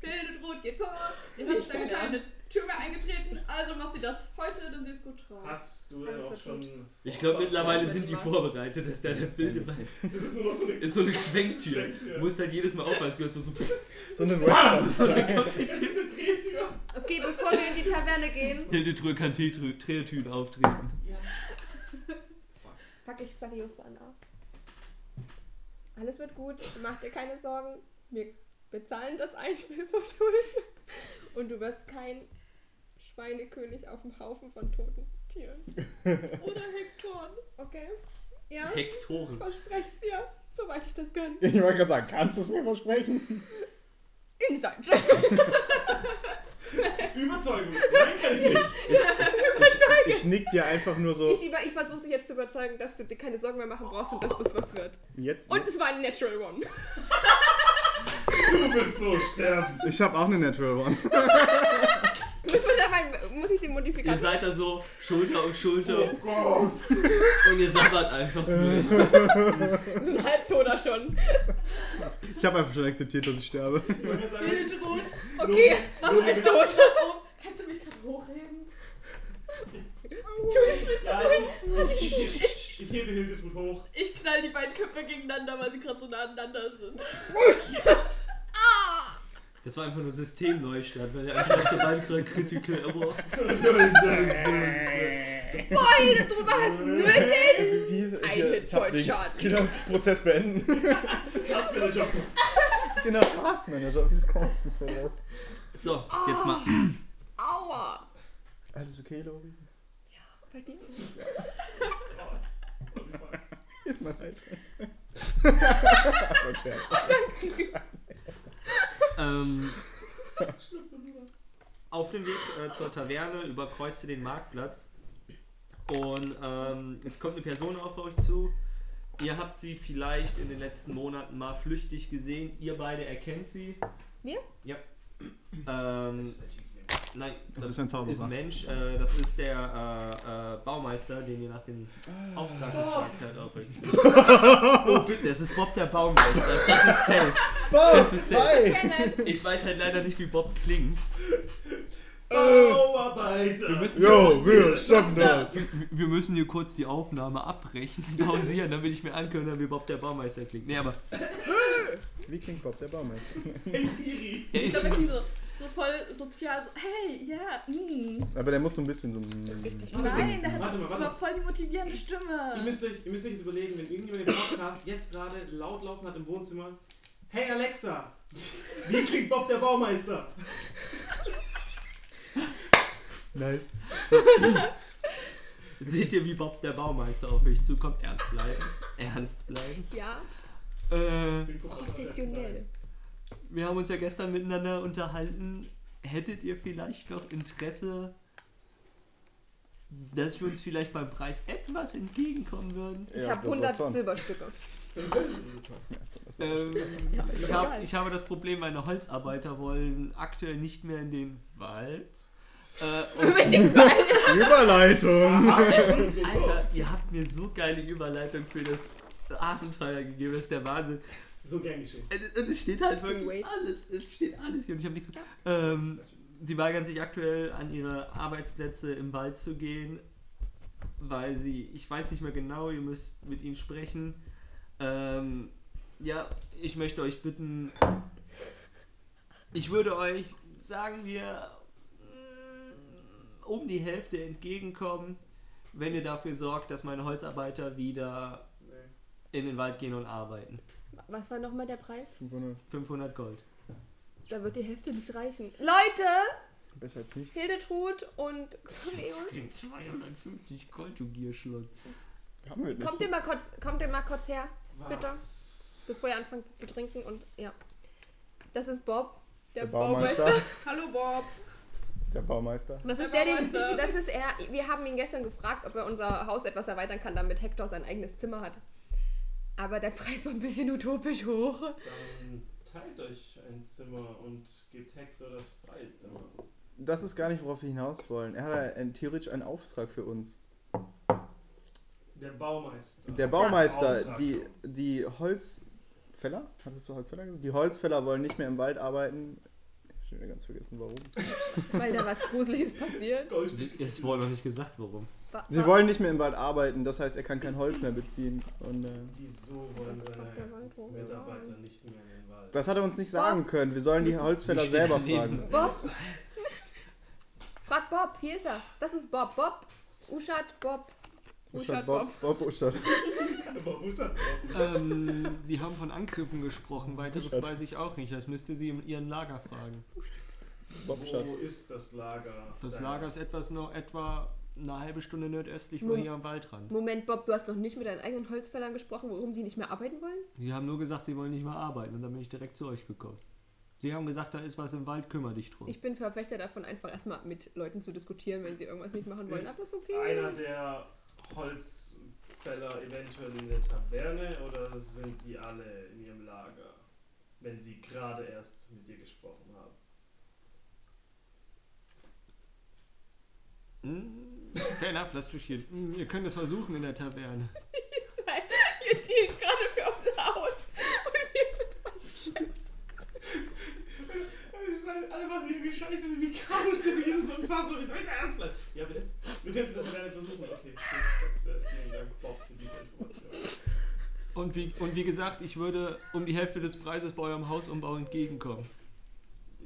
[SPEAKER 1] Bildet rot, geht vor. Sie hat
[SPEAKER 5] Ich
[SPEAKER 1] lange
[SPEAKER 5] bin
[SPEAKER 1] keine Tür mehr eingetreten, also macht sie das heute, denn sie ist gut drauf.
[SPEAKER 6] Hast du denn
[SPEAKER 5] Alles
[SPEAKER 6] auch
[SPEAKER 5] wird
[SPEAKER 6] schon.
[SPEAKER 4] Ich glaube mittlerweile sind die vorbereitet, dass der der Film
[SPEAKER 6] Das ist nur noch so eine.
[SPEAKER 4] ist so eine Schwenktür. Du musst halt jedes Mal aufpassen, es gehört so, so *laughs*
[SPEAKER 2] So eine
[SPEAKER 6] Das ist eine Drehtür.
[SPEAKER 5] Okay, bevor wir in die Taverne gehen,
[SPEAKER 4] Hildetrür kann Tretüren auftreten.
[SPEAKER 5] pack ich Sarius so an den Arm. Alles wird gut, mach dir keine Sorgen. Wir bezahlen das Einzelverschulden. *laughs* Und du wirst kein Schweinekönig auf dem Haufen von toten Tieren.
[SPEAKER 1] Oder Hektor.
[SPEAKER 5] Okay? Ja?
[SPEAKER 4] Hektoren.
[SPEAKER 5] Versprech's dir, soweit ich das kann.
[SPEAKER 2] Ich wollte gerade sagen, kannst du es mir versprechen?
[SPEAKER 5] Insight!
[SPEAKER 6] Überzeugung. Nein, kann ich nicht.
[SPEAKER 2] Ich, ich nick dir einfach nur so.
[SPEAKER 5] Ich, über- ich versuche dich jetzt zu überzeugen, dass du dir keine Sorgen mehr machen brauchst und dass das was wird.
[SPEAKER 2] Jetzt.
[SPEAKER 5] Und es war ein Natural One.
[SPEAKER 6] Du bist so sterbend.
[SPEAKER 2] Ich habe auch eine Natural One.
[SPEAKER 5] Muss, man dabei, muss ich den
[SPEAKER 4] Ihr
[SPEAKER 5] Modifikator.
[SPEAKER 4] seid da so Schulter um Schulter
[SPEAKER 6] Oh Gott. Äh.
[SPEAKER 4] und ihr sabbert einfach. nur.
[SPEAKER 5] So *laughs* ein Halbtoder schon.
[SPEAKER 2] Ich habe einfach schon akzeptiert, dass ich sterbe. *laughs*
[SPEAKER 6] Ich wollte gerade sagen,
[SPEAKER 1] Bildet rot.
[SPEAKER 5] Okay, du bist tot.
[SPEAKER 1] *laughs* Oh, kannst du mich gerade hochheben?
[SPEAKER 5] Entschuldigung.
[SPEAKER 6] ja, ich, ich, ich, ich hebe Hildetrud hoch.
[SPEAKER 1] Ich knall die beiden Köpfe gegeneinander, weil sie gerade so nah aneinander sind.
[SPEAKER 4] Das war einfach nur Systemneustart, weil er einfach so rein Critical Error.
[SPEAKER 5] Boah, hier drüber hast du nötig.
[SPEAKER 2] Äh, Wie ist
[SPEAKER 5] Ein
[SPEAKER 2] hier,
[SPEAKER 5] Hit,
[SPEAKER 2] Tab links.
[SPEAKER 5] Vollschaden.
[SPEAKER 2] Genau, Prozess beenden.
[SPEAKER 6] Das bin ich auch.
[SPEAKER 2] genau, Taskmanager. Wie kommst du nicht mehr drauf?
[SPEAKER 4] So, jetzt mal.
[SPEAKER 5] Aua.
[SPEAKER 2] Alles okay, Lori?
[SPEAKER 5] Bei dir.
[SPEAKER 2] Ist mein *laughs* Eintrag. Mein Scherz.
[SPEAKER 4] Ähm, auf dem Weg äh, zur Taverne überkreuzt ihr den Marktplatz und ähm, es kommt eine Person auf euch zu. Ihr habt sie vielleicht in den letzten Monaten mal flüchtig gesehen. Ihr beide erkennt sie.
[SPEAKER 5] Wir?
[SPEAKER 4] Ja. Ähm, nein,
[SPEAKER 2] Das ist ein Zauberer.
[SPEAKER 4] Ist ein Mensch. Äh, das ist der äh, äh, Baumeister, den ihr nach dem Auftrag gefragt habt. Auf euch zu. *laughs* oh bitte, es ist Bob der Baumeister. Das ist safe.
[SPEAKER 2] Bob,
[SPEAKER 4] Das ist sehr-
[SPEAKER 2] hi!
[SPEAKER 5] Kennen.
[SPEAKER 4] Ich weiß halt leider nicht, wie Bob klingt.
[SPEAKER 6] Bauarbeiter.
[SPEAKER 4] Wir müssen,
[SPEAKER 2] Yo, wir schaffen das!
[SPEAKER 4] wir, wir müssen hier kurz die Aufnahme abbrechen, *laughs* pausieren, damit ich mir ankönnen, wie Bob der Baumeister klingt. Nee, aber
[SPEAKER 2] Wie klingt Bob, der Baumeister?
[SPEAKER 6] Hey Siri.
[SPEAKER 4] er
[SPEAKER 1] Ich
[SPEAKER 4] ist,
[SPEAKER 1] glaube, *laughs* ich bin so, so voll sozial. So, hey, ja, mm.
[SPEAKER 2] Aber der muss so ein bisschen so. Richtig.
[SPEAKER 6] Also,
[SPEAKER 1] Nein, der hat
[SPEAKER 6] Warte mal, warte
[SPEAKER 1] aber
[SPEAKER 6] mal.
[SPEAKER 1] voll die motivierende
[SPEAKER 6] Ihr
[SPEAKER 1] Stimme.
[SPEAKER 6] müsst, euch, ihr müsst euch jetzt überlegen, wenn irgendjemand den Podcast jetzt gerade laut laufen hat im Wohnzimmer. Hey Alexa, wie klingt Bob der Baumeister?
[SPEAKER 2] Nice.
[SPEAKER 4] seht ihr, wie Bob der Baumeister auf euch zukommt? Ernst bleiben. Ernst bleiben.
[SPEAKER 5] Ja,
[SPEAKER 4] Äh,
[SPEAKER 5] professionell.
[SPEAKER 4] wir haben uns ja gestern miteinander unterhalten. Hättet ihr vielleicht noch Interesse, dass wir uns vielleicht beim Preis etwas entgegenkommen würden?
[SPEAKER 5] Ich habe 100 *laughs* Silberstücke.
[SPEAKER 2] Äh,
[SPEAKER 4] Ähm, ich, hab, ich habe das Problem, meine Holzarbeiter wollen aktuell nicht mehr in den Wald. Äh,
[SPEAKER 5] *laughs*
[SPEAKER 4] und
[SPEAKER 2] Überleitung!
[SPEAKER 4] Alter, ihr habt mir so geile Überleitung für das Abenteuer gegeben, das ist der Wahnsinn.
[SPEAKER 6] So gern geschehen.
[SPEAKER 4] Und- Und es steht halt
[SPEAKER 5] Wait.
[SPEAKER 4] wirklich alles, es steht alles hier und ich habe nichts. Ähm, sie weigern sich aktuell an ihre Arbeitsplätze im Wald zu gehen, weil sie, ich weiß nicht mehr genau, ihr müsst mit ihnen sprechen. Ähm, ja, ich möchte euch bitten, ich würde euch, sagen wir, mm, um die Hälfte entgegenkommen, wenn ihr dafür sorgt, dass meine Holzarbeiter wieder in den Wald gehen und arbeiten.
[SPEAKER 5] Was war nochmal der Preis?
[SPEAKER 2] 500.
[SPEAKER 4] 500 Gold.
[SPEAKER 5] Da wird die Hälfte nicht reichen. Leute,
[SPEAKER 2] Besser als nicht.
[SPEAKER 5] Hildetrud und Xaveon,
[SPEAKER 4] kriegt 250 Gold, du Gierschlund.
[SPEAKER 2] Haben wir
[SPEAKER 5] kommt ihr mal kurz, kommt ihr mal kurz her. Bitte.
[SPEAKER 6] Was?
[SPEAKER 5] Bevor ihr anfangt zu trinken und ja. Das ist Bob, der,
[SPEAKER 2] Der
[SPEAKER 5] Baumeister. *laughs*
[SPEAKER 2] Baumeister.
[SPEAKER 1] Hallo Bob.
[SPEAKER 2] Der Baumeister.
[SPEAKER 5] Das ist der,
[SPEAKER 1] Der
[SPEAKER 5] den,
[SPEAKER 1] Baumeister.
[SPEAKER 5] das ist er. Wir haben ihn gestern gefragt, ob er unser Haus etwas erweitern kann, damit Hector sein eigenes Zimmer hat. Aber der *laughs* Preis war ein bisschen utopisch hoch.
[SPEAKER 6] Dann teilt euch ein Zimmer und gebt Hector das freie Zimmer.
[SPEAKER 2] Das ist gar nicht, worauf wir hinaus wollen. Er hat ein, theoretisch einen Auftrag für uns.
[SPEAKER 6] Der Baumeister.
[SPEAKER 2] Der Baumeister,
[SPEAKER 6] Auftrag
[SPEAKER 2] die,
[SPEAKER 6] für uns.
[SPEAKER 2] die Holzfäller, hattest du Holzfäller gesagt? Die Holzfäller wollen nicht mehr im Wald arbeiten. Ich hab schon wieder ganz vergessen, warum.
[SPEAKER 5] Weil da was Gruseliges passiert.
[SPEAKER 6] Goldfisch
[SPEAKER 4] Es wurde noch nicht gesagt, warum.
[SPEAKER 5] Wa-
[SPEAKER 2] Sie
[SPEAKER 5] wa-
[SPEAKER 2] wollen nicht mehr im Wald arbeiten, das heißt, er kann kein Holz mehr beziehen. Und, äh,
[SPEAKER 6] Wieso
[SPEAKER 5] Das
[SPEAKER 6] wollen
[SPEAKER 5] ist doch der
[SPEAKER 6] seine
[SPEAKER 5] Wald, wo wir
[SPEAKER 6] Mitarbeiter
[SPEAKER 5] waren.
[SPEAKER 6] nicht mehr in den Wald?
[SPEAKER 2] das hat er uns nicht sagen können. Wir sollen die Holzfäller selber fragen.
[SPEAKER 5] Bob! Frag Bob, hier ist er. Das ist Bob. Bob, Uschat, Bob.
[SPEAKER 2] Uschat Bob, Bob Uschat.
[SPEAKER 6] Aber muss er
[SPEAKER 7] ähm, Sie haben von Angriffen gesprochen, weiteres
[SPEAKER 2] Uschat.
[SPEAKER 7] weiß ich auch nicht. Das müsste Sie in Ihren Lager fragen.
[SPEAKER 2] Bob Uschat.
[SPEAKER 6] Wo ist das Lager?
[SPEAKER 7] Das
[SPEAKER 6] deiner-
[SPEAKER 7] Lager ist etwas noch etwa eine halbe Stunde nordöstlich von
[SPEAKER 5] Nun.
[SPEAKER 7] hier am Waldrand.
[SPEAKER 5] Moment, Bob, du hast noch nicht mit deinen eigenen Holzfällern gesprochen, warum die nicht mehr arbeiten wollen?
[SPEAKER 7] Sie haben nur gesagt, Sie wollen nicht mehr arbeiten und dann bin ich direkt zu euch gekommen. Sie haben gesagt, da ist was im Wald, kümmere dich drum.
[SPEAKER 5] Ich bin Verfechter davon, einfach erstmal mit Leuten zu diskutieren, wenn sie irgendwas nicht machen wollen.
[SPEAKER 6] Ist
[SPEAKER 5] Aber ist okay.
[SPEAKER 6] Einer der Holzfäller eventuell in der Taverne oder sind die alle in ihrem Lager, wenn sie gerade erst mit dir gesprochen haben?
[SPEAKER 7] Hm, Fair enough, lasst mich hier. Hm, Ihr könnt es versuchen in der Taverne.
[SPEAKER 5] Weil wir dealen gerade für unser Haus. Und wir sind
[SPEAKER 6] Alle machen irgendwie Scheiße mit mir, kaum stehen hier so unfassbar, wie es eigentlich ernst bleibt. Ja, bitte. Wir können es in der Taverne versuchen. Okay, das, äh, vielen Dank, Bob, für diese Information.
[SPEAKER 7] Und wie, und wie gesagt, ich würde um die Hälfte des Preises bei eurem Hausumbau entgegenkommen.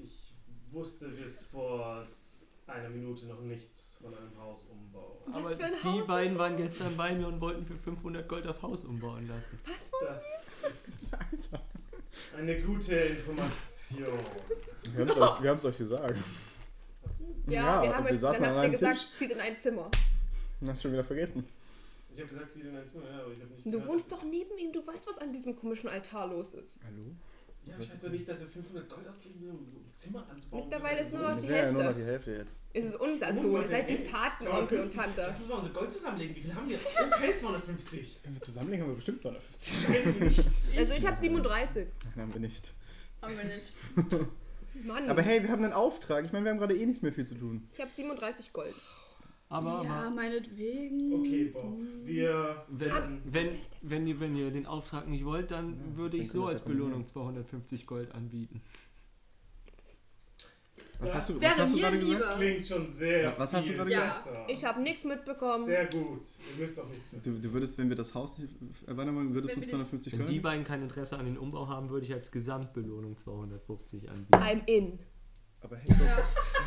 [SPEAKER 6] Ich wusste bis vor einer Minute noch nichts von einem Hausumbau.
[SPEAKER 5] Was
[SPEAKER 7] Aber
[SPEAKER 5] für ein
[SPEAKER 7] die
[SPEAKER 5] Haus?
[SPEAKER 7] beiden waren gestern bei mir und wollten für 500 Gold das Haus umbauen lassen.
[SPEAKER 5] Was wollen
[SPEAKER 6] Das
[SPEAKER 2] *laughs*
[SPEAKER 6] ist eine gute Information.
[SPEAKER 2] Wir haben's euch- wir haben's euch gesagt.
[SPEAKER 5] wir? Ja, wir haben
[SPEAKER 2] und wir
[SPEAKER 5] euch, dann
[SPEAKER 2] saßen an
[SPEAKER 5] habt ihr
[SPEAKER 2] einem
[SPEAKER 5] gesagt,
[SPEAKER 2] Tisch.
[SPEAKER 5] zieht in ein Zimmer.
[SPEAKER 2] Und hast schon wieder vergessen.
[SPEAKER 6] Ich habe gesagt, sie in ein Zimmer, ja, aber ich habe nicht
[SPEAKER 5] Du
[SPEAKER 6] gehört.
[SPEAKER 5] wohnst doch neben ihm, du weißt, was an diesem komischen Altar los ist.
[SPEAKER 2] Hallo?
[SPEAKER 6] Ja, ich weiß doch nicht, dass er 500 Gold ausgeben will, um ein Zimmer anzubauen.
[SPEAKER 5] Mittlerweile ist nur noch die
[SPEAKER 2] ja, ja, nur noch
[SPEAKER 5] Hälfte.
[SPEAKER 2] die Hälfte jetzt.
[SPEAKER 5] Es ist unser
[SPEAKER 6] Oh,
[SPEAKER 5] Sohn, ihr
[SPEAKER 6] Leute,
[SPEAKER 5] seid die
[SPEAKER 6] hey,
[SPEAKER 5] Patenonkel und
[SPEAKER 6] 250.
[SPEAKER 5] Tante.
[SPEAKER 6] Lass uns mal unser Gold zusammenlegen. Wie viel haben wir? Okay, 250.
[SPEAKER 2] Wenn wir zusammenlegen, haben wir bestimmt 250.
[SPEAKER 6] Schreiben wir nicht.
[SPEAKER 5] Also ich habe 37.
[SPEAKER 2] Nein, haben wir nicht.
[SPEAKER 1] Haben wir nicht.
[SPEAKER 5] Mann,
[SPEAKER 2] Aber hey, wir haben einen Auftrag. Ich meine, wir haben gerade eh nichts mehr viel zu tun.
[SPEAKER 5] ich habe 37 Gold.
[SPEAKER 7] Aber,
[SPEAKER 1] ja,
[SPEAKER 7] aber
[SPEAKER 1] meinetwegen.
[SPEAKER 6] Okay, Bob. Wir
[SPEAKER 7] wenn,
[SPEAKER 6] werden.
[SPEAKER 7] wenn, wenn, ihr, wenn ihr den Auftrag nicht wollt, dann
[SPEAKER 2] Ja,
[SPEAKER 7] würde ich
[SPEAKER 2] deswegen
[SPEAKER 7] so
[SPEAKER 2] können wir
[SPEAKER 7] als
[SPEAKER 2] das ja kombinieren.
[SPEAKER 7] Belohnung 250 Gold anbieten.
[SPEAKER 2] Was
[SPEAKER 6] Das
[SPEAKER 2] hast du, was
[SPEAKER 1] Wäre
[SPEAKER 2] hast du
[SPEAKER 1] mir
[SPEAKER 2] gerade gesagt?
[SPEAKER 1] lieber.
[SPEAKER 6] Klingt schon sehr.
[SPEAKER 2] Ja, was hast du
[SPEAKER 6] viel
[SPEAKER 2] gerade
[SPEAKER 1] gesagt?
[SPEAKER 6] besser.
[SPEAKER 5] Ich habe nichts mitbekommen.
[SPEAKER 6] Sehr gut. Ihr müsst auch nichts mehr.
[SPEAKER 2] Du, du würdest, wenn wir das Haus nicht erweitern wollen, würdest
[SPEAKER 1] Wenn wir
[SPEAKER 2] du
[SPEAKER 1] die-
[SPEAKER 2] 250
[SPEAKER 7] Wenn die
[SPEAKER 2] Gold?
[SPEAKER 7] beiden kein Interesse an den Umbau haben, würde ich als Gesamtbelohnung 250
[SPEAKER 5] *laughs*
[SPEAKER 7] anbieten.
[SPEAKER 5] I'm in.
[SPEAKER 2] Aber Hector,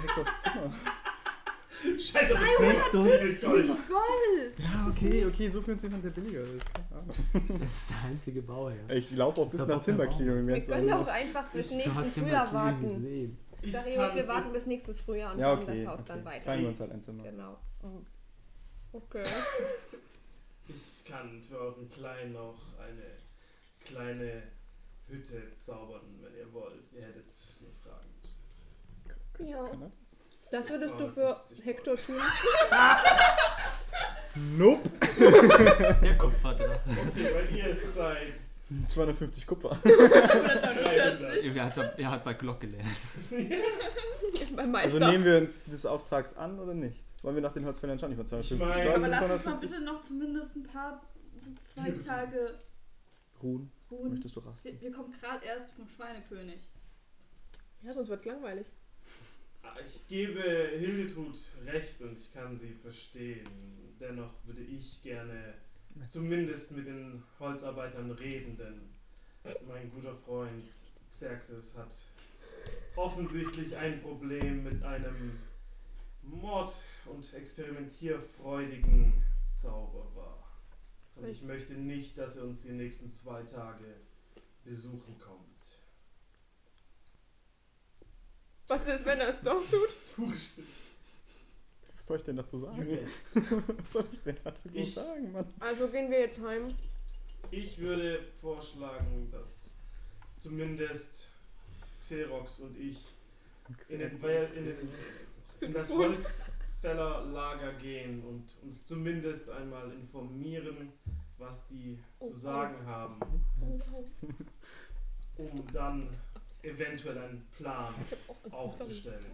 [SPEAKER 2] Hectors Zimmer.
[SPEAKER 6] Scheiße, auf das Zimmer. Wie viel Gold?
[SPEAKER 5] Gold!
[SPEAKER 2] Ja, okay, okay, so für uns jemand, der billiger ist. Keine Ahnung.
[SPEAKER 7] Das ist der einzige Bauherr.
[SPEAKER 2] Ich laufe auch
[SPEAKER 7] Ist
[SPEAKER 2] bis
[SPEAKER 7] da
[SPEAKER 2] nach
[SPEAKER 7] Bock der
[SPEAKER 2] Timberklinge, wenn wir
[SPEAKER 5] Wir
[SPEAKER 2] jetzt
[SPEAKER 5] können
[SPEAKER 2] sagen,
[SPEAKER 5] auch einfach bis
[SPEAKER 7] Du
[SPEAKER 5] nächsten
[SPEAKER 7] hast den
[SPEAKER 5] Frühjahr
[SPEAKER 7] Martin
[SPEAKER 5] warten.
[SPEAKER 7] gesehen.
[SPEAKER 6] Ich
[SPEAKER 5] Darius,
[SPEAKER 6] kann-
[SPEAKER 5] wir warten bis nächstes Frühjahr und
[SPEAKER 2] Ja,
[SPEAKER 5] bauen
[SPEAKER 2] okay,
[SPEAKER 5] das Haus dann
[SPEAKER 2] okay.
[SPEAKER 5] weiter.
[SPEAKER 2] Teilen wir uns halt ein Zimmer.
[SPEAKER 5] Genau. Okay.
[SPEAKER 6] Ich kann für euren Kleinen noch eine kleine Hütte zaubern, wenn ihr wollt. Ihr hättet nur fragen müssen.
[SPEAKER 5] Ja.
[SPEAKER 2] Kann er?
[SPEAKER 5] Das würdest du für
[SPEAKER 6] 250
[SPEAKER 5] Hector tun?
[SPEAKER 2] Nope!
[SPEAKER 7] Der Kupferdrache.
[SPEAKER 5] *laughs*
[SPEAKER 6] Okay, weil ihr seid
[SPEAKER 2] 250 Kupfer.
[SPEAKER 1] *laughs*
[SPEAKER 6] 300.
[SPEAKER 7] er, hat, er hat bei Glock gelernt.
[SPEAKER 5] mein
[SPEAKER 2] Also
[SPEAKER 5] Meister.
[SPEAKER 2] nehmen wir uns des Auftrags an oder nicht? Wollen wir nach den Holzfällern schauen? Ich meine, 250
[SPEAKER 6] Ich meine-
[SPEAKER 2] Gold
[SPEAKER 1] Aber
[SPEAKER 2] sind
[SPEAKER 1] lass uns mal
[SPEAKER 2] 250.
[SPEAKER 1] bitte noch zumindest ein paar, so zwei Tage
[SPEAKER 2] Ruhen.
[SPEAKER 1] ruhen.
[SPEAKER 2] Möchtest du rasten?
[SPEAKER 1] Wir, wir kommen gerade erst vom Schweinekönig.
[SPEAKER 5] ja, sonst wird langweilig.
[SPEAKER 6] Ich gebe Hildetrud recht und ich kann sie verstehen. Dennoch würde ich gerne zumindest mit den Holzarbeitern reden, denn mein guter Freund Xerxes hat offensichtlich ein Problem mit einem Mord- und experimentierfreudigen Zauberer. Und ich möchte nicht, dass er uns die nächsten zwei Tage besuchen kommt.
[SPEAKER 5] Was ist, wenn er es doch tut?
[SPEAKER 6] Puh, stimmt.
[SPEAKER 2] Was soll ich denn dazu sagen? Was soll ich denn dazu groß
[SPEAKER 6] Ich-
[SPEAKER 2] sagen, Mann?
[SPEAKER 5] Also gehen wir jetzt heim.
[SPEAKER 6] Ich würde vorschlagen, dass zumindest Xerox und ich in den, Wel- in den,
[SPEAKER 5] zu
[SPEAKER 6] in das
[SPEAKER 5] tun.
[SPEAKER 6] Holzfällerlager gehen und uns zumindest einmal informieren, was die zu sagen haben, um dann eventuell einen Plan aufzustellen.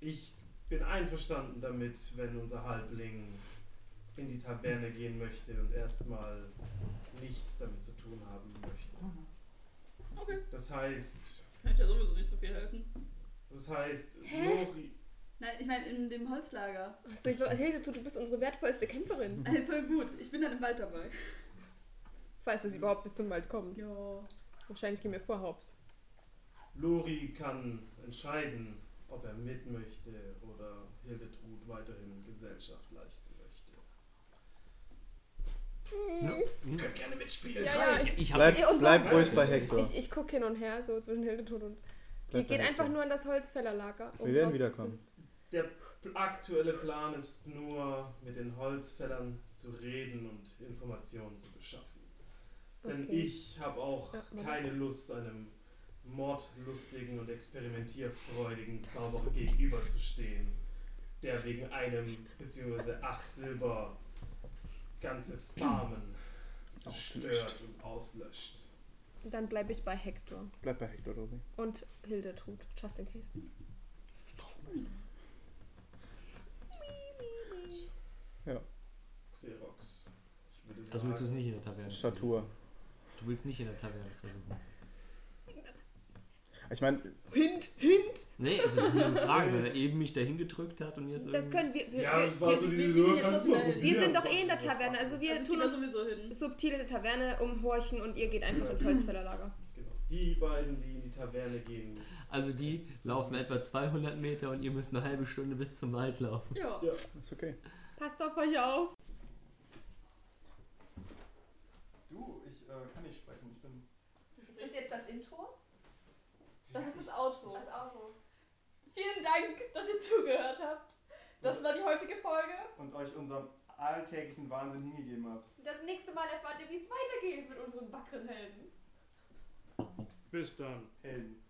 [SPEAKER 6] Ich bin einverstanden damit, wenn unser Halbling in die Taverne gehen möchte und erstmal nichts damit zu tun haben möchte.
[SPEAKER 1] Okay.
[SPEAKER 6] Das heißt,
[SPEAKER 1] Kann ich ja sowieso nicht so viel helfen.
[SPEAKER 6] das heißt,
[SPEAKER 1] Hä?
[SPEAKER 6] Lori,
[SPEAKER 1] Nein, ich meine in dem Holzlager.
[SPEAKER 5] Achso, ich war- hey, du, du bist unsere wertvollste
[SPEAKER 2] Mhm.
[SPEAKER 5] Kämpferin.
[SPEAKER 1] Äh, voll gut. Ich bin dann im Wald dabei.
[SPEAKER 5] Falls es überhaupt bis zum Wald kommt.
[SPEAKER 1] Ja.
[SPEAKER 5] Wahrscheinlich gehen wir vor Haupts.
[SPEAKER 6] Lori kann entscheiden, ob er mit möchte oder Hildetrud weiterhin Gesellschaft leisten möchte.
[SPEAKER 5] Hm.
[SPEAKER 7] Ne?
[SPEAKER 6] Ihr könnt gerne mitspielen.
[SPEAKER 5] Ja, ja, ich,
[SPEAKER 4] Ich hab
[SPEAKER 2] Bleib,
[SPEAKER 5] Ja, und so-
[SPEAKER 2] bleib ruhig bei Hector.
[SPEAKER 5] ich, ich gucke hin und her, so zwischen Hildetrud und. Ihr
[SPEAKER 2] Bleib bei
[SPEAKER 5] geht einfach
[SPEAKER 2] Hector.
[SPEAKER 5] nur in das Holzfällerlager. um
[SPEAKER 2] Wir werden
[SPEAKER 5] rauszufinden.
[SPEAKER 2] wiederkommen.
[SPEAKER 6] Der p- aktuelle Plan ist nur, mit den Holzfällern zu reden und Informationen zu beschaffen. Denn
[SPEAKER 5] Okay.
[SPEAKER 6] ich habe auch
[SPEAKER 5] Ja, aber-
[SPEAKER 6] keine Lust, einem mordlustigen und experimentierfreudigen Zauberer gegenüberzustehen, der wegen einem bzw. acht Silber ganze Farmen zerstört und auslöscht.
[SPEAKER 5] Dann bleibe ich bei Hector
[SPEAKER 2] Bleib bei Hector, Lori.
[SPEAKER 5] und Hildetrud, just in case.
[SPEAKER 6] Xerox. Ich würde
[SPEAKER 4] Also willst du es
[SPEAKER 6] sagen,
[SPEAKER 4] nicht in der Taverne?
[SPEAKER 2] Statur.
[SPEAKER 4] Du willst nicht in der Taverne versuchen.
[SPEAKER 2] Ich meine,
[SPEAKER 5] Hint, hint!
[SPEAKER 4] Nee, also das ist nur eine Frage, weil er eben mich dahin gedrückt hat und jetzt
[SPEAKER 5] Da
[SPEAKER 4] irgendwie-
[SPEAKER 5] können wir. wir,
[SPEAKER 6] ja,
[SPEAKER 5] wir,
[SPEAKER 6] das war
[SPEAKER 5] wir,
[SPEAKER 6] so
[SPEAKER 1] wir-
[SPEAKER 6] diese
[SPEAKER 1] wir-
[SPEAKER 6] Lure,
[SPEAKER 1] wir-
[SPEAKER 6] kannst du
[SPEAKER 1] wir-
[SPEAKER 6] mal
[SPEAKER 1] wir
[SPEAKER 6] probieren.
[SPEAKER 5] wir sind doch
[SPEAKER 6] So,
[SPEAKER 5] eh in der
[SPEAKER 6] so, fuck.
[SPEAKER 5] Taverne, also wir
[SPEAKER 1] also ich
[SPEAKER 5] tun
[SPEAKER 1] gehe da
[SPEAKER 5] uns
[SPEAKER 1] sowieso hin.
[SPEAKER 5] subtil in die Taverne umhorchen und ihr geht einfach ins Holzfällerlager.
[SPEAKER 6] Genau. Die beiden, die in die Taverne gehen.
[SPEAKER 4] Also die laufen etwa 200 Meter und ihr müsst eine halbe Stunde bis zum Wald laufen.
[SPEAKER 1] Ja.
[SPEAKER 6] Ja.
[SPEAKER 2] ist okay.
[SPEAKER 5] Passt auf euch auf!
[SPEAKER 3] Du, ich äh, kann nicht sprechen, stimmt.
[SPEAKER 1] Ist
[SPEAKER 5] jetzt das Intro?
[SPEAKER 1] Das ist das Auto.
[SPEAKER 5] Auto.
[SPEAKER 1] Vielen Dank, dass ihr zugehört habt. Das war die heutige Folge.
[SPEAKER 3] Und euch unserem alltäglichen Wahnsinn hingegeben habt.
[SPEAKER 5] Das nächste Mal erfahrt ihr, wie es weitergeht mit unseren wackeren Helden.
[SPEAKER 6] Bis dann.
[SPEAKER 3] Helden.